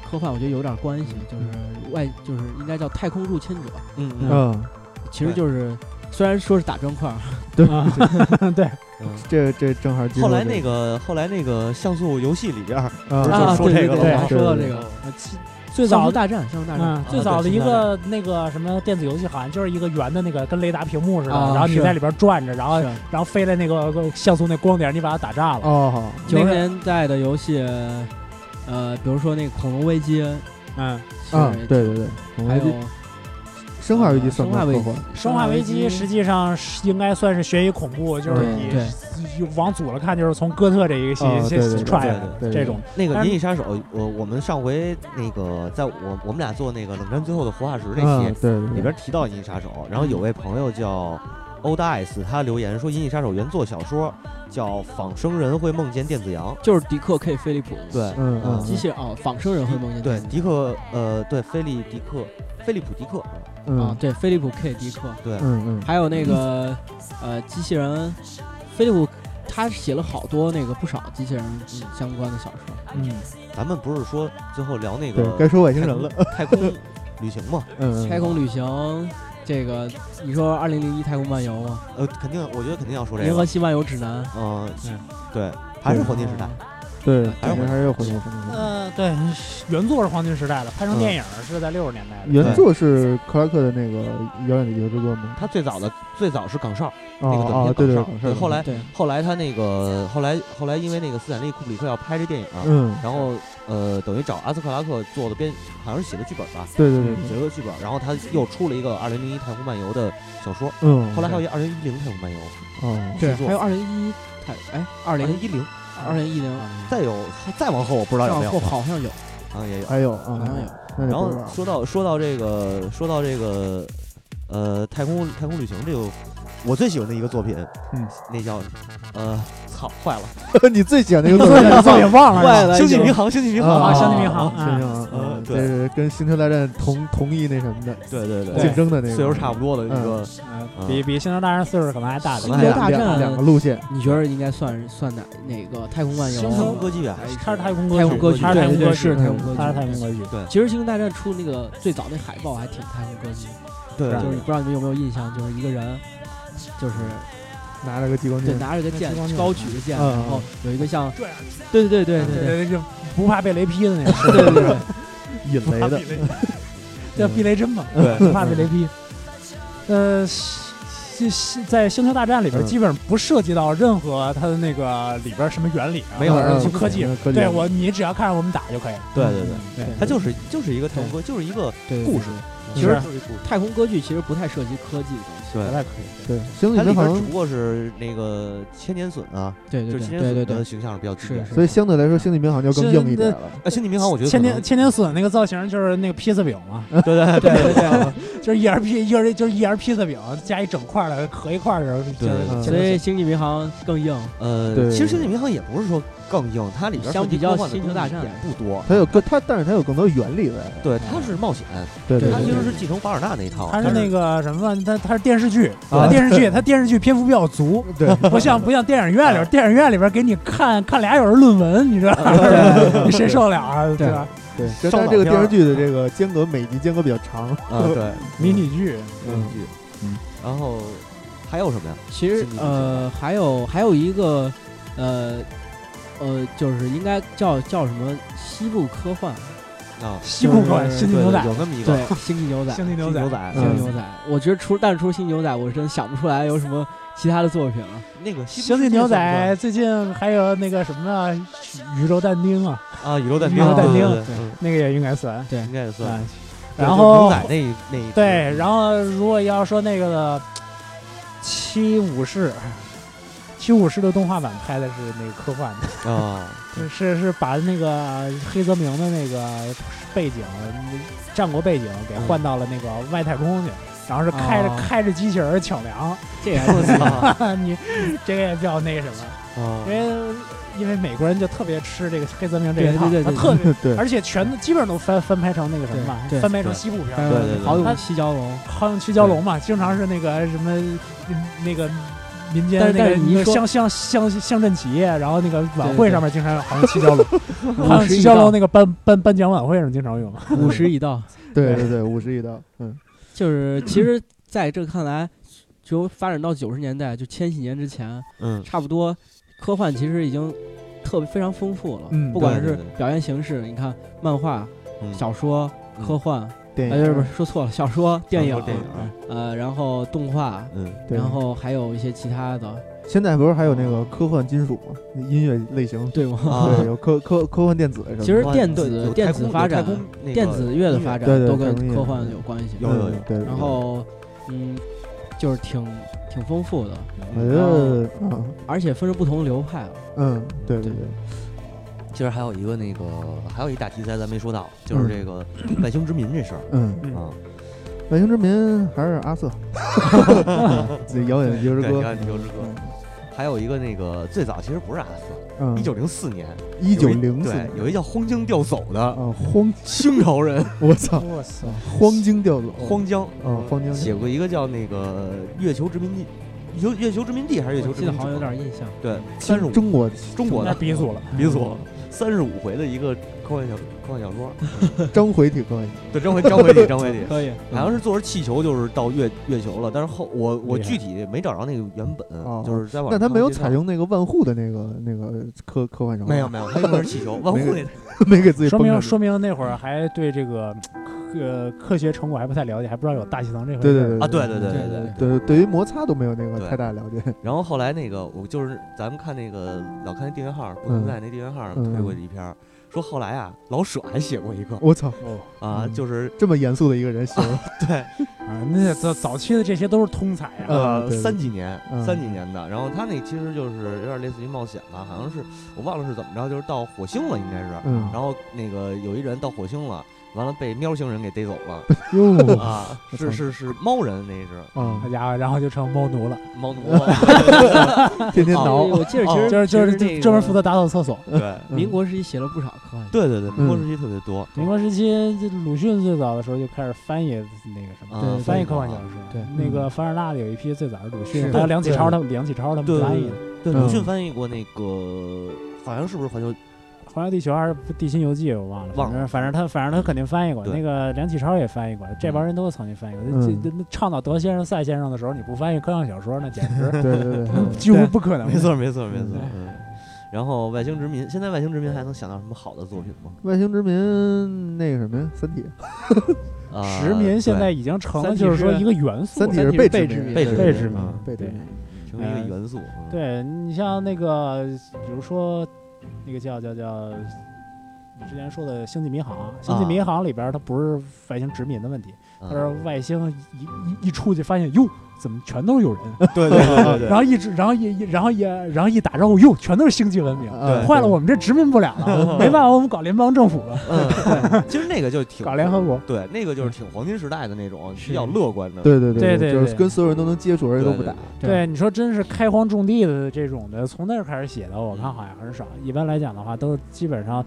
Speaker 3: 科幻我觉得有点关系，就是外就是应该叫太空入侵者，
Speaker 2: 嗯嗯
Speaker 1: 嗯，
Speaker 3: 其实就是虽然说是打砖块儿，
Speaker 1: 对，
Speaker 4: 啊，对，
Speaker 2: 嗯。
Speaker 1: 这这正好记录
Speaker 2: 后来
Speaker 1: 这
Speaker 2: 那个后来那个像素游戏里边儿，
Speaker 1: 啊
Speaker 2: 不是
Speaker 3: 啊
Speaker 2: 就说
Speaker 3: 对
Speaker 2: 这个
Speaker 3: 对
Speaker 2: 了吗？
Speaker 3: 对对说到这个
Speaker 4: 呃其最
Speaker 3: 像
Speaker 4: 早
Speaker 3: 素大战，像素大战
Speaker 4: 嗯，最
Speaker 2: 啊
Speaker 4: 早的
Speaker 2: 对
Speaker 4: 一
Speaker 2: 现在
Speaker 4: 个那个什么电子游戏，好像就是一个圆的那个跟雷达屏幕似的，
Speaker 3: 啊
Speaker 4: 然后你
Speaker 3: 是
Speaker 4: 在里边转着，然后
Speaker 3: 是
Speaker 4: 然后飞来那个个像素那光点，你把它打炸了。
Speaker 1: 哦，
Speaker 3: 九
Speaker 4: 那
Speaker 3: 十
Speaker 4: 个
Speaker 3: 年代的游戏，呃，比如说那个恐龙危机，
Speaker 4: 嗯，
Speaker 3: 其
Speaker 1: 啊，
Speaker 3: 实
Speaker 1: 对对对，恐龙
Speaker 3: 还
Speaker 1: 危机
Speaker 3: 有
Speaker 1: 生化危机
Speaker 3: 呃
Speaker 1: 算
Speaker 3: 生
Speaker 1: 不
Speaker 3: 化
Speaker 1: 算
Speaker 3: 危
Speaker 1: 科
Speaker 3: 机
Speaker 1: 幻？，
Speaker 4: 生化危机实际上是应该算是悬疑恐怖，就是
Speaker 3: 对
Speaker 4: 你
Speaker 3: 对
Speaker 4: 你往左了看就是从哥特这一个系
Speaker 1: 啊对对
Speaker 4: 系
Speaker 1: 对
Speaker 4: 踹
Speaker 1: 对
Speaker 4: 来的
Speaker 1: 对
Speaker 4: 这种，
Speaker 2: 那个
Speaker 4: 但
Speaker 2: 《
Speaker 4: 是
Speaker 2: 银翼杀手》，我我们上回那个在我我们俩做那个冷战最后的活化石那
Speaker 1: 啊，
Speaker 2: 期
Speaker 1: 对对
Speaker 2: 里边提到《银翼杀手》，然后有位朋友叫欧大 S，他留言说，《银翼杀手》原作小说叫《仿生人会梦见电子羊》，
Speaker 3: 就是迪克 K 菲利普，
Speaker 2: 对，
Speaker 1: 嗯
Speaker 2: 嗯
Speaker 3: 机器人哦，仿生人会梦见
Speaker 2: 对，
Speaker 3: 自己
Speaker 2: 迪克呃，对，菲利迪克，菲利普迪克，
Speaker 3: 啊
Speaker 1: 嗯，
Speaker 3: 对，菲利普 K 迪克，
Speaker 2: 对，
Speaker 1: 嗯
Speaker 3: 还有那个呃机器人，菲利普他写了好多那个不少机器人相关的小说。
Speaker 4: 嗯，
Speaker 2: 咱们不是说最后聊那
Speaker 1: 嗯，对
Speaker 2: 个，
Speaker 1: 该说外
Speaker 2: 太
Speaker 1: 星
Speaker 2: 空
Speaker 1: 人了，，
Speaker 2: 太空旅行嘛，
Speaker 1: 嗯，
Speaker 3: 太空旅行，这个你说二零零一太空漫游啊，
Speaker 2: 呃，肯定，我觉得肯定要说这
Speaker 3: 银河
Speaker 2: 个，
Speaker 3: 系漫游指南，
Speaker 2: 嗯
Speaker 4: 嗯，
Speaker 2: 对，还是黄金时代，
Speaker 1: 嗯对，感
Speaker 2: 还有
Speaker 1: 觉还是要回到黄金时代。
Speaker 4: 呃，对，原作是黄金时代的，拍成电影是在六十年代的。
Speaker 1: 原作是克拉克的那个《遥远的地球之歌》吗？
Speaker 2: 他最早的最早是岗哨，
Speaker 1: 啊
Speaker 2: 那个短
Speaker 1: 啊，
Speaker 2: 片
Speaker 1: 对对
Speaker 2: 岗哨，
Speaker 1: 是的
Speaker 2: 后来
Speaker 3: 对，
Speaker 2: 后来他那个后来后来因为那个斯坦利库布里克要拍这电影，
Speaker 1: 嗯，
Speaker 2: 然后呃等于找阿斯克拉克做的编，好像是写的剧本吧，
Speaker 1: 对对对，对
Speaker 2: 写的剧本，然后他又出了一个《二零零一太空漫游》的小说，
Speaker 1: 嗯，
Speaker 2: 后来还有一《二零一零太空漫游》，
Speaker 1: 哦，
Speaker 3: 对，
Speaker 2: 制作
Speaker 3: 还有二零一太哎二
Speaker 2: 二
Speaker 3: 零
Speaker 2: 零一零，
Speaker 3: 二零一零，
Speaker 2: 再有再往后我不知道啊有嗯
Speaker 3: 上
Speaker 2: 没
Speaker 3: 后
Speaker 2: 有，
Speaker 3: 好像有，
Speaker 2: 啊也有。
Speaker 1: 还有
Speaker 3: 好像有
Speaker 1: 啊，。那就
Speaker 2: 然后
Speaker 1: 不知道
Speaker 2: 说到说到这个说到这个呃太空太空旅行这个，我最喜欢的一个作品，
Speaker 1: 嗯，
Speaker 2: 那叫呃操坏了，
Speaker 1: 你最喜欢那个作
Speaker 4: 作
Speaker 1: 品
Speaker 4: 品作品忘了，
Speaker 3: 了
Speaker 2: 星际迷航，星际迷航
Speaker 4: 啊星
Speaker 1: 相
Speaker 4: 际
Speaker 1: 信
Speaker 4: 迷航
Speaker 1: 相信啊，
Speaker 2: 嗯
Speaker 1: 嗯
Speaker 2: 对
Speaker 1: 这是跟《星球大战》同同一那什么的
Speaker 2: 对对对
Speaker 1: 竞，争的那个，
Speaker 2: 岁数差不多的一个，
Speaker 4: 呃比比《星球大战》岁数可能还大
Speaker 3: 星
Speaker 4: 点儿。
Speaker 3: 球大
Speaker 1: 哎两两两
Speaker 3: 战
Speaker 1: 个，路线，
Speaker 3: 你觉得应该算是算哪哪个太空漫游
Speaker 4: 星
Speaker 2: 太
Speaker 4: 球
Speaker 2: 空
Speaker 3: 啊？
Speaker 2: 歌剧啊，
Speaker 3: 还
Speaker 4: 他是太空歌
Speaker 3: 太
Speaker 4: 剧
Speaker 3: 空歌剧，
Speaker 4: 他是太
Speaker 3: 对
Speaker 4: 空
Speaker 3: 对
Speaker 4: 歌
Speaker 3: 对，
Speaker 4: 剧，
Speaker 3: 是太空
Speaker 4: 他是太
Speaker 3: 歌
Speaker 4: 空
Speaker 3: 剧。
Speaker 4: 歌剧。
Speaker 3: 其实《星球大战》出那个最早那海报还挺太空歌剧，
Speaker 2: 对
Speaker 3: 就是你不知道你们有没有印象，就是一个人，就是
Speaker 1: 拿了个激光
Speaker 3: 对
Speaker 1: 剑，
Speaker 3: 拿着个剑
Speaker 4: 激光，剑
Speaker 3: 高举着剑，
Speaker 1: 嗯
Speaker 3: 然后有一个像
Speaker 4: 这样，
Speaker 3: 对对对对对对
Speaker 4: 对，就不怕被雷劈的那种。
Speaker 3: 对对对对，
Speaker 1: 引雷 的，
Speaker 4: 叫避雷针嘛，
Speaker 2: 对
Speaker 4: 不怕避雷劈。呃，西西在《星球大战》里边
Speaker 1: 嗯
Speaker 4: 基本上不涉及到任何它的那个里边什么原理啊，
Speaker 2: 没有
Speaker 4: 或者是
Speaker 1: 嗯
Speaker 4: 科技。
Speaker 1: 嗯科技
Speaker 4: 对我，你只要看着我们打就可以了。
Speaker 2: 对对
Speaker 1: 嗯
Speaker 2: 对，
Speaker 4: 对
Speaker 3: 对
Speaker 2: 它就是就是一个太空歌，就是一个
Speaker 3: 对
Speaker 2: 故事，
Speaker 3: 其
Speaker 4: 嗯是
Speaker 3: 实
Speaker 2: 就是一个故事，
Speaker 3: 太空歌剧其实不太涉及科技的东西。
Speaker 2: 对
Speaker 4: 实。在可以。
Speaker 1: 对，星际
Speaker 2: 它
Speaker 1: 迷
Speaker 2: 里边
Speaker 1: 航
Speaker 2: 只不过是那个千年隼啊，
Speaker 3: 对
Speaker 2: 就
Speaker 3: 对
Speaker 2: 是千
Speaker 3: 对
Speaker 2: 年
Speaker 3: 对
Speaker 2: 隼
Speaker 3: 对
Speaker 2: 的
Speaker 3: 对，
Speaker 2: 形象是比较具
Speaker 3: 是
Speaker 2: 体的。
Speaker 3: 是。
Speaker 1: 所以相对来说，星际迷航就更硬一点了。
Speaker 2: 啊，星际迷航我觉得可
Speaker 4: 千
Speaker 2: 能
Speaker 4: 年 千年隼那个造型就是那个披萨饼嘛，
Speaker 2: 对对
Speaker 3: 对对对。
Speaker 4: 就是 E R P 一人就是一人披萨饼加一整块的合一块儿的，就
Speaker 2: 对
Speaker 4: 是
Speaker 1: 嗯
Speaker 3: 所以《星际迷航》更硬，
Speaker 2: 呃，
Speaker 1: 对
Speaker 2: 其实星际迷航也不是说更硬，它里边
Speaker 3: 相
Speaker 2: 涉及
Speaker 3: 比较
Speaker 2: 科幻的
Speaker 3: 星球
Speaker 2: 东
Speaker 3: 大
Speaker 2: 西
Speaker 3: 战
Speaker 2: 也不多，
Speaker 1: 它有更它，但是它有更多原理在。
Speaker 2: 对，它是冒险，
Speaker 1: 对对
Speaker 2: 它其
Speaker 1: 对
Speaker 2: 实
Speaker 1: 对，
Speaker 2: 是继承凡尔纳那一套，
Speaker 4: 它是那个什么，它它是电视剧，
Speaker 1: 啊
Speaker 4: 它电视剧它电视剧篇幅比较足，
Speaker 1: 对，
Speaker 4: 不像不像电影院里边，电影院里边给你看看俩有人论文，你知道吧你谁受得了啊？对吧？
Speaker 1: 对，跟它这个电视剧的这个间隔，每集间隔比较长。
Speaker 2: 啊对，
Speaker 4: 迷你剧，
Speaker 1: 嗯
Speaker 2: 剧
Speaker 1: 嗯，
Speaker 2: 然后还有什么呀？
Speaker 3: 其实
Speaker 2: 星际迷航
Speaker 3: 呃还有还有一个呃呃就是应该叫叫什么西部科幻，
Speaker 2: 啊，
Speaker 4: 西部科幻，
Speaker 3: 就是
Speaker 4: 新牛
Speaker 2: 对
Speaker 4: 仔
Speaker 2: 对，有那么一
Speaker 3: 对
Speaker 2: 个，
Speaker 3: 星际牛仔，
Speaker 4: 星际牛
Speaker 2: 新
Speaker 4: 仔
Speaker 2: 牛，仔，
Speaker 1: 嗯
Speaker 3: 星际牛仔，我觉得除但是除星际牛仔，我真想不出来有什么其他的作品了。
Speaker 2: 那个西部
Speaker 4: 星际
Speaker 2: 世界
Speaker 4: 牛
Speaker 2: 算
Speaker 4: 仔最近还有那个什么啊，宇宙但丁啊，
Speaker 2: 不算啊，宇宙但
Speaker 4: 宇宙但丁
Speaker 2: 对对对
Speaker 3: 对
Speaker 2: 嗯
Speaker 4: 那个也应该算。
Speaker 2: 应该也算
Speaker 4: 啊。
Speaker 2: 对
Speaker 4: 然
Speaker 2: 就
Speaker 4: 后
Speaker 2: 牛仔那那一
Speaker 4: 对，
Speaker 2: 后
Speaker 4: 然后如果要说那个的七武士，七武士的动画版拍的是那个科幻的。
Speaker 2: 啊，
Speaker 4: 是是是把那个黑泽明的那个背景，战国背景给换到了那个外太空去，然后是开着、
Speaker 3: 哦
Speaker 4: 开着机器人抢粮，
Speaker 3: 这个还 挺
Speaker 4: 你这个也比较那什么，因
Speaker 2: 啊，
Speaker 4: 为因为美国人就特别吃这个黑泽明这
Speaker 3: 对
Speaker 4: 一套，
Speaker 3: 对对对
Speaker 4: 他特别，
Speaker 1: 对，
Speaker 4: 而且全都基本上都翻翻拍成那个什么嘛，
Speaker 3: 对对
Speaker 4: 翻拍成
Speaker 2: 对
Speaker 4: 西部片
Speaker 3: 还
Speaker 4: 儿。
Speaker 2: 对对
Speaker 3: 有
Speaker 2: 对
Speaker 3: 好
Speaker 4: 它
Speaker 3: 勇七蛟龙，
Speaker 4: 好像去蛟龙嘛，经常是那个什么嗯那个民间
Speaker 3: 但是
Speaker 4: 那
Speaker 3: 但
Speaker 4: 个
Speaker 3: 是你一
Speaker 4: 那个
Speaker 3: 说
Speaker 4: 乡乡乡乡镇企业，然后那个晚
Speaker 3: 对
Speaker 4: 会
Speaker 3: 对
Speaker 4: 上面经常有好像七蛟龙，好
Speaker 3: 五
Speaker 4: 像
Speaker 3: 十
Speaker 4: 七
Speaker 3: 一
Speaker 4: 蛟龙
Speaker 3: 道，
Speaker 4: 那个颁颁颁奖晚会上经常用。
Speaker 3: 五十一道，
Speaker 1: 对对对，五十一刀。嗯，
Speaker 3: 就是其实在这看来，就发展到九十年代，就千禧年之前，
Speaker 2: 嗯，
Speaker 3: 差不多科幻其实已经特别非常丰富了，
Speaker 1: 嗯
Speaker 3: 不管
Speaker 2: 对对
Speaker 3: 是
Speaker 2: 对
Speaker 3: 表现形式，你看漫画、
Speaker 2: 嗯
Speaker 3: 小说、
Speaker 2: 嗯
Speaker 3: 科幻，
Speaker 1: 电
Speaker 3: 哎，不
Speaker 1: 影
Speaker 3: 是说错了，小说、电
Speaker 2: 小
Speaker 3: 影、
Speaker 2: 说电影啊
Speaker 3: 呃，然后动画，
Speaker 2: 嗯，
Speaker 1: 对
Speaker 3: 然后还有一些其他的，
Speaker 1: 现在不是还有那个科幻金属吗？音乐类型，
Speaker 3: 对吗？
Speaker 2: 啊
Speaker 1: 对，有科科科幻电子什么的。
Speaker 3: 其实
Speaker 2: 哇
Speaker 3: 电
Speaker 2: 对
Speaker 3: 子
Speaker 2: 有
Speaker 3: 电
Speaker 2: 太
Speaker 3: 子
Speaker 2: 空
Speaker 3: 发
Speaker 2: 有太
Speaker 3: 展
Speaker 2: 空那个
Speaker 3: 电子乐的发
Speaker 2: 音
Speaker 3: 展
Speaker 1: 对对
Speaker 3: 都
Speaker 1: 太
Speaker 3: 跟
Speaker 1: 空音乐
Speaker 3: 科幻有关系，
Speaker 2: 有有有
Speaker 1: 对，
Speaker 3: 然后嗯，就是挺挺丰富的，
Speaker 1: 我
Speaker 2: 乐
Speaker 1: 觉得啊，
Speaker 3: 而且分成不同流派了。
Speaker 1: 嗯，对对
Speaker 3: 对
Speaker 1: 对，
Speaker 2: 其实还有一个那个，还有一大题材咱没说到，就是这个外星殖民这事儿
Speaker 1: 嗯，
Speaker 2: 啊。
Speaker 1: 外星之民还是阿瑟， 这遥远的地球之
Speaker 2: 对
Speaker 1: 歌，
Speaker 2: 遥远的地球之歌还有一个那个最早其实不是阿斯，
Speaker 1: 嗯，
Speaker 2: 一九零四年，
Speaker 1: 一九零四
Speaker 2: 对，有一叫荒江钓叟的
Speaker 1: 啊，荒，
Speaker 2: 清朝人，
Speaker 1: 我操，
Speaker 4: 我操！
Speaker 1: 荒京钓叟，
Speaker 2: 荒江
Speaker 1: 嗯荒江
Speaker 2: 写过一个叫那个《月球殖民记》。球月球殖民地还是月球
Speaker 3: 我
Speaker 2: 殖
Speaker 3: 记得
Speaker 2: 民
Speaker 3: 好
Speaker 2: 地？
Speaker 3: 像有点印象。
Speaker 2: 对，三十五
Speaker 1: 中国
Speaker 2: 中国
Speaker 4: 那
Speaker 2: 的
Speaker 4: 鼻祖了。
Speaker 2: 鼻祖，三十五回的一个科幻小科幻小说。
Speaker 1: 张回挺高兴，
Speaker 2: 对，张回张回体张 回体，
Speaker 3: 可以，
Speaker 2: 好像是坐着气球就是到月月球了，但是后我我
Speaker 4: 厉害
Speaker 2: 具体没找着那个原本
Speaker 1: 哦，
Speaker 2: 就是在网
Speaker 1: 但
Speaker 2: 上
Speaker 1: 他没有
Speaker 2: 看介绍
Speaker 1: 采用那个万户的那个那个科科幻小说，
Speaker 2: 没有没有，他用的是气球，万户那
Speaker 1: 没给自己
Speaker 4: 说
Speaker 1: 崩上
Speaker 4: 明
Speaker 1: 去
Speaker 4: 说明那会儿还对这个呃科学成果还不太了解，还不知道有大气层这回事
Speaker 1: 对
Speaker 4: 儿。
Speaker 1: 对对
Speaker 2: 啊，对对对
Speaker 1: 对
Speaker 2: 对对。
Speaker 1: 对，对于摩擦都没有那个
Speaker 2: 对
Speaker 1: 太大了解，
Speaker 2: 然后后来那个我就是咱们看那个老看那订阅号，不
Speaker 1: 嗯
Speaker 2: 存在那订阅号
Speaker 1: 嗯
Speaker 2: 推过一篇儿，说后来啊，老舍还写过一个
Speaker 1: 我操，
Speaker 4: 哦，
Speaker 2: 啊，
Speaker 1: 嗯
Speaker 2: 就是
Speaker 1: 这么严肃的一个人写了，
Speaker 2: 对
Speaker 4: 啊，那早早期的这些都是通才啊。
Speaker 1: 啊
Speaker 2: 呃
Speaker 1: 对对
Speaker 2: 三几年
Speaker 1: 嗯
Speaker 2: 三几年的，然后他那其实就是有点类似于冒险吧，好像是我忘了是怎么着，就是到火星了应该是，
Speaker 1: 嗯，
Speaker 2: 然后那个有一人到火星了，完了被喵星人给逮走了
Speaker 1: 哟
Speaker 2: 啊，
Speaker 1: 我
Speaker 2: 是
Speaker 1: 操
Speaker 2: 是是猫人那是
Speaker 1: 啊
Speaker 4: 好，家伙，然后就成猫奴了，
Speaker 2: 猫 奴，啊
Speaker 1: 天天
Speaker 3: 我
Speaker 1: 挠，
Speaker 3: 我记得其
Speaker 2: 哦
Speaker 3: 实
Speaker 4: 就是就是
Speaker 2: 那
Speaker 4: 就
Speaker 2: 个
Speaker 4: 专门负责打扫厕所。
Speaker 2: 对
Speaker 1: 嗯
Speaker 3: 民国时期写了不少科幻。
Speaker 2: 对对对，
Speaker 1: 嗯
Speaker 2: 民国时期特别多，
Speaker 4: 民国时期，这鲁迅最早的时候就开始翻译那个什么，
Speaker 2: 啊
Speaker 3: 对
Speaker 4: 翻译
Speaker 2: 对
Speaker 4: 科幻
Speaker 2: 对
Speaker 4: 小说。
Speaker 3: 对
Speaker 4: 那个凡尔纳的有一批最早是鲁迅，
Speaker 1: 是
Speaker 4: 还有梁启
Speaker 1: 对
Speaker 4: 超他们，梁启超他
Speaker 2: 对对
Speaker 4: 们翻译
Speaker 2: 对对，
Speaker 4: 的。
Speaker 1: 嗯
Speaker 2: 鲁迅翻译过那个，好像是不是环球？
Speaker 4: 《环游地球》还是《地心游记》，我忘了，
Speaker 2: 忘了
Speaker 4: 反正反正他反正他肯定翻译过，
Speaker 2: 对
Speaker 4: 那个梁启超也翻译过，这帮人都曾经翻译过。
Speaker 1: 嗯
Speaker 4: 这这这倡导德先生、赛先生的时候，你不翻译科幻小说，那简直
Speaker 1: 对对 对对，
Speaker 4: 几乎不可能。
Speaker 2: 没，错没错没错
Speaker 4: 对，
Speaker 2: 嗯。然后外星殖民，现在外星殖民还能想到什么好的作品吗？
Speaker 1: 外星殖民那个什么呀，《三体》，
Speaker 2: 啊，
Speaker 4: 殖民现在
Speaker 2: 对
Speaker 4: 已经成
Speaker 3: 三
Speaker 4: 了
Speaker 3: 体
Speaker 4: 就是说
Speaker 3: 是
Speaker 4: 一个元素
Speaker 1: 三
Speaker 4: 了。
Speaker 1: 体是
Speaker 3: 被
Speaker 1: 殖
Speaker 3: 殖
Speaker 1: 民，
Speaker 3: 民
Speaker 2: 被殖
Speaker 4: 被
Speaker 2: 民
Speaker 4: 殖民
Speaker 2: 嗯
Speaker 1: 被殖
Speaker 4: 对
Speaker 1: 民，
Speaker 2: 成为一个元素，嗯
Speaker 4: 对你像那个，比如说那个叫叫叫，你之前说的《星际迷航》，《星际迷航》里边它不是外星殖民的问题，它是
Speaker 2: 嗯
Speaker 4: 外星一一一出去发现，哟，怎么全都是有人？
Speaker 2: 对对对对对，
Speaker 4: 然后一直，然后一，然后也，然后一打招呼，哟，全都是星际文明。
Speaker 1: 啊
Speaker 4: 呃坏了，我们这殖民不了了，没办法，我们搞联邦政府了，
Speaker 2: 嗯，其实那个就挺
Speaker 4: 搞联合国。
Speaker 2: 对，那个就是挺黄金时代的那种
Speaker 4: 是
Speaker 2: 比较乐观的，
Speaker 1: 对对对
Speaker 4: 对对
Speaker 1: 就是
Speaker 4: 对
Speaker 1: 跟所有人都能接触，而且
Speaker 2: 对
Speaker 1: 都
Speaker 2: 对
Speaker 1: 不打
Speaker 2: 对，
Speaker 4: 对，你说真是开荒种地的这种的，从那儿开始写的，我看好像很少。一般来讲的话，都是基本上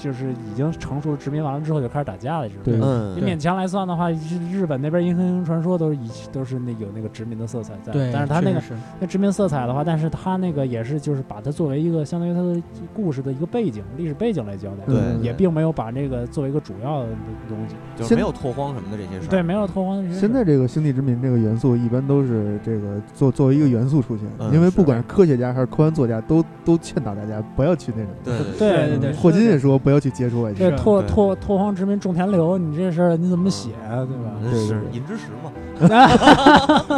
Speaker 4: 就是已经成熟殖民完了之后就开始打架了，这
Speaker 1: 对
Speaker 4: 种。
Speaker 2: 嗯，
Speaker 4: 你勉强来算的话，日日本那边《银河英雄传说》都是以都是那有那个殖民的色彩在，
Speaker 3: 对，
Speaker 4: 但是他
Speaker 3: 确
Speaker 4: 那
Speaker 3: 实
Speaker 4: 个
Speaker 3: 是
Speaker 4: 那殖民色彩的话，但是他那个也是就是把它作为一个相当于他的故事的一个背景、历史背景来交代，
Speaker 2: 对
Speaker 1: 嗯
Speaker 4: 也并没有把这个作为一个主要的东西，
Speaker 2: 就是
Speaker 1: 现
Speaker 2: 没有拓荒什么的这些事儿。
Speaker 4: 对，没有拓荒的这些事
Speaker 1: 现
Speaker 4: 儿。
Speaker 1: 在这个星际殖民这个元素，一般都是这个作作为一个元素出现，
Speaker 2: 嗯
Speaker 1: 因为不
Speaker 2: 是
Speaker 1: 管是科学家还是科幻作家，都都劝导大家不要去那种。
Speaker 2: 对对
Speaker 4: 对
Speaker 3: 对对
Speaker 1: 嗯霍金也说不要去接触外星
Speaker 4: 这
Speaker 3: 是
Speaker 1: 人。
Speaker 4: 拓
Speaker 2: 对
Speaker 4: 拓拓荒殖民种田流，你这事儿你怎么写啊、对吧？
Speaker 1: 对对
Speaker 2: 是
Speaker 1: 对
Speaker 2: 银之石嘛？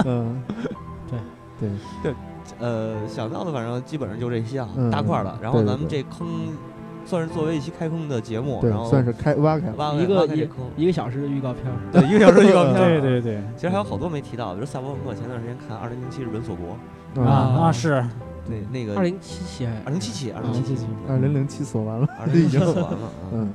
Speaker 1: 嗯，
Speaker 2: 呃，想到的反正基本上就这些啊
Speaker 1: 嗯，
Speaker 2: 大块儿的。然后
Speaker 1: 对对
Speaker 2: 咱们
Speaker 1: 对
Speaker 2: 这坑算是作为一期开坑的节目，
Speaker 1: 对
Speaker 2: 然，后
Speaker 1: 算是开挖开了。
Speaker 2: 挖了
Speaker 3: 一个
Speaker 2: 挖开这坑，
Speaker 3: 一个小时的预告片儿，
Speaker 2: 对一个小时预告片儿。
Speaker 4: 对对对
Speaker 2: 其实还有好多没提到，比如赛博朋克，前段时间看《二零零七日本锁国》，
Speaker 1: 嗯
Speaker 4: 啊
Speaker 3: 啊
Speaker 4: 啊是
Speaker 2: 那那个
Speaker 3: 二零七七还
Speaker 2: 二零七七，二零
Speaker 4: 零
Speaker 2: 七
Speaker 4: 七七，
Speaker 1: 嗯二零零七锁完了，
Speaker 2: 二零零七完了啊。
Speaker 1: 嗯，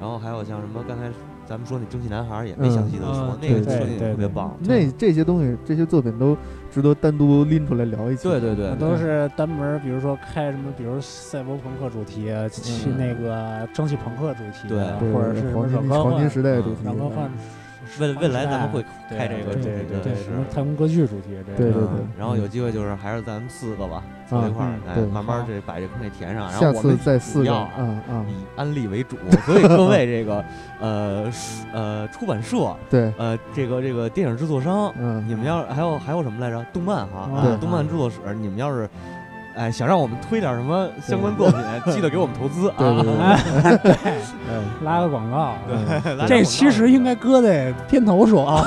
Speaker 2: 然后还有像什么刚才咱们说那蒸汽男孩儿也没详细的说
Speaker 3: 嗯，
Speaker 2: 那个
Speaker 1: 对
Speaker 2: 设定
Speaker 4: 对
Speaker 2: 也特别
Speaker 4: 对
Speaker 2: 棒。
Speaker 1: 那这些东西这些作品都值得单独拎出来聊一期。
Speaker 2: 对对对
Speaker 4: 那，都是单门儿，比如说开什么，比如赛博朋克主题，啊去那个蒸汽朋克主题，
Speaker 2: 嗯
Speaker 4: 啊
Speaker 2: 对
Speaker 1: 对，
Speaker 4: 或者是什么
Speaker 1: 黄
Speaker 4: 软
Speaker 1: 金
Speaker 4: 科
Speaker 1: 黄
Speaker 4: 幻
Speaker 1: 金、时代的主题。嗯
Speaker 4: 软科幻。
Speaker 2: 未未来咱们会
Speaker 4: 对
Speaker 2: 开这个这
Speaker 4: 对对
Speaker 2: 个
Speaker 4: 对，
Speaker 2: 是
Speaker 4: 什么太空歌剧主题这
Speaker 1: 对
Speaker 4: 个
Speaker 1: 对对
Speaker 2: 嗯然后有机会就是还是咱们四个吧，坐一
Speaker 1: 啊，
Speaker 2: 块儿
Speaker 4: 嗯，
Speaker 2: 哎
Speaker 1: 对，
Speaker 2: 慢慢这把这坑给填上。然后
Speaker 1: 下
Speaker 2: 我
Speaker 1: 次
Speaker 2: 们
Speaker 1: 再四个
Speaker 2: 要
Speaker 1: 啊啊，
Speaker 2: 以安利为主， 所以各位这个呃书呃出版社
Speaker 1: 对，
Speaker 2: 呃这个这个电影制作商，
Speaker 1: 嗯，
Speaker 2: 你们要是还有还有什么来着？动漫哈，
Speaker 4: 对
Speaker 2: 啊动漫制作室，你们要是。哎，想让我们推点什么相关作品，记得给我们投 资啊！
Speaker 1: 对对对，
Speaker 4: 对，拉个广告。啊
Speaker 1: 嗯
Speaker 2: 来点广告
Speaker 4: 这其实应该搁在片头说啊，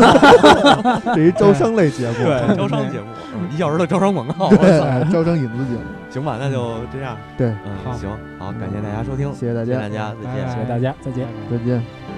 Speaker 1: 这一招商类节 目，
Speaker 2: 对招商节目，嗯一小时的招商广告。
Speaker 1: 对，哎招商引资节目，
Speaker 2: 行吧，那就这样。
Speaker 1: 对，
Speaker 2: 嗯，
Speaker 4: 好
Speaker 2: 行，好，感谢大家收听，
Speaker 1: 谢谢大
Speaker 2: 谢谢
Speaker 1: 家，
Speaker 2: 大家，再见
Speaker 3: 拜拜。
Speaker 4: 谢谢大家，再见。
Speaker 1: 再见。
Speaker 3: 拜拜